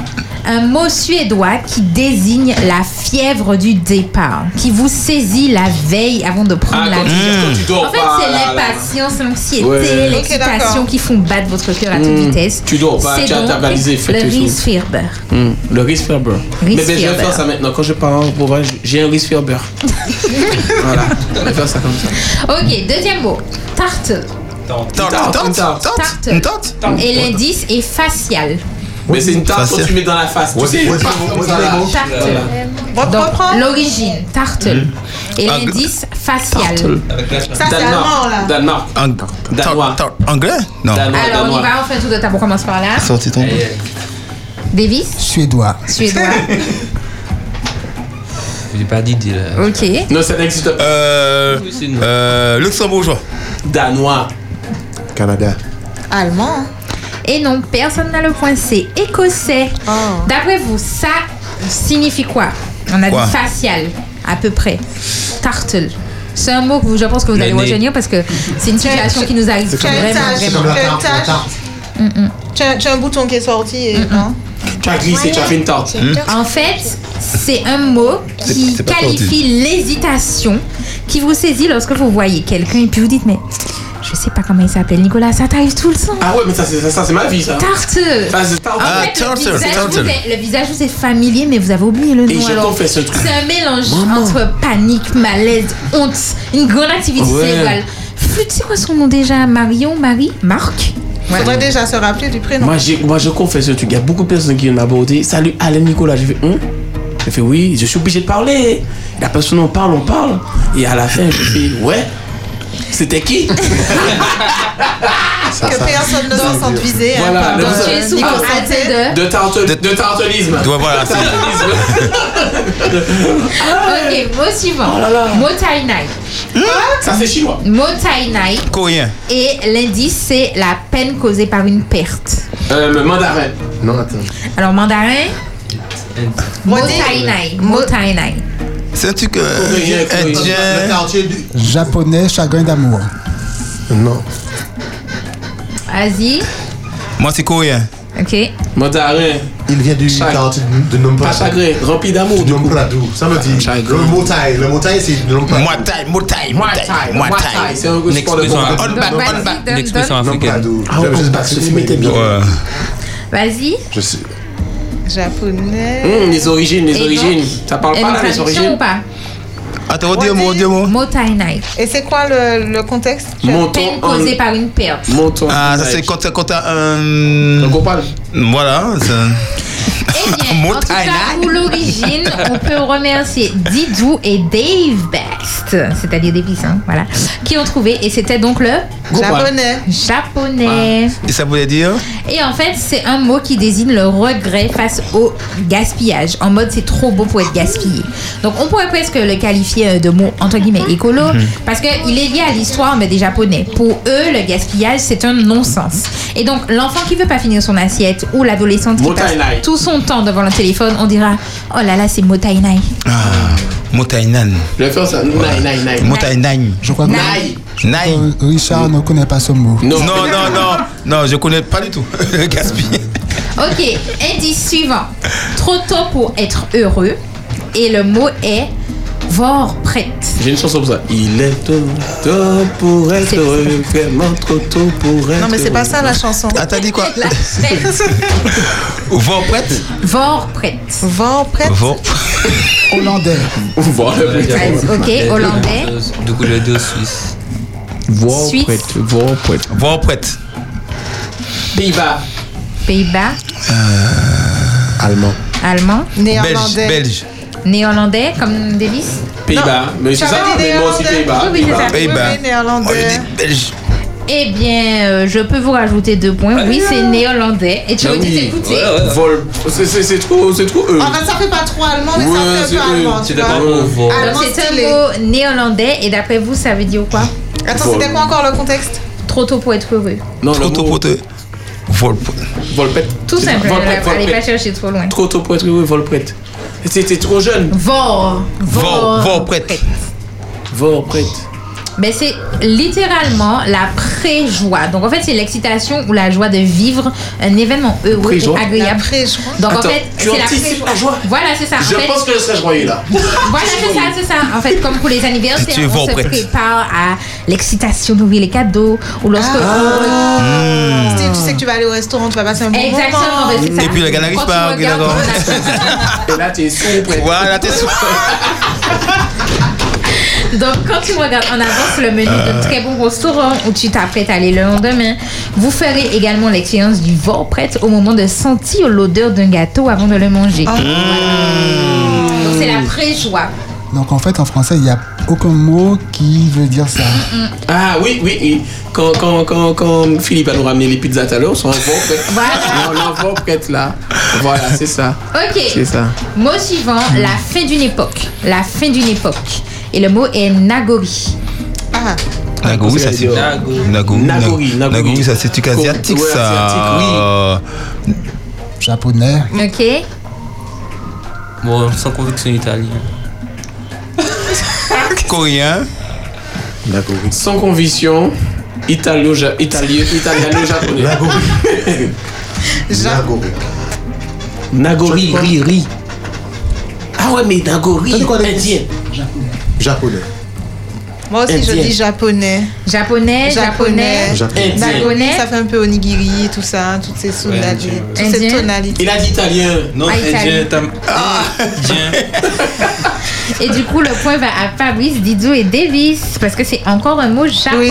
[SPEAKER 7] un mot suédois qui désigne la fièvre du départ, qui vous saisit la veille avant de prendre
[SPEAKER 5] Ah,
[SPEAKER 7] la
[SPEAKER 5] quand tu-
[SPEAKER 7] vie.
[SPEAKER 5] quand tu dors
[SPEAKER 7] En fait,
[SPEAKER 5] pas,
[SPEAKER 7] c'est
[SPEAKER 5] là, là, là.
[SPEAKER 7] l'impatience, l'anxiété,
[SPEAKER 5] Ouais.
[SPEAKER 4] Ok,
[SPEAKER 7] l'excitation
[SPEAKER 4] d'accord.
[SPEAKER 7] qui font battre votre cœur à toute
[SPEAKER 5] Hmm.
[SPEAKER 7] vitesse.
[SPEAKER 5] Tu dors pas,
[SPEAKER 7] C'est
[SPEAKER 5] tu as
[SPEAKER 7] donc
[SPEAKER 5] ta valise et fais
[SPEAKER 7] le
[SPEAKER 5] tes choses.
[SPEAKER 7] Riesfirber.
[SPEAKER 5] Hmm, Le riz ferber. Mais ben, je vais
[SPEAKER 7] ferber.
[SPEAKER 5] faire ça maintenant. Quand je pars en voyage, j'ai un riz ferber. voilà. Je vais faire ça comme ça.
[SPEAKER 7] Ok, deuxième mot. Tarte.
[SPEAKER 5] Tarte, tarte, tarte.
[SPEAKER 7] Tarte.
[SPEAKER 5] Tarte.
[SPEAKER 7] Et l'indice est facial.
[SPEAKER 5] Mais c'est une tarte que tu mets dans la face. Tu sais,
[SPEAKER 11] ouais,
[SPEAKER 5] tarte
[SPEAKER 11] ouais,
[SPEAKER 5] comme
[SPEAKER 11] ouais,
[SPEAKER 5] ça,
[SPEAKER 11] ouais,
[SPEAKER 5] là. Mmh.
[SPEAKER 11] ouais.
[SPEAKER 7] Tarte.
[SPEAKER 5] Voilà.
[SPEAKER 7] Donc, l'origine, tarte. Et
[SPEAKER 3] Ah,
[SPEAKER 7] l'indice facial.
[SPEAKER 4] Ça, c'est
[SPEAKER 5] Danemark.
[SPEAKER 4] allemand, là.
[SPEAKER 5] Danemark. Danois.
[SPEAKER 3] Anglais Non.
[SPEAKER 5] Danois,
[SPEAKER 7] Alors, on y
[SPEAKER 5] Danois.
[SPEAKER 7] va, on fait un tour de table, on commence par là.
[SPEAKER 3] Sortez ton
[SPEAKER 7] Davis,
[SPEAKER 1] Suédois.
[SPEAKER 7] suédois.
[SPEAKER 6] J'ai pas d'idée là.
[SPEAKER 7] Ok.
[SPEAKER 5] Non, ça n'existe pas.
[SPEAKER 3] Euh, euh, Luxembourgeois.
[SPEAKER 5] Danois.
[SPEAKER 11] Canada.
[SPEAKER 4] Allemand.
[SPEAKER 7] Et non, personne n'a le point, c'est écossais.
[SPEAKER 11] Oh.
[SPEAKER 7] D'après vous, ça signifie quoi On a
[SPEAKER 3] Quoi
[SPEAKER 7] dit facial, à peu près. Tartle. C'est un mot que vous- je pense que vous allez
[SPEAKER 6] L'aîné.
[SPEAKER 7] retenir parce que c'est une situation qui nous arrive
[SPEAKER 11] C'est comme la-
[SPEAKER 7] vraiment,
[SPEAKER 11] c'est
[SPEAKER 7] vraiment.
[SPEAKER 11] comme la
[SPEAKER 4] vraiment.
[SPEAKER 11] tarte, la tarte.
[SPEAKER 4] Tu as, tu as un bouton qui est sorti et. hein non
[SPEAKER 5] Tu as glissé, tu as fait une tarte.
[SPEAKER 7] Mm. En fait, c'est un mot qui
[SPEAKER 3] C'est- c'est pas
[SPEAKER 7] qualifie l'hésitation qui vous saisit lorsque vous voyez quelqu'un et puis vous dites mais je sais pas comment il s'appelle Nicolas, ça t'arrive tout le temps.
[SPEAKER 5] Ah ouais, mais ça, c'est ça, ça, c'est ma vie, ça.
[SPEAKER 7] Tarte.
[SPEAKER 5] Ça, c'est tarte.
[SPEAKER 7] En
[SPEAKER 3] Ah,
[SPEAKER 7] fait,
[SPEAKER 3] turtle,
[SPEAKER 7] le, visage vous
[SPEAKER 3] turtle.
[SPEAKER 7] est, le visage vous est familier, mais vous avez oublié le
[SPEAKER 5] Et
[SPEAKER 7] nom.
[SPEAKER 5] je
[SPEAKER 7] alors.
[SPEAKER 5] confesse ce truc.
[SPEAKER 7] C'est un mélange entre panique, malaise, honte, une grande activité
[SPEAKER 5] Ouais.
[SPEAKER 7] cérébrale. Flûte, c'est quoi son nom déjà Marion, Marie, Marc
[SPEAKER 4] Il faudrait déjà se rappeler du prénom.
[SPEAKER 5] Moi, j'ai- moi, je confesse ce truc. Il y a beaucoup de personnes qui m'ont abordé. Salut, Alain Nicolas. J'ai fait, hum J'ai fait, oui, je suis obligé de parler. La personne, on parle, on parle. Et à la fin, je fais, ouais. C'était qui
[SPEAKER 11] Ça,
[SPEAKER 4] que
[SPEAKER 11] ça.
[SPEAKER 4] personne ne se sente visé. hein,
[SPEAKER 5] Voilà,
[SPEAKER 4] par-
[SPEAKER 5] le-
[SPEAKER 4] par-
[SPEAKER 5] vous
[SPEAKER 7] Tu es
[SPEAKER 5] avez-
[SPEAKER 4] euh,
[SPEAKER 7] sous
[SPEAKER 4] Nico
[SPEAKER 7] contrainte
[SPEAKER 4] Saintet.
[SPEAKER 7] de.
[SPEAKER 5] De, tarte, de tartelisme.
[SPEAKER 3] Tu vois, voilà, c'est.
[SPEAKER 7] Ok, mot suivant.
[SPEAKER 5] Ah Oh là là. Hein
[SPEAKER 7] Mot tainai.
[SPEAKER 5] Ça, c'est chinois.
[SPEAKER 7] Mot tainai.
[SPEAKER 3] Coréen.
[SPEAKER 7] Et l'indice, c'est la peine causée par une perte.
[SPEAKER 5] Euh, le mandarin.
[SPEAKER 11] Non, attends.
[SPEAKER 7] Alors, mandarin, mot
[SPEAKER 4] Redis.
[SPEAKER 7] tainai. Mot tainai.
[SPEAKER 3] C'est un truc euh,
[SPEAKER 5] Coréen, coréen.
[SPEAKER 11] Le
[SPEAKER 3] indien.
[SPEAKER 11] quartier du.
[SPEAKER 1] Japonais, chagrin d'amour.
[SPEAKER 11] Non.
[SPEAKER 7] Vas-y.
[SPEAKER 3] Moi, c'est coréen.
[SPEAKER 7] Ok.
[SPEAKER 5] Mandarin.
[SPEAKER 11] Il vient du
[SPEAKER 5] Chag-
[SPEAKER 11] quartier de
[SPEAKER 5] Pas
[SPEAKER 11] Nompa.
[SPEAKER 5] chagré, rempli d'amour.
[SPEAKER 11] Du Nompradou. Ça me dit.
[SPEAKER 5] Chag-
[SPEAKER 11] Le Motai. Le Motai, c'est du Nompa.
[SPEAKER 3] Moi, taille, moi, taille, moi, taille, moi, taille.
[SPEAKER 5] C'est un gros sport de
[SPEAKER 6] N'excusons
[SPEAKER 5] combat.
[SPEAKER 3] On
[SPEAKER 7] Donc,
[SPEAKER 3] back, on
[SPEAKER 7] vas-y,
[SPEAKER 3] back.
[SPEAKER 5] Bah,
[SPEAKER 7] donne,
[SPEAKER 6] Une expression
[SPEAKER 7] donne.
[SPEAKER 6] africaine.
[SPEAKER 11] Nompradou.
[SPEAKER 5] Ah,
[SPEAKER 11] Je sais
[SPEAKER 5] oh,
[SPEAKER 11] pas
[SPEAKER 5] ce
[SPEAKER 11] si
[SPEAKER 5] film
[SPEAKER 11] c'est
[SPEAKER 5] était bien.
[SPEAKER 3] Ouais.
[SPEAKER 7] Vas-y.
[SPEAKER 11] Je sais.
[SPEAKER 4] Japonais.
[SPEAKER 5] Hum, les origines, les
[SPEAKER 7] Et
[SPEAKER 5] origines.
[SPEAKER 7] donc,
[SPEAKER 5] Ça parle
[SPEAKER 7] Elle
[SPEAKER 5] pas
[SPEAKER 7] nous
[SPEAKER 5] là, les
[SPEAKER 7] traduction ou
[SPEAKER 5] origines.
[SPEAKER 7] pas
[SPEAKER 3] Attends, redis-moi, redis-moi.
[SPEAKER 7] Mot tainai.
[SPEAKER 4] Et c'est quoi le, le contexte tu as-
[SPEAKER 5] Monton
[SPEAKER 7] Peine
[SPEAKER 5] en.
[SPEAKER 7] causée par une perte.
[SPEAKER 5] Monton.
[SPEAKER 3] Ah, ça c'est quand t'as- quand t'as un.
[SPEAKER 5] Donc on parle.
[SPEAKER 3] Voilà. ça-
[SPEAKER 7] Eh bien,
[SPEAKER 3] Mot
[SPEAKER 7] en tout cas,
[SPEAKER 3] tainai.
[SPEAKER 7] pour l'origine, on peut remercier Didou et Dave Best, c'est-à-dire des hein, voilà, qui ont trouvé, et c'était donc le
[SPEAKER 4] Japonais.
[SPEAKER 7] japonais.
[SPEAKER 3] Et ça voulait dire
[SPEAKER 7] Et en fait, c'est un mot qui désigne le regret face au gaspillage. En mode, c'est trop beau pour être gaspillé. Donc, on pourrait presque le qualifier euh, de mot entre guillemets écolo, parce qu'il est lié à l'histoire mais des Japonais. Pour eux, le gaspillage, c'est un non-sens. Et donc, l'enfant qui veut pas finir son assiette ou l'adolescente qui
[SPEAKER 5] Mot
[SPEAKER 7] passe
[SPEAKER 5] tainai.
[SPEAKER 7] tout son temps devant le téléphone, on dira Oh là là, c'est mot tainai.
[SPEAKER 3] Ah, Montainan.
[SPEAKER 5] Je vais faire ça. Naï, naï, naï.
[SPEAKER 3] Montainan.
[SPEAKER 1] Je crois que
[SPEAKER 5] Naï.
[SPEAKER 3] Nine.
[SPEAKER 1] euh, Richard ne connaît pas ce mot.
[SPEAKER 5] Non.
[SPEAKER 3] Non, non, non, non, je connais pas du tout. Gaspille.
[SPEAKER 7] Ok, indice suivant. Trop tôt pour être heureux. Et le mot est vorprête.
[SPEAKER 5] J'ai une chanson pour ça. Il est trop tôt pour être
[SPEAKER 7] C'est-
[SPEAKER 5] heureux, vraiment trop tôt pour être
[SPEAKER 4] Non, mais c'est pas
[SPEAKER 5] heureux.
[SPEAKER 4] ça la chanson.
[SPEAKER 3] Ah, t'as dit quoi
[SPEAKER 7] La chaîne
[SPEAKER 3] Vent prête
[SPEAKER 7] vorprête.
[SPEAKER 4] Vent prête.
[SPEAKER 3] Vent.
[SPEAKER 1] Hollandais.
[SPEAKER 5] Voir le prêtre.
[SPEAKER 7] Ok, hollandais.
[SPEAKER 6] Du coup, les deux suisses.
[SPEAKER 5] Voir
[SPEAKER 7] Suisse.
[SPEAKER 5] prêtre, voir prêtre.
[SPEAKER 3] Vent prête.
[SPEAKER 5] Pays-Bas.
[SPEAKER 7] Pays-Bas,
[SPEAKER 11] Allemand.
[SPEAKER 7] allemand,
[SPEAKER 3] Belge.
[SPEAKER 4] Néerlandais.
[SPEAKER 3] Belge.
[SPEAKER 7] néerlandais comme Davis.
[SPEAKER 5] Pays-Bas. Mais c'est
[SPEAKER 4] J'avais
[SPEAKER 5] ça,
[SPEAKER 4] dit
[SPEAKER 5] mais moi aussi
[SPEAKER 4] néerlandais.
[SPEAKER 5] Pays-Bas.
[SPEAKER 7] Oui, oui, c'est ça.
[SPEAKER 5] Pays-Bas.
[SPEAKER 3] Pays-Bas.
[SPEAKER 7] Hein?
[SPEAKER 4] Oui, néerlandais.
[SPEAKER 3] Oh, il dit Belge.
[SPEAKER 7] Eh bien, euh, je peux vous rajouter deux points. Oui, c'est néerlandais. Et
[SPEAKER 5] Ah Bah
[SPEAKER 7] tu veux dire c'est goûté.
[SPEAKER 5] Vol. C'est- C'est c'est trop, c'est trop eux.
[SPEAKER 4] Enfin, Ah, ben, ça fait pas trop allemand, mais
[SPEAKER 5] Ouais,
[SPEAKER 4] ça fait
[SPEAKER 5] c'est
[SPEAKER 4] un peu
[SPEAKER 5] eux.
[SPEAKER 4] allemand.
[SPEAKER 5] C'est
[SPEAKER 4] tu vois.
[SPEAKER 5] d'accord, vol.
[SPEAKER 4] Allemand
[SPEAKER 7] Donc, c'est
[SPEAKER 4] stylé.
[SPEAKER 7] un mot néerlandais. Et d'après vous, ça veut dire quoi
[SPEAKER 4] Attends, c'était quoi encore le contexte
[SPEAKER 7] Trop tôt pour être heureux.
[SPEAKER 5] Non,
[SPEAKER 3] trop tôt pour te. Vol.
[SPEAKER 5] Volpette.
[SPEAKER 7] Tout
[SPEAKER 5] C'est ça.
[SPEAKER 7] simplement.
[SPEAKER 5] Volpette,
[SPEAKER 7] Allez pas
[SPEAKER 5] Volpette.
[SPEAKER 7] chercher trop loin.
[SPEAKER 5] Trop tôt pour être heureux, Volpette. C'était trop jeune.
[SPEAKER 7] Vor.
[SPEAKER 5] Vol, Volpette. Volpette.
[SPEAKER 7] Ben, c'est littéralement la pré-joie. Donc en fait, c'est l'excitation ou la joie de vivre un événement heureux
[SPEAKER 11] Pré-joie.
[SPEAKER 7] et agréable. Donc en
[SPEAKER 11] Attends,
[SPEAKER 7] fait,
[SPEAKER 11] tu anticipes la joie.
[SPEAKER 7] Voilà, c'est ça. En
[SPEAKER 11] Je
[SPEAKER 7] fait,
[SPEAKER 11] pense que je serais joyeux là.
[SPEAKER 7] Voilà, c'est ça, c'est ça. En fait, comme pour les anniversaires,
[SPEAKER 11] Tu es
[SPEAKER 7] on se
[SPEAKER 11] vampire.
[SPEAKER 7] prépare à l'excitation d'ouvrir les cadeaux ou lorsque
[SPEAKER 11] Ah.
[SPEAKER 4] Tu sais- Tu sais que tu vas aller au restaurant, tu vas passer un bon moment.
[SPEAKER 7] Exactement, ben, c'est ça.
[SPEAKER 3] Et puis le gars n'arrive
[SPEAKER 4] Quand
[SPEAKER 3] pas,
[SPEAKER 4] tu
[SPEAKER 3] ok, d'accord.
[SPEAKER 5] Et là, t'es sous
[SPEAKER 3] Voilà, t'es sous
[SPEAKER 7] Donc, quand tu regardes en avance le menu
[SPEAKER 3] Euh.
[SPEAKER 7] de très bons restaurants où tu t'apprêtes à aller le lendemain, vous ferez également l'expérience du vent prête au moment de sentir l'odeur d'un gâteau avant de le manger.
[SPEAKER 11] Ah.
[SPEAKER 1] Ah.
[SPEAKER 7] Voilà.
[SPEAKER 5] Mmh.
[SPEAKER 7] Donc, c'est la vraie joie.
[SPEAKER 1] Donc en fait, en français, il n'y a aucun mot qui veut dire ça.
[SPEAKER 7] Mm,
[SPEAKER 5] Ah oui, oui, oui. Quand, quand, quand, quand Philippe a nous ramené les pizzas tout à l'heure, on s'en va prête.
[SPEAKER 7] Voilà.
[SPEAKER 5] On en va prête là. Voilà, c'est ça.
[SPEAKER 7] Ok.
[SPEAKER 5] C'est ça.
[SPEAKER 7] Mot suivant, la fin d'une époque. La fin d'une époque. Et le mot est nagori. Ah.
[SPEAKER 3] Nagori, ça c'est. Nagori. Nagori, Nagori, ça c'est truc asiatique,
[SPEAKER 1] Ouais,
[SPEAKER 6] Euh,
[SPEAKER 3] ça.
[SPEAKER 1] asiatique, Japonais.
[SPEAKER 7] Ok.
[SPEAKER 6] Bon, sans conviction italien.
[SPEAKER 3] Coréen.
[SPEAKER 5] Sans conviction, italo, ja, italien, italiano, japonais. Nagori.
[SPEAKER 11] Nagori.
[SPEAKER 5] Nagori, ri, ri. Ah ouais, mais Nagori, indien.
[SPEAKER 11] Japonais.
[SPEAKER 4] Moi aussi, je
[SPEAKER 11] Indien.
[SPEAKER 4] dis japonais.
[SPEAKER 7] Japonais, japonais,
[SPEAKER 11] Japonais.
[SPEAKER 4] japonais.
[SPEAKER 7] Indien.
[SPEAKER 4] Ça fait un peu onigiri, tout ça, toutes ces tonalités. toutes ces tonalités.
[SPEAKER 5] Il a dit italien.
[SPEAKER 6] Non,
[SPEAKER 7] Ah,
[SPEAKER 6] indien,
[SPEAKER 7] italien.
[SPEAKER 6] tam- indien.
[SPEAKER 7] Et du coup, le point va à Fabrice, Didou et Davis parce que c'est encore un mot japonais.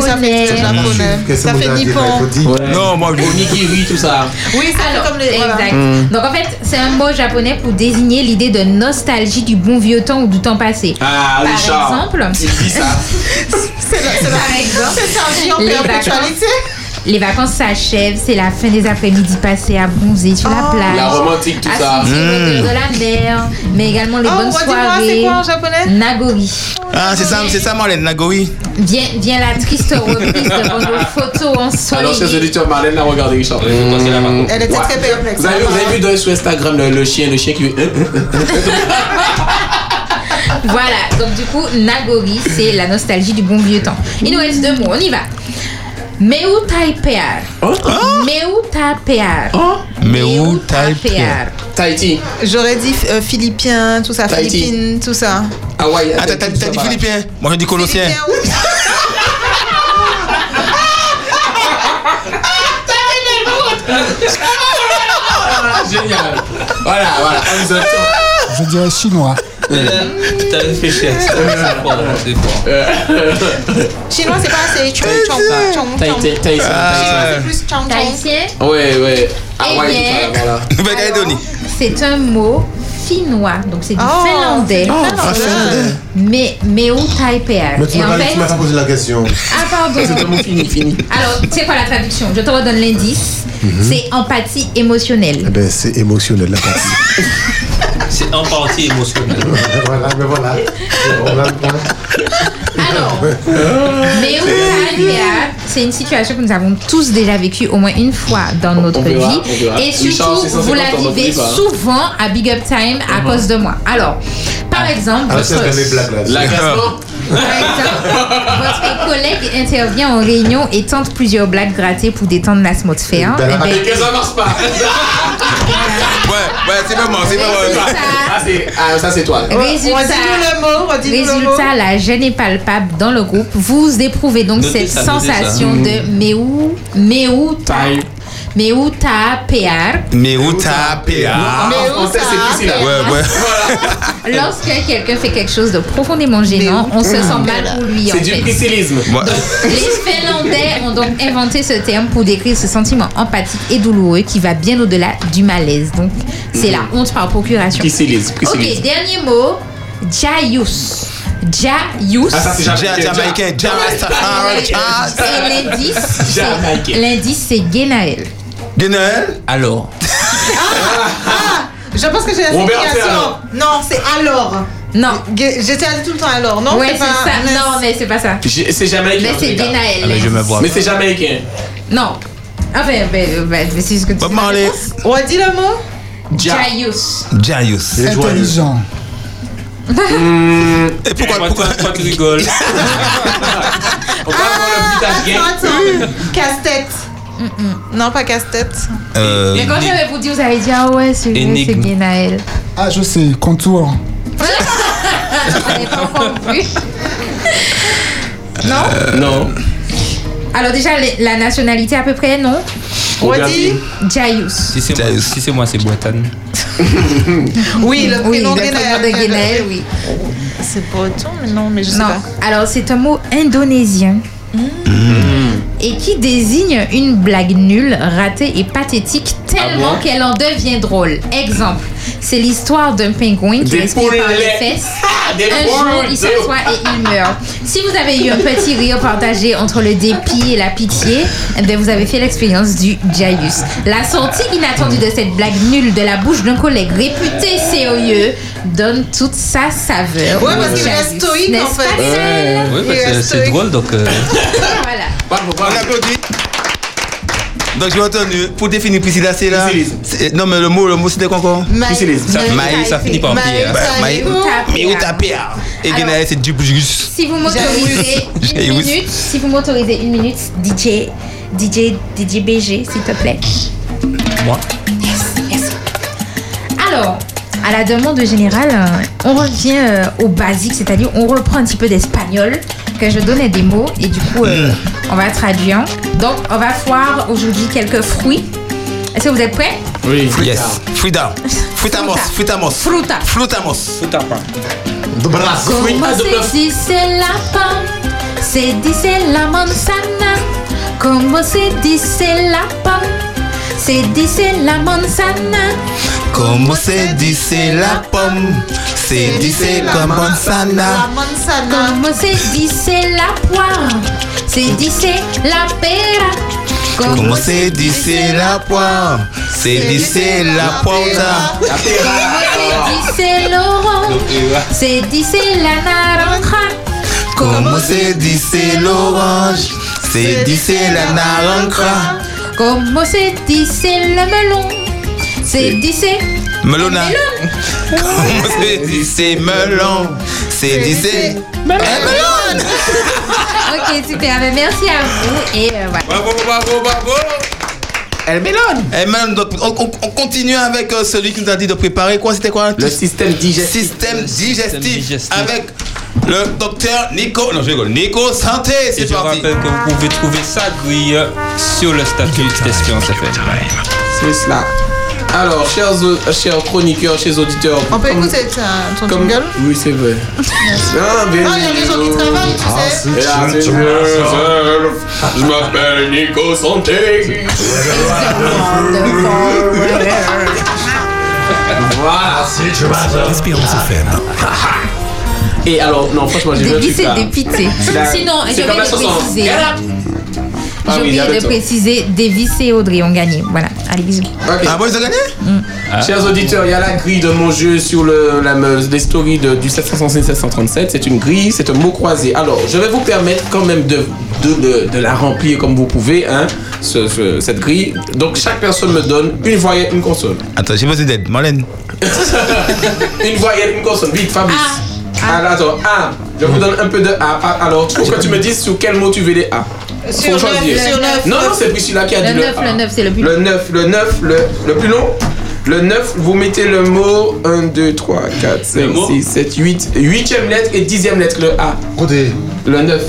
[SPEAKER 11] Que c'est mon dernier mercredi.
[SPEAKER 3] Non, moi,
[SPEAKER 5] onigiri, tout ça.
[SPEAKER 7] Oui, ça fait comme le. Exact.
[SPEAKER 5] Mm.
[SPEAKER 7] Donc en fait, c'est un mot japonais pour désigner l'idée de nostalgie du bon vieux temps ou du temps passé.
[SPEAKER 5] Ah,
[SPEAKER 7] Par
[SPEAKER 5] Richard.
[SPEAKER 7] exemple.
[SPEAKER 5] Il dit ça.
[SPEAKER 4] C'est la- c'est la-
[SPEAKER 7] Par exemple,
[SPEAKER 4] c'est ça, j'y en
[SPEAKER 7] Hein? les
[SPEAKER 4] perds
[SPEAKER 7] vacances-
[SPEAKER 4] ponctualité.
[SPEAKER 7] Les vacances s'achèvent, c'est la fin des après-midi passés à bronzer sur
[SPEAKER 4] Oh.
[SPEAKER 7] la plage. Ah,
[SPEAKER 5] La romantique, tout
[SPEAKER 7] à
[SPEAKER 5] ça.
[SPEAKER 7] sentir l'odeur
[SPEAKER 5] Mm.
[SPEAKER 7] de la mer, mais également les
[SPEAKER 4] Oh,
[SPEAKER 7] bonnes
[SPEAKER 4] redis-moi, c'est
[SPEAKER 7] soirées.
[SPEAKER 4] quoi en japonais
[SPEAKER 7] Nagori.
[SPEAKER 3] Ah, c'est ça, c'est ça, Marlène, Nagori.
[SPEAKER 7] Viens, viens la triste reprise devant nos photos ensoleillées.
[SPEAKER 5] Alors, chers auditeurs, Marlène l'a regardé, Richard.
[SPEAKER 7] Elle était très perplexe.
[SPEAKER 5] Vous avez, vous avez vu dans- sur Instagram le, le chien, le chien qui. hein,
[SPEAKER 7] Voilà, donc du coup, Nagori, c'est la nostalgie du bon vieux temps. Il nous reste deux mots, on y va. Meu Taipear.
[SPEAKER 5] Oh.
[SPEAKER 7] Meu Taipear.
[SPEAKER 3] Mais où
[SPEAKER 7] Taipear.
[SPEAKER 5] Tahiti.
[SPEAKER 4] J'aurais dit euh, philippien, tout ça,
[SPEAKER 3] Tahiti.
[SPEAKER 4] philippines, tout ça.
[SPEAKER 5] Hawaï.
[SPEAKER 3] Attends, t'as t'as dit philippien Moi, je dis colossien.
[SPEAKER 5] Ah, Génial. Voilà, voilà. on nous attend.
[SPEAKER 7] mm.
[SPEAKER 1] Je dirais chinois.
[SPEAKER 6] T'as réfléchi à ça. C'est fort, c'est fort.
[SPEAKER 4] Chinois, c'est pas assez. Chong, chong, chong,
[SPEAKER 5] Tahiti,
[SPEAKER 4] chong.
[SPEAKER 5] Tahiti, Tahiti.
[SPEAKER 4] Chinois,
[SPEAKER 3] Ah,
[SPEAKER 4] c'est plus chong, chong.
[SPEAKER 5] Ouais, Eh ouais. Hawaï,
[SPEAKER 7] Eh
[SPEAKER 5] tout ça, voilà.
[SPEAKER 3] Nouvelle-Calédonie.
[SPEAKER 7] C'est un mot finnois, donc c'est du finlandais.
[SPEAKER 11] Oh, ah, finlandais.
[SPEAKER 7] Mais Meu Taipear.
[SPEAKER 11] Mais tu
[SPEAKER 7] Et en
[SPEAKER 11] m'as pas-
[SPEAKER 7] fait-
[SPEAKER 11] tu m'as pas posé la question.
[SPEAKER 7] Ah pardon.
[SPEAKER 5] fini, fini.
[SPEAKER 7] Alors, tu sais quoi la traduction Je te redonne l'indice.
[SPEAKER 11] Mhm.
[SPEAKER 7] C'est empathie émotionnelle.
[SPEAKER 11] Ben, c'est émotionnel la partie.
[SPEAKER 6] C'est en partie émotionnel.
[SPEAKER 11] voilà, mais voilà. On a le point. Ah,
[SPEAKER 7] Mais où Taipear, c'est une situation que nous avons tous déjà vécue au moins une fois dans notre
[SPEAKER 5] verra,
[SPEAKER 7] vie.
[SPEAKER 5] on verra.
[SPEAKER 7] Et
[SPEAKER 5] Une chance,
[SPEAKER 7] surtout,
[SPEAKER 5] c'est 150
[SPEAKER 7] vous la
[SPEAKER 5] ans, on
[SPEAKER 7] vivez
[SPEAKER 5] n'oublie pas.
[SPEAKER 7] souvent à Big Up Time à
[SPEAKER 5] Mhm.
[SPEAKER 7] cause de moi. Alors, par exemple,
[SPEAKER 11] Alors, Ah, c'est
[SPEAKER 7] votre-
[SPEAKER 11] les blagues là.
[SPEAKER 5] Ah. La casse-mort.
[SPEAKER 7] Votre collègue intervient en réunion et tente plusieurs blagues grattées pour détendre l'atmosphère.
[SPEAKER 3] Ben,
[SPEAKER 7] Eh ben,
[SPEAKER 5] Et que ça marche pas.
[SPEAKER 3] Ouais, ouais, c'est pas moi, c'est pas moi.
[SPEAKER 5] Ah, c'est- ah, ça, c'est toi.
[SPEAKER 7] Résultat, Résultat, la gêne est palpable dans le groupe. Vous éprouvez donc
[SPEAKER 5] Notez
[SPEAKER 7] cette
[SPEAKER 5] ça, notez ça.
[SPEAKER 7] sensation
[SPEAKER 5] Mm.
[SPEAKER 7] de méou, méou, ta, méou, ta, péar.
[SPEAKER 3] Mais où t'as PA
[SPEAKER 7] Mais où t'as PA?
[SPEAKER 3] Ouais, ouais.
[SPEAKER 7] Lorsque quelqu'un fait quelque chose de profondément gênant, on se sent mal pour lui en
[SPEAKER 5] C'est du
[SPEAKER 7] fait.
[SPEAKER 5] priscillisme.
[SPEAKER 7] Les Finlandais ont donc inventé ce terme pour décrire ce sentiment empathique et douloureux qui va bien au-delà du malaise. Donc, c'est la honte par procuration.
[SPEAKER 5] Priscillisme,
[SPEAKER 7] Ok,
[SPEAKER 5] priscillisme.
[SPEAKER 7] dernier mot, Jayus. Jayus.
[SPEAKER 3] Ah, ça, c'est Ja- Ja- Jamaïcain, Ja- Rasta- Ah,
[SPEAKER 7] Ouais.
[SPEAKER 3] Ah,
[SPEAKER 7] Et l'indice, c'est-
[SPEAKER 3] Jamaïcain.
[SPEAKER 7] l'indice, c'est Guénaël.
[SPEAKER 3] Guénaël Alors.
[SPEAKER 4] Je pense que j'ai la
[SPEAKER 3] Robert, c'est
[SPEAKER 4] signification.
[SPEAKER 3] alors.
[SPEAKER 4] Non, c'est alors.
[SPEAKER 7] Non.
[SPEAKER 4] J'étais allée tout le temps alors. Non,
[SPEAKER 7] Ouais,
[SPEAKER 4] c'est pas.
[SPEAKER 7] c'est ça. Non, mais c'est pas ça.
[SPEAKER 5] J'ai- C'est jamaïcain.
[SPEAKER 7] Mais
[SPEAKER 5] en tous
[SPEAKER 7] c'est
[SPEAKER 5] les cas.
[SPEAKER 7] Guénaël, Ah, mais je me
[SPEAKER 3] vois.
[SPEAKER 5] Mais c'est jamaïcain.
[SPEAKER 7] Non. Enfin, ben, ben, ben, c'est ce que tu dis.
[SPEAKER 4] Redis le mot.
[SPEAKER 7] Jayus.
[SPEAKER 3] Jaius.
[SPEAKER 1] Intelligent.
[SPEAKER 3] Et pourquoi, pourquoi,
[SPEAKER 6] tu rigoles
[SPEAKER 4] Attends, casse-tête.
[SPEAKER 7] Mm,
[SPEAKER 4] Non, pas casse-tête.
[SPEAKER 3] Euh,
[SPEAKER 7] Mais quand j'avais vous dit, vous avez dit, ah ouais, c'est vrai, c'est
[SPEAKER 3] Énigme.
[SPEAKER 7] Guénaël.
[SPEAKER 1] Ah, je sais, contour.
[SPEAKER 7] Vous n'avez pas encore vu. Non
[SPEAKER 5] Non.
[SPEAKER 7] Alors, déjà, les- la nationalité à peu près, non
[SPEAKER 6] Redis.
[SPEAKER 7] Jayus.
[SPEAKER 6] Si c'est moi, si c'est moi, c'est Bretagne.
[SPEAKER 4] Oui, le prénom
[SPEAKER 7] le
[SPEAKER 4] Guénaël.
[SPEAKER 7] prénom de Guénaël, oui.
[SPEAKER 4] C'est breton, mais non, mais je sais
[SPEAKER 7] Non.
[SPEAKER 4] pas.
[SPEAKER 7] Alors, c'est un mot indonésien
[SPEAKER 4] Hmm.
[SPEAKER 7] et qui désigne une blague nulle, ratée et pathétique tellement
[SPEAKER 4] Ah bon
[SPEAKER 7] qu'elle en devient drôle. Exemple, c'est l'histoire d'un pingouin qui
[SPEAKER 4] Des
[SPEAKER 7] respire par
[SPEAKER 4] poulets. Ah,
[SPEAKER 7] les fesses.
[SPEAKER 4] des
[SPEAKER 7] un jour, il
[SPEAKER 4] poules.
[SPEAKER 7] s'assoit et il meurt. Si vous avez eu un petit rire partagé entre le dépit et la pitié, eh ben, vous avez fait l'expérience du Jaius. La sortie inattendue de cette blague nulle de la bouche d'un collègue réputé sérieux donne toute sa saveur.
[SPEAKER 4] Ouais,
[SPEAKER 7] au
[SPEAKER 4] parce qu'il
[SPEAKER 7] Jaius,
[SPEAKER 4] reste stoïque en
[SPEAKER 7] n'est-ce pas,
[SPEAKER 4] fait.
[SPEAKER 6] Oui, parce que c'est drôle, donc. euh,
[SPEAKER 3] On applaudit. Donc j'ai entendu, euh, pour définir Priscilla, c'est là. c'est- euh, Non mais le mot, le mot c'était quoi encore
[SPEAKER 4] Maï-
[SPEAKER 3] Priscilla. Ça,
[SPEAKER 4] Maï-
[SPEAKER 3] Maï, ça finit par
[SPEAKER 4] Maï-
[SPEAKER 3] pierre.
[SPEAKER 4] Maï- Maï-
[SPEAKER 3] Maï- Tapia. Et Guénaël, c'est du plus
[SPEAKER 7] Si vous m'autorisez
[SPEAKER 3] J'ai
[SPEAKER 7] une
[SPEAKER 3] eu-
[SPEAKER 7] minute, si vous m'autorisez une minute, DJ, DJ, DJ BG, s'il te plaît.
[SPEAKER 6] Moi
[SPEAKER 7] Alors, à la demande générale, euh, on revient euh, au basique, c'est-à-dire on reprend un petit peu d'espagnol, que je donnais des mots et du coup, euh, on va traduire. Donc, on va voir aujourd'hui quelques fruits. Est-ce que vous êtes prêts
[SPEAKER 5] Oui.
[SPEAKER 3] Yes. Frida. Fruitamos. Fruitamos.
[SPEAKER 7] Fruta.
[SPEAKER 3] Fruitamos. Fruitamos.
[SPEAKER 7] Como se dice la pan, se dice la manzana. Como se dice la pan, se dice la manzana.
[SPEAKER 3] Comment c'est dit, c'est la pomme. C'est dit, c'est la manzana.
[SPEAKER 7] Como se dice la poire, se dice la pera.
[SPEAKER 3] Comment c'est dit, c'est la pomme. C'est dit, c'est la pomme.
[SPEAKER 7] Como se dice l'orange, se dice la naranja.
[SPEAKER 3] Comment c'est dit, c'est l'orange. C'est dit, c'est la naranja.
[SPEAKER 7] Como se dice le melon, se dice
[SPEAKER 3] Melona. Comment c'est dit, c'est melon. C'est dit, c'est.
[SPEAKER 7] ok, super. Mais merci à vous. Et euh, voilà.
[SPEAKER 3] Bravo, bravo, bravo. Elle mélone. Elle mélone. Donc, on, on- on continue avec euh, celui qui nous a dit de préparer quoi C'était quoi Le
[SPEAKER 5] système digestif.
[SPEAKER 3] Système digestif. Avec le docteur Nico. Non, je rigole. Nico Santé, c'est
[SPEAKER 6] Je
[SPEAKER 3] parti.
[SPEAKER 6] rappelle que vous pouvez trouver sa grille sur le statut d'Espérance FM.
[SPEAKER 5] C'est cela. Alors, chers, au- euh, chers chroniqueurs, chers auditeurs.
[SPEAKER 4] On peut écouter ta- ton jingle
[SPEAKER 5] Oui, c'est vrai.
[SPEAKER 4] Ah,
[SPEAKER 5] Ah,
[SPEAKER 4] il y a des gens qui travaillent, tu sais.
[SPEAKER 5] Et là, Ah, c'est yourself. Je m'appelle Nico Santé. Voilà.
[SPEAKER 2] Espérance FM.
[SPEAKER 5] Et alors, non, franchement, j'ai vu un truc
[SPEAKER 7] Dépité,
[SPEAKER 5] là.
[SPEAKER 7] dépité.
[SPEAKER 5] C'est la-
[SPEAKER 7] Sinon,
[SPEAKER 5] c'est
[SPEAKER 7] j'ai oublié
[SPEAKER 5] comme la
[SPEAKER 7] de
[SPEAKER 5] chanson.
[SPEAKER 7] préciser.
[SPEAKER 5] Get up. Ah
[SPEAKER 7] J'ai
[SPEAKER 5] oui,
[SPEAKER 7] oublié
[SPEAKER 5] avec
[SPEAKER 7] de
[SPEAKER 5] toi.
[SPEAKER 7] préciser, Davis et Audrey ont gagné. Voilà, allez, bisous.
[SPEAKER 3] Ah bon, ils ont gagné
[SPEAKER 5] Chers auditeurs, il y a la grille de mon jeu sur le, la, me- les stories de- du 767-737. C'est une grille, c'est un mot croisé. Alors, je vais vous permettre quand même de, de, de- de la remplir comme vous pouvez, hein, ce- ce- cette grille. Donc, chaque personne me donne une voyelle, une consonne.
[SPEAKER 3] Attends, j'ai besoin d'aide. Marlène.
[SPEAKER 5] une voyelle, une consonne. Vite, Fabrice.
[SPEAKER 4] Ah.
[SPEAKER 5] Alors, attends, A. Je vous donne un peu de A. Ah, Alors, faut que tu me dises sur quel mot tu veux les A.
[SPEAKER 4] Sur
[SPEAKER 5] Faut
[SPEAKER 4] neuf,
[SPEAKER 5] choisir.
[SPEAKER 4] sur neuf.
[SPEAKER 5] Non, non, c'est Priscilla qui a
[SPEAKER 7] Le
[SPEAKER 5] dit
[SPEAKER 7] 9,
[SPEAKER 5] le A.
[SPEAKER 7] le 9, c'est le but.
[SPEAKER 5] Le 9, le 9, le, le plus long Le 9, vous mettez le mot 1, 2, 3, 4, 5, 6, 7, 8. 8ème lettre et 10ème lettre, le A.
[SPEAKER 11] Côté.
[SPEAKER 5] Le 9.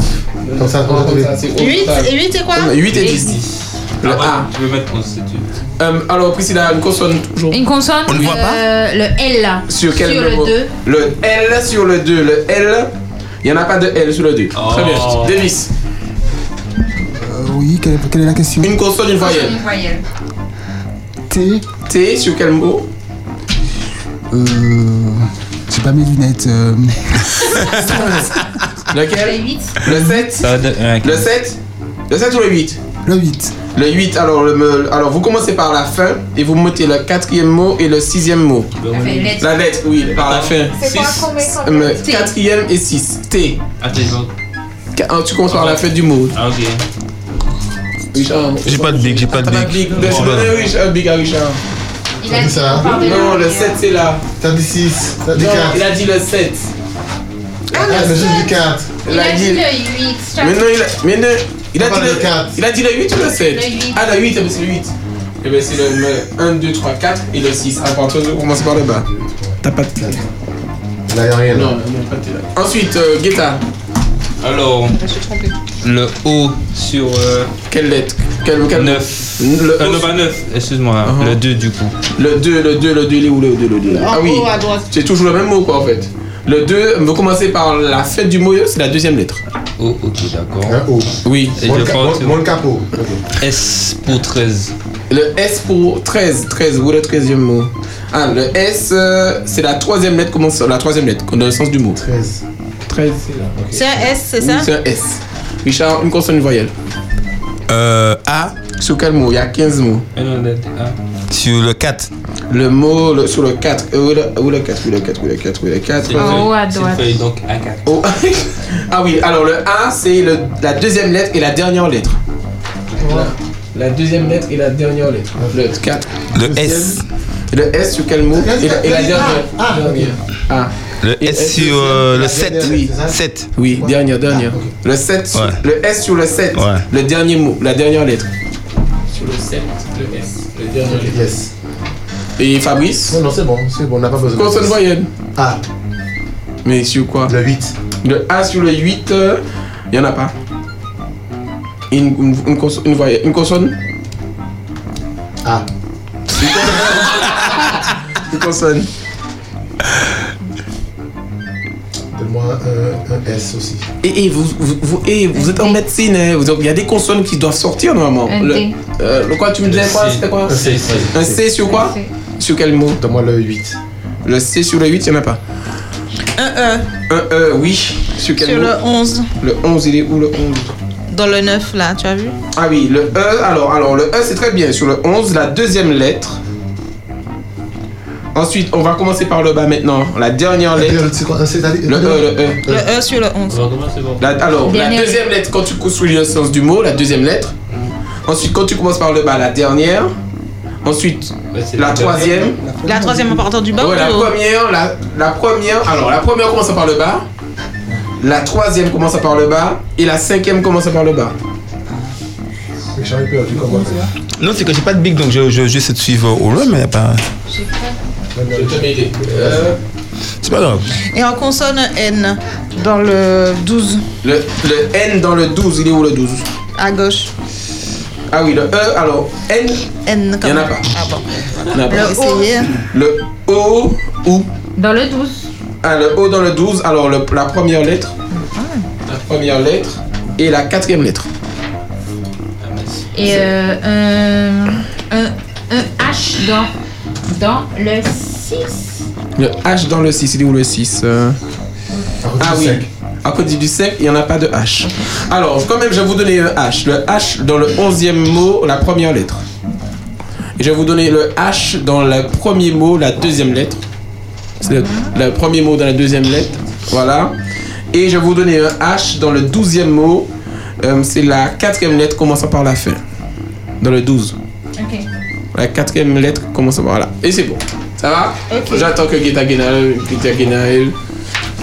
[SPEAKER 11] Comme ça, on va trouver.
[SPEAKER 4] 8 et 8 et quoi
[SPEAKER 5] 8 et 10. Le A. Ah, Je vais mettre 11, Alors, Priscilla, une consonne toujours.
[SPEAKER 7] Une consonne,
[SPEAKER 5] le voit
[SPEAKER 7] euh, le L là.
[SPEAKER 5] Sur quel
[SPEAKER 7] le
[SPEAKER 5] numéro
[SPEAKER 7] 2.
[SPEAKER 5] Le L sur le 2. Le L. Il n'y en a pas de L sur le 2. Très bien. Davis.
[SPEAKER 1] Euh, oui, quelle, quelle est la question
[SPEAKER 5] Une consonne, une voyelle.
[SPEAKER 7] Une voyelle.
[SPEAKER 1] T.
[SPEAKER 5] T sur quel mot
[SPEAKER 1] Euh. Je sais pas mes lunettes. euh.
[SPEAKER 5] Lequel Le 7 Le 7 Le 7 ou le 8
[SPEAKER 1] Le 8.
[SPEAKER 5] Le 8, alors, le, me- alors vous commencez par la fin et vous mettez le quatrième mot et le sixième mot.
[SPEAKER 10] lettre.
[SPEAKER 5] La lettre, oui, par la fin.
[SPEAKER 10] C'est quoi,
[SPEAKER 5] Six.
[SPEAKER 10] combien, combien
[SPEAKER 5] Euh,
[SPEAKER 10] T.
[SPEAKER 5] Quatrième et 6. Ah, T.
[SPEAKER 6] Attends,
[SPEAKER 5] Qu- ah, tu commences par la fin du mot.
[SPEAKER 6] Ah, ok.
[SPEAKER 5] Richard.
[SPEAKER 3] J'ai pas de big, j'ai pas de ben.
[SPEAKER 5] T'as pas de
[SPEAKER 3] big.
[SPEAKER 5] big. Laisse-
[SPEAKER 3] J'ai pas de-
[SPEAKER 5] donnez un Rich- un big à Richard.
[SPEAKER 7] Il a dit
[SPEAKER 11] ça.
[SPEAKER 5] Non, le 7 c'est là.
[SPEAKER 11] T'as dit 6. T'as dit
[SPEAKER 5] Non,
[SPEAKER 11] 4.
[SPEAKER 5] il a dit le 7.
[SPEAKER 11] Ah, mais j'ai dit 4.
[SPEAKER 5] Il a dit
[SPEAKER 7] le 8.
[SPEAKER 5] Mais non, il a, mais non, il a dit le
[SPEAKER 11] 4.
[SPEAKER 5] Il a dit le 8 ou le 7
[SPEAKER 7] Le huit.
[SPEAKER 5] Ah, le 8, c'est le 8. Et bien, c'est le 1, 2, 3, 4 et le 6. À partir de, on commence par le bas. T'as pas de tête.
[SPEAKER 11] Là, y'a rien.
[SPEAKER 5] Non, non, pas de tête. Ensuite, euh, Guetta.
[SPEAKER 6] Alors, le O sur. euh,
[SPEAKER 5] Quelle lettre
[SPEAKER 6] 9.
[SPEAKER 5] Le
[SPEAKER 6] Ah, non, pas 9, excuse-moi.
[SPEAKER 5] Uh-huh.
[SPEAKER 6] Le 2 du coup.
[SPEAKER 5] Le 2, le 2, le 2, il est où le 2, le 2
[SPEAKER 6] En
[SPEAKER 5] Ah oui,
[SPEAKER 6] haut, à droite.
[SPEAKER 5] c'est toujours le même mot quoi en fait. Le 2, vous commencez par la fête du mot, c'est la deuxième lettre.
[SPEAKER 6] O, ok, d'accord.
[SPEAKER 5] Oui.
[SPEAKER 6] Et je pense.
[SPEAKER 11] capot.
[SPEAKER 6] S pour 13.
[SPEAKER 5] Le S pour 13, 13, où est le 13e mot Ah, le S, euh, c'est la troisième lettre, comment ça- la troisième lettre, dans le sens du mot.
[SPEAKER 11] 13.
[SPEAKER 5] 13, c'est là. ok.
[SPEAKER 4] C'est un S, c'est
[SPEAKER 5] Oui,
[SPEAKER 4] ça
[SPEAKER 5] C'est un E. S. Richard, une consonne, une voyelle.
[SPEAKER 3] Euh, A.
[SPEAKER 5] Sur quel mot Il y a 15 mots.
[SPEAKER 3] Sur le 4.
[SPEAKER 5] Le mot le- sur le 4. Où est le, où est le 4 Où est le 4 Où est le 4 Où est le 4
[SPEAKER 6] C'est une feuille- c'est une feuille, donc A4.
[SPEAKER 5] Oh, ah oui, alors le A, c'est le- la deuxième lettre et la dernière lettre. La, la deuxième lettre et la dernière lettre. Le 4.
[SPEAKER 3] Le S.
[SPEAKER 5] Le S sur quel mot et la, et la dernière.
[SPEAKER 11] Ah,
[SPEAKER 5] dernière. Ah.
[SPEAKER 3] Le
[SPEAKER 5] Et
[SPEAKER 3] S sur euh, le 7.
[SPEAKER 5] Oui,
[SPEAKER 3] 7.
[SPEAKER 5] Oui, dernière, dernière. Ah, Le 7 sur-
[SPEAKER 3] Ouais.
[SPEAKER 5] le S sur le 7.
[SPEAKER 3] Ouais.
[SPEAKER 5] Le dernier mot, la dernière lettre. Sur le 7, le S, le dernier lettre.
[SPEAKER 11] Yes.
[SPEAKER 5] Et Fabrice
[SPEAKER 11] Non, non, c'est bon, c'est bon, on n'a pas besoin.
[SPEAKER 5] Consonne voyelle.
[SPEAKER 11] Ah.
[SPEAKER 5] Mais sur quoi
[SPEAKER 11] Le 8.
[SPEAKER 5] Le A sur le 8, il n'y en a pas. Une, une, une, cons- une voyelle- une consonne Ah.
[SPEAKER 11] A.
[SPEAKER 5] Une consonne.
[SPEAKER 11] Donne-moi
[SPEAKER 5] euh,
[SPEAKER 11] un, un S aussi.
[SPEAKER 5] Et, et vous, vous, vous- et vous êtes en médecine, hein. Vous- il y a des consonnes qui doivent sortir normalement.
[SPEAKER 11] Un
[SPEAKER 5] le,
[SPEAKER 11] D.
[SPEAKER 5] euh, le quoi, tu me disais quoi C'était quoi
[SPEAKER 11] Un C.
[SPEAKER 5] Un C sur quoi Sur quel mot
[SPEAKER 11] Donne-moi le 8.
[SPEAKER 5] Le C sur le 8, il n'y en a pas.
[SPEAKER 4] Un E.
[SPEAKER 5] Un E, oui. Sur quel
[SPEAKER 4] Sur
[SPEAKER 5] mot
[SPEAKER 4] le 11.
[SPEAKER 5] Le 11, il est où le 11
[SPEAKER 4] Dans le 9, là, tu as vu
[SPEAKER 5] Ah oui, le E, alors, alors le E c'est très bien. Sur le 11, la deuxième lettre. Ensuite, on va commencer par le bas maintenant. La dernière lettre. Le E, le E.
[SPEAKER 4] Le E sur le 11.
[SPEAKER 5] La- alors,
[SPEAKER 4] Dernière
[SPEAKER 5] la deuxième lettre, quand tu soulignes le sens du mot, la deuxième lettre. Ensuite, quand tu commences par le bas, la dernière. Ensuite, la, troisième.
[SPEAKER 4] La troisième en partant du bas
[SPEAKER 5] Ouais, la
[SPEAKER 4] ou
[SPEAKER 5] première, la, la première. Alors, la première commence par le bas. La troisième commence par le bas. Et la cinquième commence par le bas.
[SPEAKER 11] J'en ai perdu comment
[SPEAKER 3] Non, c'est que j'ai pas de big, donc je, je, j'essaie de suivre au loin, mais y a pas.
[SPEAKER 5] Je vais te m'aider. Euh,
[SPEAKER 3] C'est pas grave.
[SPEAKER 4] Et en consonne N dans le 12
[SPEAKER 5] Le, le N dans le 12, il est où le 12
[SPEAKER 4] à gauche.
[SPEAKER 5] Ah oui, le E, alors N,
[SPEAKER 4] N
[SPEAKER 5] il
[SPEAKER 4] comme
[SPEAKER 5] n'y en a pas.
[SPEAKER 4] Ah bon.
[SPEAKER 5] Il y en a pas.
[SPEAKER 4] Le O.
[SPEAKER 5] Le O où
[SPEAKER 7] Dans le 12.
[SPEAKER 5] Ah, le O dans le 12, alors le- la première lettre. La première lettre et la quatrième lettre.
[SPEAKER 7] Et euh, un, un, un H dans, dans le 6.
[SPEAKER 5] Le H dans le 6, il est où le 6 euh Ah oui. À côté du 5, il n'y en a pas de H. Alors, quand même, je vais vous donner un H. Le H dans le 11e mot, la première lettre. Et je vais vous donner le H dans le premier mot, la deuxième lettre. C'est le, le premier mot dans la deuxième lettre. Voilà. Et je vais vous donner un H dans le 12e mot. Euh, c'est la quatrième lettre commençant par la fin. Dans le 12.
[SPEAKER 7] Ok.
[SPEAKER 5] La quatrième lettre commence par là. Et c'est bon. Ça va J'attends que Guetta Guenaël, Guetta Guenaël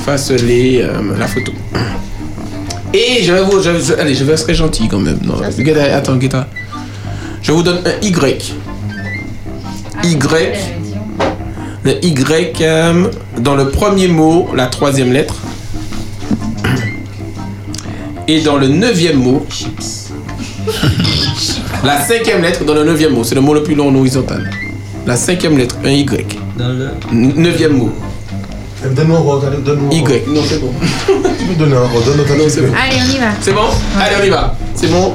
[SPEAKER 5] fasse les, euh, la photo. Et je vais vous. je- je- allez, je vais être très gentil quand même. Non, Guetta, attends, Guetta. Je vous donne un Y. Y. Le Y euh, dans le premier mot, la troisième lettre. Et dans le neuvième mot, la cinquième lettre dans le neuvième mot, c'est le mot le plus long en horizontal. La cinquième lettre, un Y.
[SPEAKER 6] Dans le.
[SPEAKER 5] N- Neuvième mot.
[SPEAKER 11] Donne-moi un rôle, donne-moi
[SPEAKER 5] Y. Non, c'est bon.
[SPEAKER 11] Tu peux donner un rôle, donne-moi un petit peu.
[SPEAKER 7] Allez, on y va.
[SPEAKER 5] C'est bon Allez, on y va. C'est bon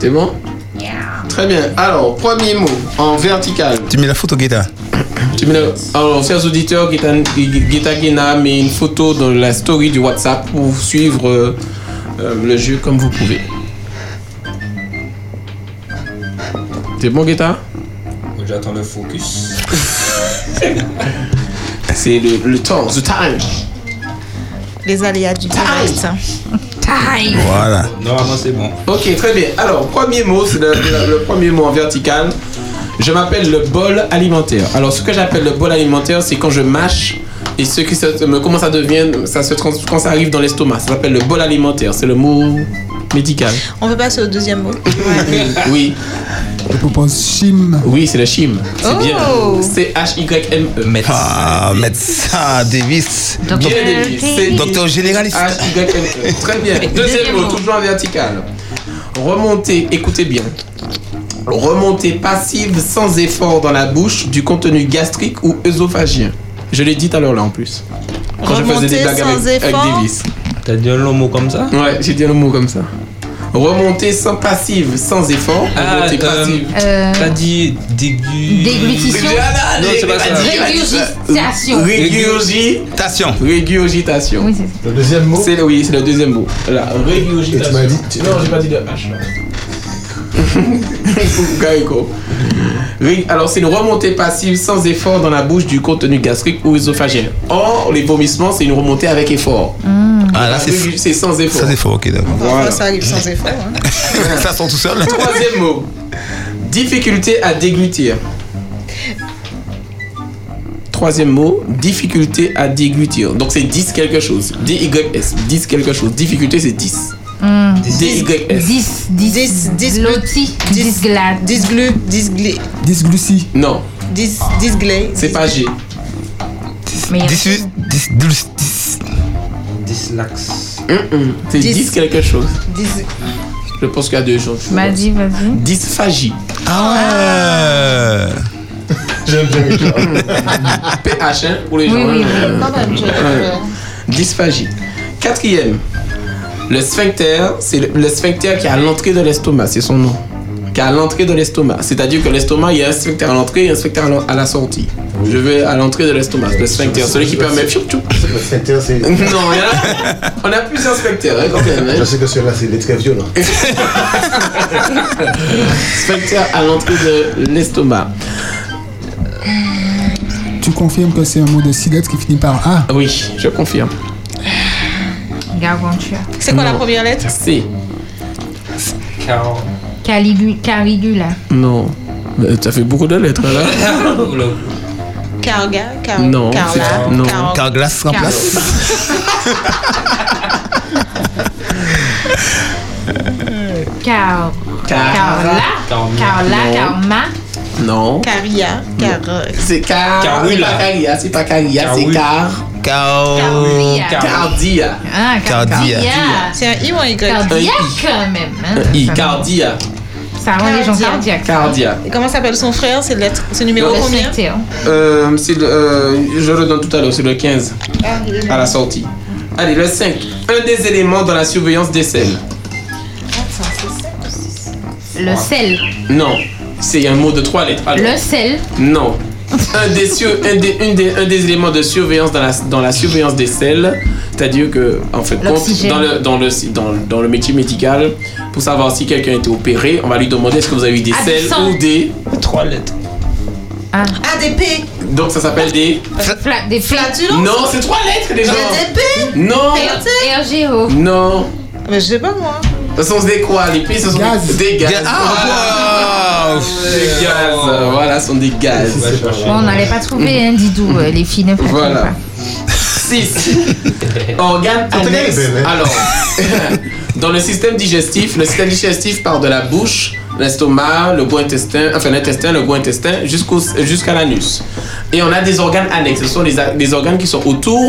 [SPEAKER 5] C'est bon Très bien. Alors, premier mot en vertical.
[SPEAKER 3] Tu mets la photo, Guetta
[SPEAKER 5] Tu mets le- Alors, chers auditeurs, Guetta Guetta Guena met une photo dans la story du WhatsApp pour suivre euh, euh, le jeu comme vous pouvez. C'est bon, Guetta
[SPEAKER 6] Oh, J'attends le focus.
[SPEAKER 5] C'est le, le temps, the time.
[SPEAKER 4] Les aléas du direct. hein.
[SPEAKER 7] Time.
[SPEAKER 3] Voilà.
[SPEAKER 6] Normalement, c'est bon.
[SPEAKER 5] Ok, très bien. Alors, premier mot, c'est le, le- le premier mot en vertical. Je m'appelle le bol alimentaire. Alors, ce que j'appelle le bol alimentaire, c'est quand je mâche et ce qui se, me- comment ça devient, ça se trans- quand ça arrive dans l'estomac, ça s'appelle le bol alimentaire. C'est le mot médical.
[SPEAKER 4] On peut passer au deuxième mot.
[SPEAKER 5] Oui.
[SPEAKER 1] Je propose chim.
[SPEAKER 5] Oui, c'est le chim. C'est
[SPEAKER 4] Oh.
[SPEAKER 5] bien. C-H-Y-M-E. Metz.
[SPEAKER 3] Ah, médecin, Davis.
[SPEAKER 5] Bien, Davis. C'est-
[SPEAKER 3] Docteur généraliste.
[SPEAKER 5] H-Y-M-E. Très bien.
[SPEAKER 3] Deuxième
[SPEAKER 5] Deuxième mot,
[SPEAKER 3] mot.
[SPEAKER 5] toujours en vertical. Remonter, écoutez bien. Remontée passive sans effort dans la bouche du contenu gastrique ou œsophagien. Je l'ai dit tout à l'heure là en plus. Quand je faisais
[SPEAKER 4] Remontée
[SPEAKER 5] des blagues avec,
[SPEAKER 4] sans
[SPEAKER 5] avec
[SPEAKER 4] effort.
[SPEAKER 5] Davis. T'as dit un long mot comme ça Ouais, j'ai dit un long mot comme ça. Remontée sans passive, sans effort.
[SPEAKER 6] Ah,
[SPEAKER 5] Remontée
[SPEAKER 6] euh,
[SPEAKER 5] passive.
[SPEAKER 7] Euh,
[SPEAKER 6] T'as dit dégu...
[SPEAKER 7] Déglutition.
[SPEAKER 6] Non, c'est pas ça.
[SPEAKER 7] Régurgitation.
[SPEAKER 5] Régurgitation. Régurgitation.
[SPEAKER 7] Oui, c'est ça.
[SPEAKER 5] Le deuxième mot C'est le- oui, c'est le deuxième mot. La régurgitation.
[SPEAKER 11] Et tu m'as dit-
[SPEAKER 5] Non, j'ai pas dit de H. là. Gaïko. Ré- Alors, c'est une remontée passive sans effort dans la bouche du contenu gastrique ou œsophagien. Or, les vomissements, c'est une remontée avec effort.
[SPEAKER 3] Ah, là, c'est-
[SPEAKER 5] Régu- c'est sans effort.
[SPEAKER 3] Ça, c'est faux, ok, d'accord.
[SPEAKER 5] Voilà.
[SPEAKER 4] Hmm. Ça arrive sans effort. hein.
[SPEAKER 3] Ça sent tout seul.
[SPEAKER 5] Troisième mot. Difficulté à déglutir. Troisième mot, difficulté à déglutir. Donc c'est 10 quelque chose. D-Y-S. 10 quelque chose. Difficulté c'est 10.
[SPEAKER 7] Hmm.
[SPEAKER 5] D-Y-S.
[SPEAKER 7] 10, 10, 10, loti, 10 glades.
[SPEAKER 4] 10 glu, 10 glé,
[SPEAKER 1] Dysglucie.
[SPEAKER 5] Non.
[SPEAKER 4] 10, 10 glé.
[SPEAKER 5] C'est pas G.
[SPEAKER 7] Mais il y a-
[SPEAKER 3] 18, 10, 12, 10.
[SPEAKER 6] Dyslax.
[SPEAKER 5] C'est 10. quelque chose.
[SPEAKER 4] 10.
[SPEAKER 5] Je pense qu'il y a deux gens.
[SPEAKER 7] M'a dit, vas-y.
[SPEAKER 5] Dysphagie.
[SPEAKER 3] Ah
[SPEAKER 5] J'aime PH hein, pour les gens.
[SPEAKER 7] Oui, oui, oui.
[SPEAKER 5] hein.
[SPEAKER 7] Quand même, je-
[SPEAKER 5] Ouais. Dysphagie. Quatrième, le sphincter, c'est le, le sphincter qui est à l'entrée de l'estomac, c'est son nom. Qui est à l'entrée de l'estomac. C'est-à-dire que l'estomac, il y a un sphincter à l'entrée et un sphincter à l'en- à la sortie. Je vais à l'entrée de l'estomac, le sphincter, celui qui permet.
[SPEAKER 11] Le sphincter, c'est.
[SPEAKER 5] Non, il y en a- on a plusieurs sphincters hein, quand même. hein.
[SPEAKER 11] Je sais que celui-là, c'est des très violents.
[SPEAKER 5] Sphincter à l'entrée de l'estomac.
[SPEAKER 1] Tu confirmes que c'est un mot de six lettres qui finit par A
[SPEAKER 5] Oui, je confirme.
[SPEAKER 7] Gargantua.
[SPEAKER 4] C'est quoi la première lettre
[SPEAKER 5] C.
[SPEAKER 7] Caligu- Carigula.
[SPEAKER 5] Non. Mais Ça fait beaucoup de lettres là.
[SPEAKER 4] Carga, car,
[SPEAKER 5] Non,
[SPEAKER 4] Carla,
[SPEAKER 5] c'est- non.
[SPEAKER 4] Car-
[SPEAKER 5] Carglass remplace.
[SPEAKER 4] Car-
[SPEAKER 7] Car.
[SPEAKER 5] Carla.
[SPEAKER 7] Carla. Carla,
[SPEAKER 5] Non.
[SPEAKER 7] Karma.
[SPEAKER 5] Non.
[SPEAKER 4] Caria, Car.
[SPEAKER 5] C'est Car.
[SPEAKER 4] Carula.
[SPEAKER 5] C'est pas Caria, c'est pas Caria, c'est
[SPEAKER 3] Carula.
[SPEAKER 5] Car.
[SPEAKER 3] Cardia.
[SPEAKER 5] Cardia.
[SPEAKER 7] Ah, car-
[SPEAKER 3] Cardia.
[SPEAKER 4] C'est un I ou un Y
[SPEAKER 7] Cardiaque, quand même. hein.
[SPEAKER 5] Un Euh, I. Cardia.
[SPEAKER 7] Ça rend les gens
[SPEAKER 4] Cardia.
[SPEAKER 7] cardiaques.
[SPEAKER 5] Cardia.
[SPEAKER 4] Et comment s'appelle son frère C'est lettre, c'est
[SPEAKER 7] Le
[SPEAKER 4] numéro combien
[SPEAKER 7] sphincter.
[SPEAKER 5] Euh, c'est le- euh, je redonne tout à l'heure, c'est le 15
[SPEAKER 4] Ah, il-
[SPEAKER 5] à la sortie. Allez, le 5. Un des éléments dans la surveillance des selles.
[SPEAKER 7] Le sel.
[SPEAKER 5] Non, c'est un mot de trois lettres. Alors,
[SPEAKER 7] Le sel.
[SPEAKER 5] Non. Un des, sur- un des- une des- un des éléments de surveillance dans la, dans la surveillance des selles, c'est-à-dire que, en fait, compte,
[SPEAKER 7] L'oxygène.
[SPEAKER 5] dans, le, dans, le, dans, le- dans le métier médical, pour savoir si quelqu'un a été opéré, on va lui demander est-ce que vous avez eu des
[SPEAKER 7] Ah, du
[SPEAKER 5] selles
[SPEAKER 7] sang.
[SPEAKER 5] ou des. Trois lettres.
[SPEAKER 7] Ah.
[SPEAKER 4] ADP.
[SPEAKER 5] Donc ça s'appelle des.
[SPEAKER 7] Fla- des
[SPEAKER 4] Flatulences.
[SPEAKER 5] Non, c'est trois lettres déjà.
[SPEAKER 4] ADP.
[SPEAKER 5] Non.
[SPEAKER 7] RGO.
[SPEAKER 5] Non.
[SPEAKER 4] Mais je sais pas moi.
[SPEAKER 5] Ce sont des quoi Les pistes, ce sont
[SPEAKER 1] Gaz.
[SPEAKER 5] des gaz. Ah, Des gaz. Voilà, ce sont des gaz.
[SPEAKER 7] Bon, on n'allait pas trouver, hein, Didou. euh, les filles ne flatulent
[SPEAKER 5] Voilà.
[SPEAKER 7] pas.
[SPEAKER 5] 6. Organe annexe. Alors, dans le système digestif, le système digestif part de la bouche, l'estomac, le gros intestin, enfin l'intestin, le gros intestin, jusqu'au- jusqu'à l'anus. Et on a des organes annexes. Ce sont les, a- les organes qui sont autour,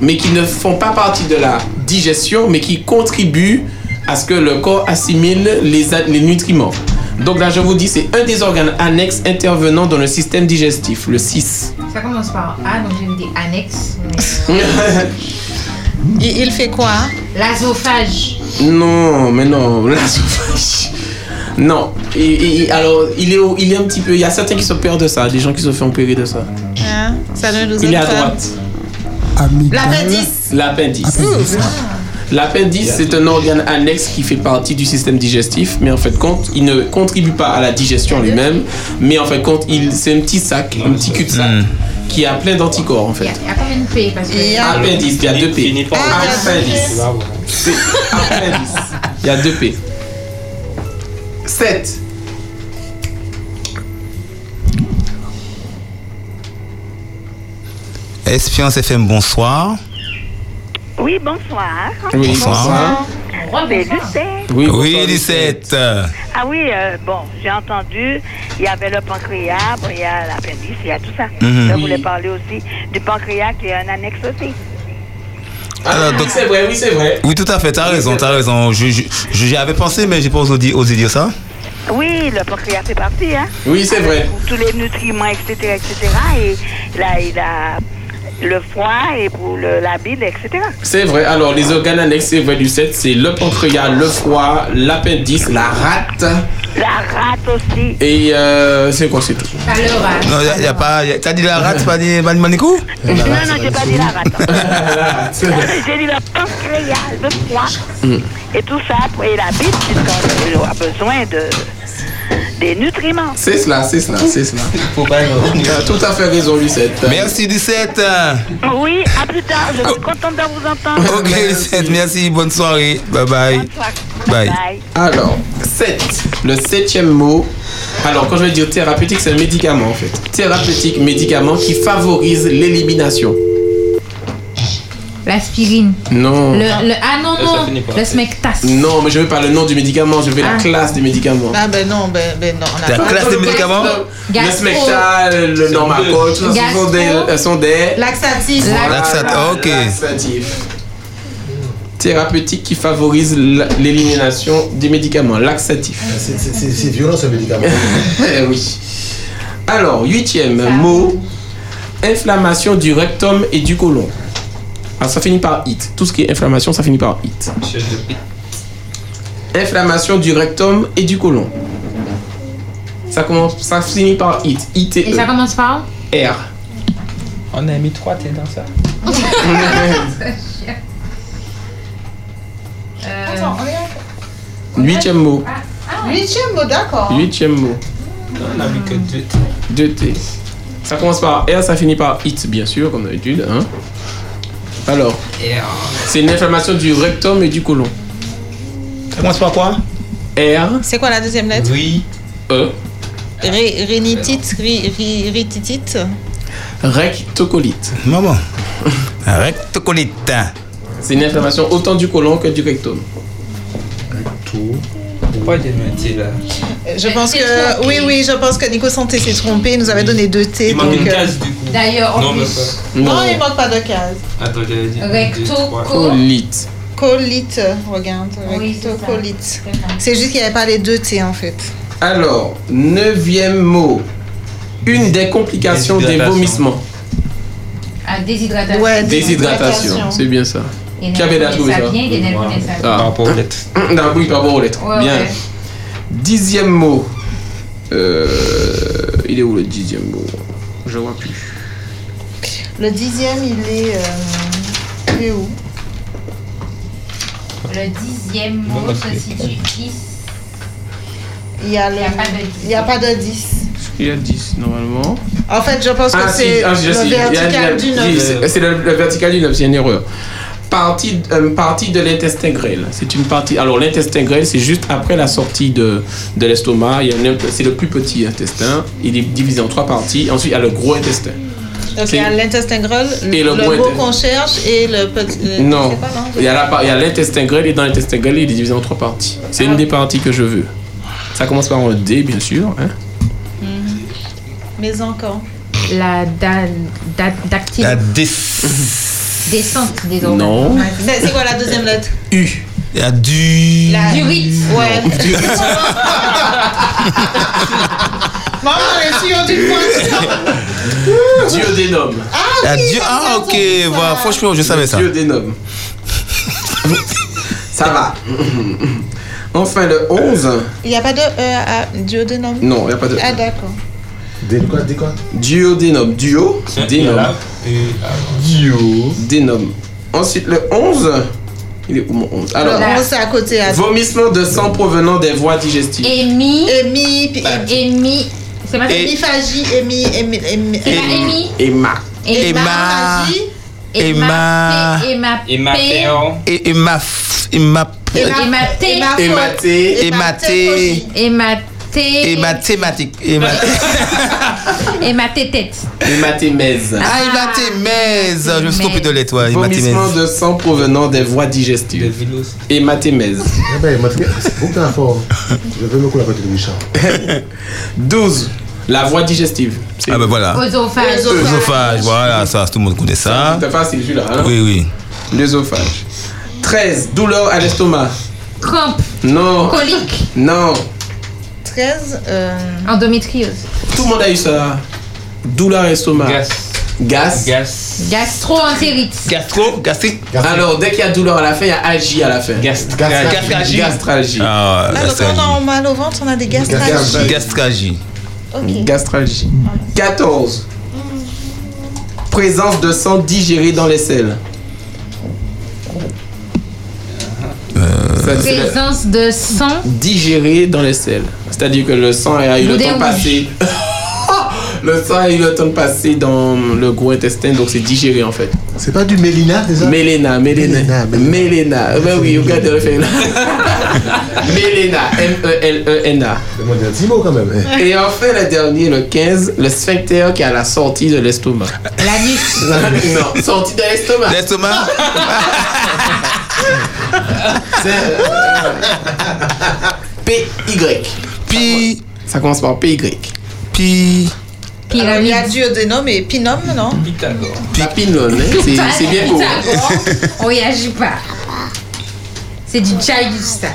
[SPEAKER 5] mais qui ne font pas partie de la digestion, mais qui contribuent à ce que le corps assimile les, a- les nutriments. Donc là, je vous dis, c'est un des organes annexes intervenant dans le système digestif, le 6.
[SPEAKER 7] Ça commence par A, donc j'ai dit annexe.
[SPEAKER 4] Il, il fait quoi hein?
[SPEAKER 7] L'azophage.
[SPEAKER 5] Non, mais non, l'œsophage. Non. Et- et- et alors, il est, au- il est un petit peu. Il y a certains qui se perdent de ça, des gens qui se font opérer de ça.
[SPEAKER 4] Hein, ça ne nous
[SPEAKER 5] Il est à
[SPEAKER 4] aide pas.
[SPEAKER 5] droite.
[SPEAKER 4] L'appendice.
[SPEAKER 5] L'appendice.
[SPEAKER 4] Ouh.
[SPEAKER 5] L'appendice, c'est un organe annexe qui fait partie du système digestif, mais en fait, compte, il ne contribue pas à la digestion lui-même, mais en fait, compte, il, c'est un petit sac, un petit cul-de-sac qui a plein d'anticorps en fait.
[SPEAKER 7] Il y a combien de pays parce que...
[SPEAKER 5] Appendice, il y a deux P. Appendice. C'est appendice. Il y a deux P. 7.
[SPEAKER 3] Espiance FM, bonsoir.
[SPEAKER 13] Oui, bonsoir.
[SPEAKER 3] Oui, Bonsoir.
[SPEAKER 13] Oh, ben, je sais.
[SPEAKER 3] Oui, Lucette.
[SPEAKER 13] Ah oui, euh, bon, j'ai entendu, il y avait le pancréas, bon, il y a l'appendice, il y a tout ça.
[SPEAKER 3] Mhm.
[SPEAKER 13] Je voulais parler aussi du pancréas qui est un annexe aussi.
[SPEAKER 3] Alors, Ah, donc-
[SPEAKER 5] Ah, C'est vrai, oui, c'est vrai.
[SPEAKER 3] Oui, tout à fait, t'as raison, t'as raison. Je- je- je- J'y avais pensé, mais j'ai pas osé dire, osé dire ça.
[SPEAKER 13] Oui, le pancréas fait partie, hein.
[SPEAKER 3] Oui, c'est vrai.
[SPEAKER 13] Pour tous les nutriments, etc., etc. Et là, il a le foie et pour le- la bile, etc.
[SPEAKER 5] C'est vrai. Alors, les organes annexes, c'est vrai, du 7, c'est le pancréas, le foie, l'appendice, la rate.
[SPEAKER 13] La rate aussi.
[SPEAKER 5] Et euh, c'est quoi, c'est tout
[SPEAKER 3] Non, y a, y a pas. y a- T'as dit la rate, pas dit pas dit Manikou
[SPEAKER 13] Non, non, j'ai pas dit la rate. j'ai dit le pancréas, le foie et tout ça, et la bile, puisqu'on a besoin de, des nutriments.
[SPEAKER 5] C'est cela, c'est cela, c'est cela. Faut pas T'as tout à fait raison, Lucette.
[SPEAKER 3] Merci, Lucette.
[SPEAKER 13] Oui, à plus tard, je suis contente de vous entendre.
[SPEAKER 3] Ok, Lucette, merci, bonne soirée. Bye bye. Bye. Ah,
[SPEAKER 5] Alors, 7. Le septième mot. Alors, quand je vais dire thérapeutique, c'est un médicament en fait. Thérapeutique, médicament qui favorise l'élimination.
[SPEAKER 7] L'aspirine.
[SPEAKER 5] Non.
[SPEAKER 7] Le, le- ah non, non, le smectas.
[SPEAKER 5] Non, mais je veux pas le nom du médicament, je veux
[SPEAKER 7] Ah. Bah,
[SPEAKER 5] la classe des médicaments.
[SPEAKER 4] Ah ben non, ben, ben non. on a pas-
[SPEAKER 5] Le
[SPEAKER 4] Gastro.
[SPEAKER 5] smectal, le normacol, tout ça, ce sont des.
[SPEAKER 4] Gastro.
[SPEAKER 5] euh, sont des-
[SPEAKER 4] Laxatif.
[SPEAKER 5] Voilà, laxatif. Thérapeutique qui favorise la- l'élimination des médicaments. Laxatif. Ah, C'est violent ce médicament. Eh oui. Alors, huitième mot inflammation du rectum et du côlon. Alors, ça finit par it. Tout ce qui est inflammation, ça finit par it. Inflammation du rectum et du côlon. Ça, commence, ça finit par it. it
[SPEAKER 7] Et ça commence par où
[SPEAKER 5] R.
[SPEAKER 12] On a mis trois t'es dans ça.
[SPEAKER 5] Euh,
[SPEAKER 4] Attends, on est à-
[SPEAKER 5] Huitième mot.
[SPEAKER 7] Ah.
[SPEAKER 4] Huitième mot, d'accord.
[SPEAKER 5] Huitième mot. on a mis que deux T. Ça commence par R, ça finit par IT, bien sûr, comme d'habitude. hein. Alors, c'est une inflammation du rectum et du côlon. Ça commence par quoi R,
[SPEAKER 4] C'est quoi la deuxième lettre
[SPEAKER 5] oui. E,
[SPEAKER 4] Ré- Rhinitite, ri- ri- rititite.
[SPEAKER 5] rectocolite.
[SPEAKER 3] Maman. Rectocolite.
[SPEAKER 5] C'est une inflammation autant du côlon que du rectum.
[SPEAKER 12] Pourquoi j'ai mis un T là
[SPEAKER 4] Euh, Je pense que oui, oui, je pense que Nico Santé s'est trompé. Il nous avait donné deux T.
[SPEAKER 12] Il manque
[SPEAKER 4] donc,
[SPEAKER 12] une
[SPEAKER 4] euh,
[SPEAKER 12] case du coup.
[SPEAKER 7] D'ailleurs,
[SPEAKER 12] Non,
[SPEAKER 7] on
[SPEAKER 12] mais
[SPEAKER 7] dit
[SPEAKER 12] pas.
[SPEAKER 4] Non, il manque pas de case.
[SPEAKER 12] Attends, j'avais dit.
[SPEAKER 5] Rectocolite.
[SPEAKER 4] Colite, regarde, rectocolite. C'est juste qu'il n'y avait pas les deux T en fait.
[SPEAKER 5] Alors, neuvième mot. Une des complications des
[SPEAKER 12] Déshydratation.
[SPEAKER 5] vomissements.
[SPEAKER 7] Ah, déshydratation.
[SPEAKER 5] Déshydratation, c'est bien ça.
[SPEAKER 7] Et
[SPEAKER 5] Qui avait la trouvé
[SPEAKER 7] ça
[SPEAKER 5] ça Ah.
[SPEAKER 7] bien, et elle connaît ça.
[SPEAKER 5] Par rapport aux lettres. oui, par rapport aux lettres.
[SPEAKER 7] Ouais,
[SPEAKER 5] Bien.
[SPEAKER 7] ouais.
[SPEAKER 5] Dixième mot. Euh, il est où le dixième mot Je vois plus.
[SPEAKER 4] Le dixième, il est. euh, il est où
[SPEAKER 7] Le dixième mot se situe ici.
[SPEAKER 4] Il n'y a, le- il y a pas de 10.
[SPEAKER 5] Il y a 10 normalement.
[SPEAKER 4] En fait, je pense que
[SPEAKER 5] Ah, si,
[SPEAKER 4] c'est
[SPEAKER 5] ah, je
[SPEAKER 4] le
[SPEAKER 5] sais, il y a- il y a-
[SPEAKER 4] vertical du
[SPEAKER 5] oui,
[SPEAKER 4] neuf.
[SPEAKER 5] c'est- C'est le, le vertical du neuf, c'est une erreur. Partie, euh, partie de l'intestin grêle. C'est une partie. Alors, l'intestin grêle, c'est juste après la sortie de, de l'estomac. Il y a un int- C'est le plus petit intestin. Il est divisé en trois parties. Ensuite, il y a le gros intestin.
[SPEAKER 4] Donc, il y a l'intestin grêle,
[SPEAKER 5] Et
[SPEAKER 4] le,
[SPEAKER 5] le gros
[SPEAKER 4] gros
[SPEAKER 5] intestin.
[SPEAKER 4] qu'on cherche et le petit. le- je
[SPEAKER 5] Non.
[SPEAKER 4] sais pas,
[SPEAKER 5] Il y a la par- il y a l'intestin grêle et dans l'intestin grêle, il est divisé en trois parties. C'est
[SPEAKER 4] Ah.
[SPEAKER 5] une des parties que je veux. Ça commence par un D, bien sûr. hein.
[SPEAKER 4] Mais encore.
[SPEAKER 7] La da, da, dactyle.
[SPEAKER 3] La
[SPEAKER 7] descente des organes.
[SPEAKER 3] Non.
[SPEAKER 4] C'est c'est quoi la deuxième lettre
[SPEAKER 3] U. La du.
[SPEAKER 4] La durite. Ouais.
[SPEAKER 3] Du-
[SPEAKER 4] Maman, elle est sûre du point.
[SPEAKER 5] Duodénome.
[SPEAKER 3] La du- Ah, ok, voilà, franchement, je savais ça.
[SPEAKER 5] Duodénome. Ça va. Enfin, le 11,
[SPEAKER 4] Il n'y a pas de E à duodénum
[SPEAKER 5] Non, il n'y a pas de-
[SPEAKER 4] Ah, d'accord.
[SPEAKER 5] Des quoi, des quoi Duo dénome. Duo dénome. Duo dénome. Ensuite, le 11. Il est où mon 11 Alors,
[SPEAKER 4] Alors, on c'est à côté. à-
[SPEAKER 5] vomissement de sang provenant des voies digestives.
[SPEAKER 7] Émi.
[SPEAKER 4] Émi. puis
[SPEAKER 7] Émi. C'est
[SPEAKER 4] pas
[SPEAKER 5] Et-
[SPEAKER 4] Émiphagie, Émi, Émi, Émi.
[SPEAKER 7] C'est pas Émi.
[SPEAKER 5] Emma.
[SPEAKER 3] Emma.
[SPEAKER 4] Émiphagie.
[SPEAKER 3] Emma.
[SPEAKER 7] Emma.
[SPEAKER 3] Emma.
[SPEAKER 7] P.
[SPEAKER 3] Et Emma. F- Emma.
[SPEAKER 5] E
[SPEAKER 7] Emma T.
[SPEAKER 3] Emma T. Emma T.
[SPEAKER 7] Emma T.
[SPEAKER 3] Et mathématiques. Et ma-
[SPEAKER 7] Emma T. Tête.
[SPEAKER 5] Et matémèse.
[SPEAKER 3] Ah, et mathémèse. Je me suis trompé de lettre, toi. Et
[SPEAKER 5] Vomissement
[SPEAKER 3] mathémèse.
[SPEAKER 5] de sang provenant des voies digestives. Et matémèse.
[SPEAKER 11] Eh ben, moi, c'est aucun fort. Je vais me couler à côté de Richard.
[SPEAKER 5] 12. La voie digestive.
[SPEAKER 3] Ah, ben voilà.
[SPEAKER 7] Oesophage.
[SPEAKER 3] Oesophage, voilà, ça, tout le monde connaît ça.
[SPEAKER 5] C'est facile, celui-là. hein.
[SPEAKER 3] Oui, oui.
[SPEAKER 5] L'œsophage. 13. Douleur à l'estomac.
[SPEAKER 7] Crampe.
[SPEAKER 3] Oh.
[SPEAKER 5] Non.
[SPEAKER 7] Colique.
[SPEAKER 5] Non.
[SPEAKER 4] 13. euh,
[SPEAKER 7] Endométriose.
[SPEAKER 5] Tout le monde a eu ça. Douleur à l'estomac. Gas. Gas.
[SPEAKER 7] Gastro-entérite.
[SPEAKER 3] Gastro. Gastrique.
[SPEAKER 5] Alors, dès qu'il y a douleur à la fin, il y a algie à la fin. Gastralgie. Gastralgie.
[SPEAKER 3] Ah,
[SPEAKER 4] Alors, quand on a mal au ventre, on a des gastralgies.
[SPEAKER 3] Gastragie.
[SPEAKER 4] Ok.
[SPEAKER 5] Gastralgie. 14. Présence de sang digéré dans les selles. Ça, c'est le-
[SPEAKER 7] Présence de sang.
[SPEAKER 5] digéré dans les selles. C'est-à-dire que le sang a eu le
[SPEAKER 7] Boudet
[SPEAKER 5] temps
[SPEAKER 7] rouge.
[SPEAKER 5] passé. le sang a eu le temps de passer dans le gros intestin, donc c'est digéré en fait.
[SPEAKER 11] C'est pas du Mélina, déjà
[SPEAKER 5] Mélina, Mélina. Mélina. Eh Ben oui, regardez le fait là. Mélina, E M-E-L-E-N-A.
[SPEAKER 11] Demandez un petit mot quand même. hein.
[SPEAKER 5] Et enfin, le dernier, le 15, le sphincter qui est à la sortie de l'estomac.
[SPEAKER 7] L'anus.
[SPEAKER 5] non, sortie de l'estomac.
[SPEAKER 3] L'estomac
[SPEAKER 5] euh, P-Y.
[SPEAKER 3] Pi.
[SPEAKER 5] Ça commence par P-Y.
[SPEAKER 3] Pi.
[SPEAKER 4] Alors, Il y a duodénum et pinum, non
[SPEAKER 5] Pythagore. Papillon, hein, c'est- c'est bien beau. hein.
[SPEAKER 7] On réagit pas. C'est du Jaius, ça.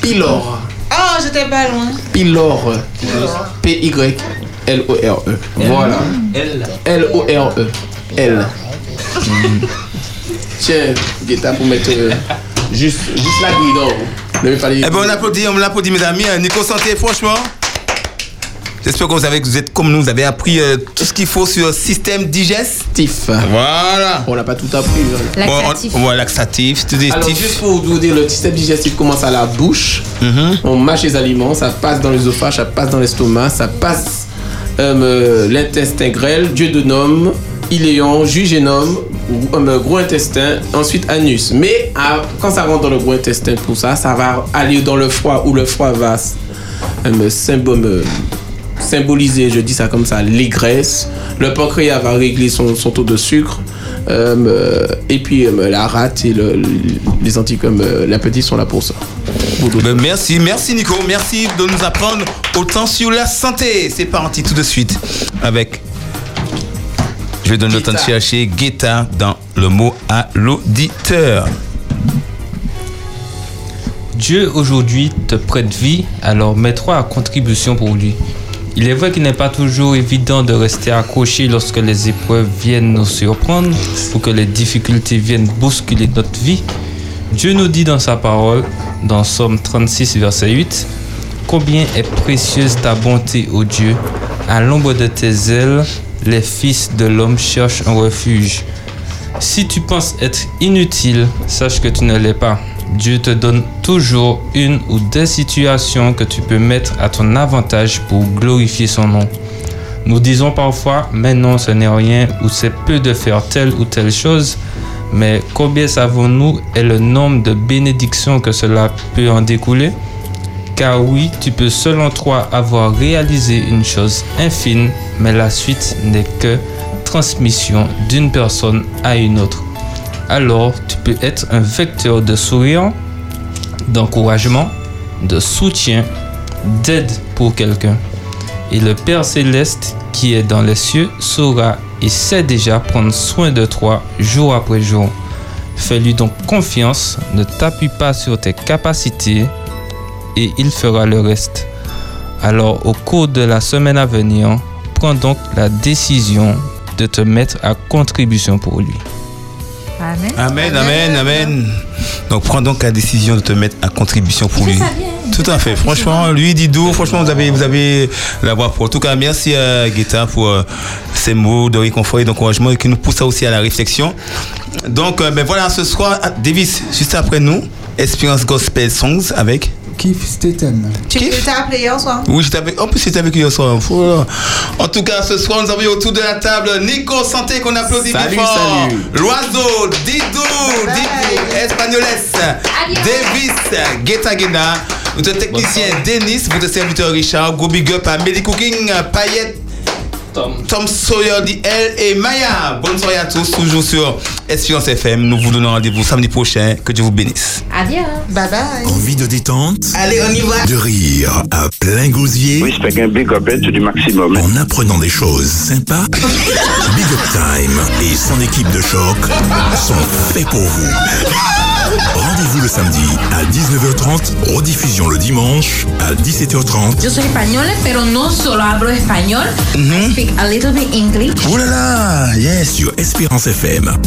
[SPEAKER 5] Pylore.
[SPEAKER 4] Oh, j'étais pas loin.
[SPEAKER 5] ¿eh? Pylore. P-Y-L-O-R-E. E. Voilà.
[SPEAKER 12] Elle.
[SPEAKER 5] L-O-R-E. E. L. Tiens, guetta pour mettre euh, juste, juste la grille d'or. Ne me fallait-
[SPEAKER 3] Eh ben, on applaudit, on l'applaudit, mes amis. hein. Nico Santé, franchement. J'espère que vous, avez, que vous êtes comme nous, vous avez appris euh, tout ce qu'il faut sur le système digestif. Voilà.
[SPEAKER 5] On n'a pas tout appris. hein.
[SPEAKER 3] Bon, on-
[SPEAKER 5] Laxatif.
[SPEAKER 3] ouais, laxatif,
[SPEAKER 5] Alors,
[SPEAKER 3] digestif.
[SPEAKER 5] juste pour vous dire, le système digestif commence à la bouche. On mâche les aliments, ça passe dans l'œsophage, ça passe dans l'estomac, ça passe euh, euh, l'intestin grêle, duodénum, iléon, jugénum, gr- euh, gros intestin, ensuite anus. Mais ah, quand ça rentre dans le gros intestin, tout ça, ça va aller dans le foie où le foie va s- euh, me symbol- me symboliser, je dis ça comme ça, les graisses. Le pancréas va régler son, son taux de sucre. Euh, euh, et puis euh, la rate et le- les anticorps, euh, l'appétit sont là pour ça.
[SPEAKER 3] Ben, merci, merci Nico, merci de nous apprendre autant sur la santé. C'est parti tout de suite avec. Je vais donner le temps de chercher Guetta dans le mot à l'auditeur.
[SPEAKER 6] Dieu aujourd'hui te prête vie, alors mets-toi à contribution pour lui. Il est vrai qu'il n'est pas toujours évident de rester accroché lorsque les épreuves viennent nous surprendre ou que les difficultés viennent bousculer notre vie. Dieu nous dit dans sa parole, dans Somme 36, verset 8, Combien est précieuse ta bonté, ô Dieu À l'ombre de tes ailes, les fils de l'homme cherchent un refuge. Si tu penses être inutile, sache que tu ne l'es pas. Dieu te donne toujours une ou des situations que tu peux mettre à ton avantage pour glorifier son nom. Nous disons parfois, mais non, ce n'est rien, ou c'est peu de faire telle ou telle chose, mais combien savons-nous et le nombre de bénédictions que cela peut en découler car oui, tu peux selon toi avoir réalisé une chose infime, mais la suite n'est que transmission d'une personne à une autre. Alors, tu peux être un vecteur de sourire, d'encouragement, de soutien, d'aide pour quelqu'un. Et le Père céleste qui est dans les cieux saura et sait déjà prendre soin de toi jour après jour. Fais-lui donc confiance, ne t'appuie pas sur tes capacités, et il fera le reste. Alors au cours de la semaine à venir, prends donc la décision de te mettre à contribution pour lui.
[SPEAKER 7] Amen.
[SPEAKER 3] Amen, amen, amen. Donc prends donc la décision de te mettre à contribution pour lui. Tout à fait. Franchement, lui, Didou, franchement, vous avez, vous avez la voix pour. En tout cas, merci à Guetta pour euh, ces mots de réconfort et d'encouragement et qui nous poussent aussi à la réflexion. Donc, euh, ben voilà, ce soir, ah, Davis, juste après nous, Experience Gospel Songs avec.
[SPEAKER 1] Keith Staten.
[SPEAKER 4] Tu t'es appelé hier soir
[SPEAKER 3] Oui, j'étais avec. En plus, j'étais avec lui hier soir. Faut, euh, En tout cas, ce soir, nous avons eu autour de la table Nico Santé qu'on applaudit
[SPEAKER 2] Salut,
[SPEAKER 3] bien fort.
[SPEAKER 2] salut.
[SPEAKER 3] Loiseau, Didou, Didi, Espagnoles, Davis, Guetta Guena, notre technicien Denis, votre serviteur Richard, gros big up à Melly Cooking, Payette. Tom. Sawyer, DL et Maya. Bonne soirée à tous, toujours sur Espérance FM. Nous vous donnons rendez-vous samedi prochain. Que Dieu vous bénisse.
[SPEAKER 7] Adieu.
[SPEAKER 4] Bye bye.
[SPEAKER 2] Envie de détente
[SPEAKER 4] Allez, on y va.
[SPEAKER 2] De rire à plein gosier Oui, c'est un big up hein, du maximum. En apprenant des choses sympas, Big Up Time et son équipe de choc sont faits pour vous. Rendez-vous le samedi à 19h30, rediffusion le dimanche à 17h30.
[SPEAKER 7] Yo soy española, pero no solo hablo español. I speak a little bit English.
[SPEAKER 2] Oh là là, yes, sur Espérance FM.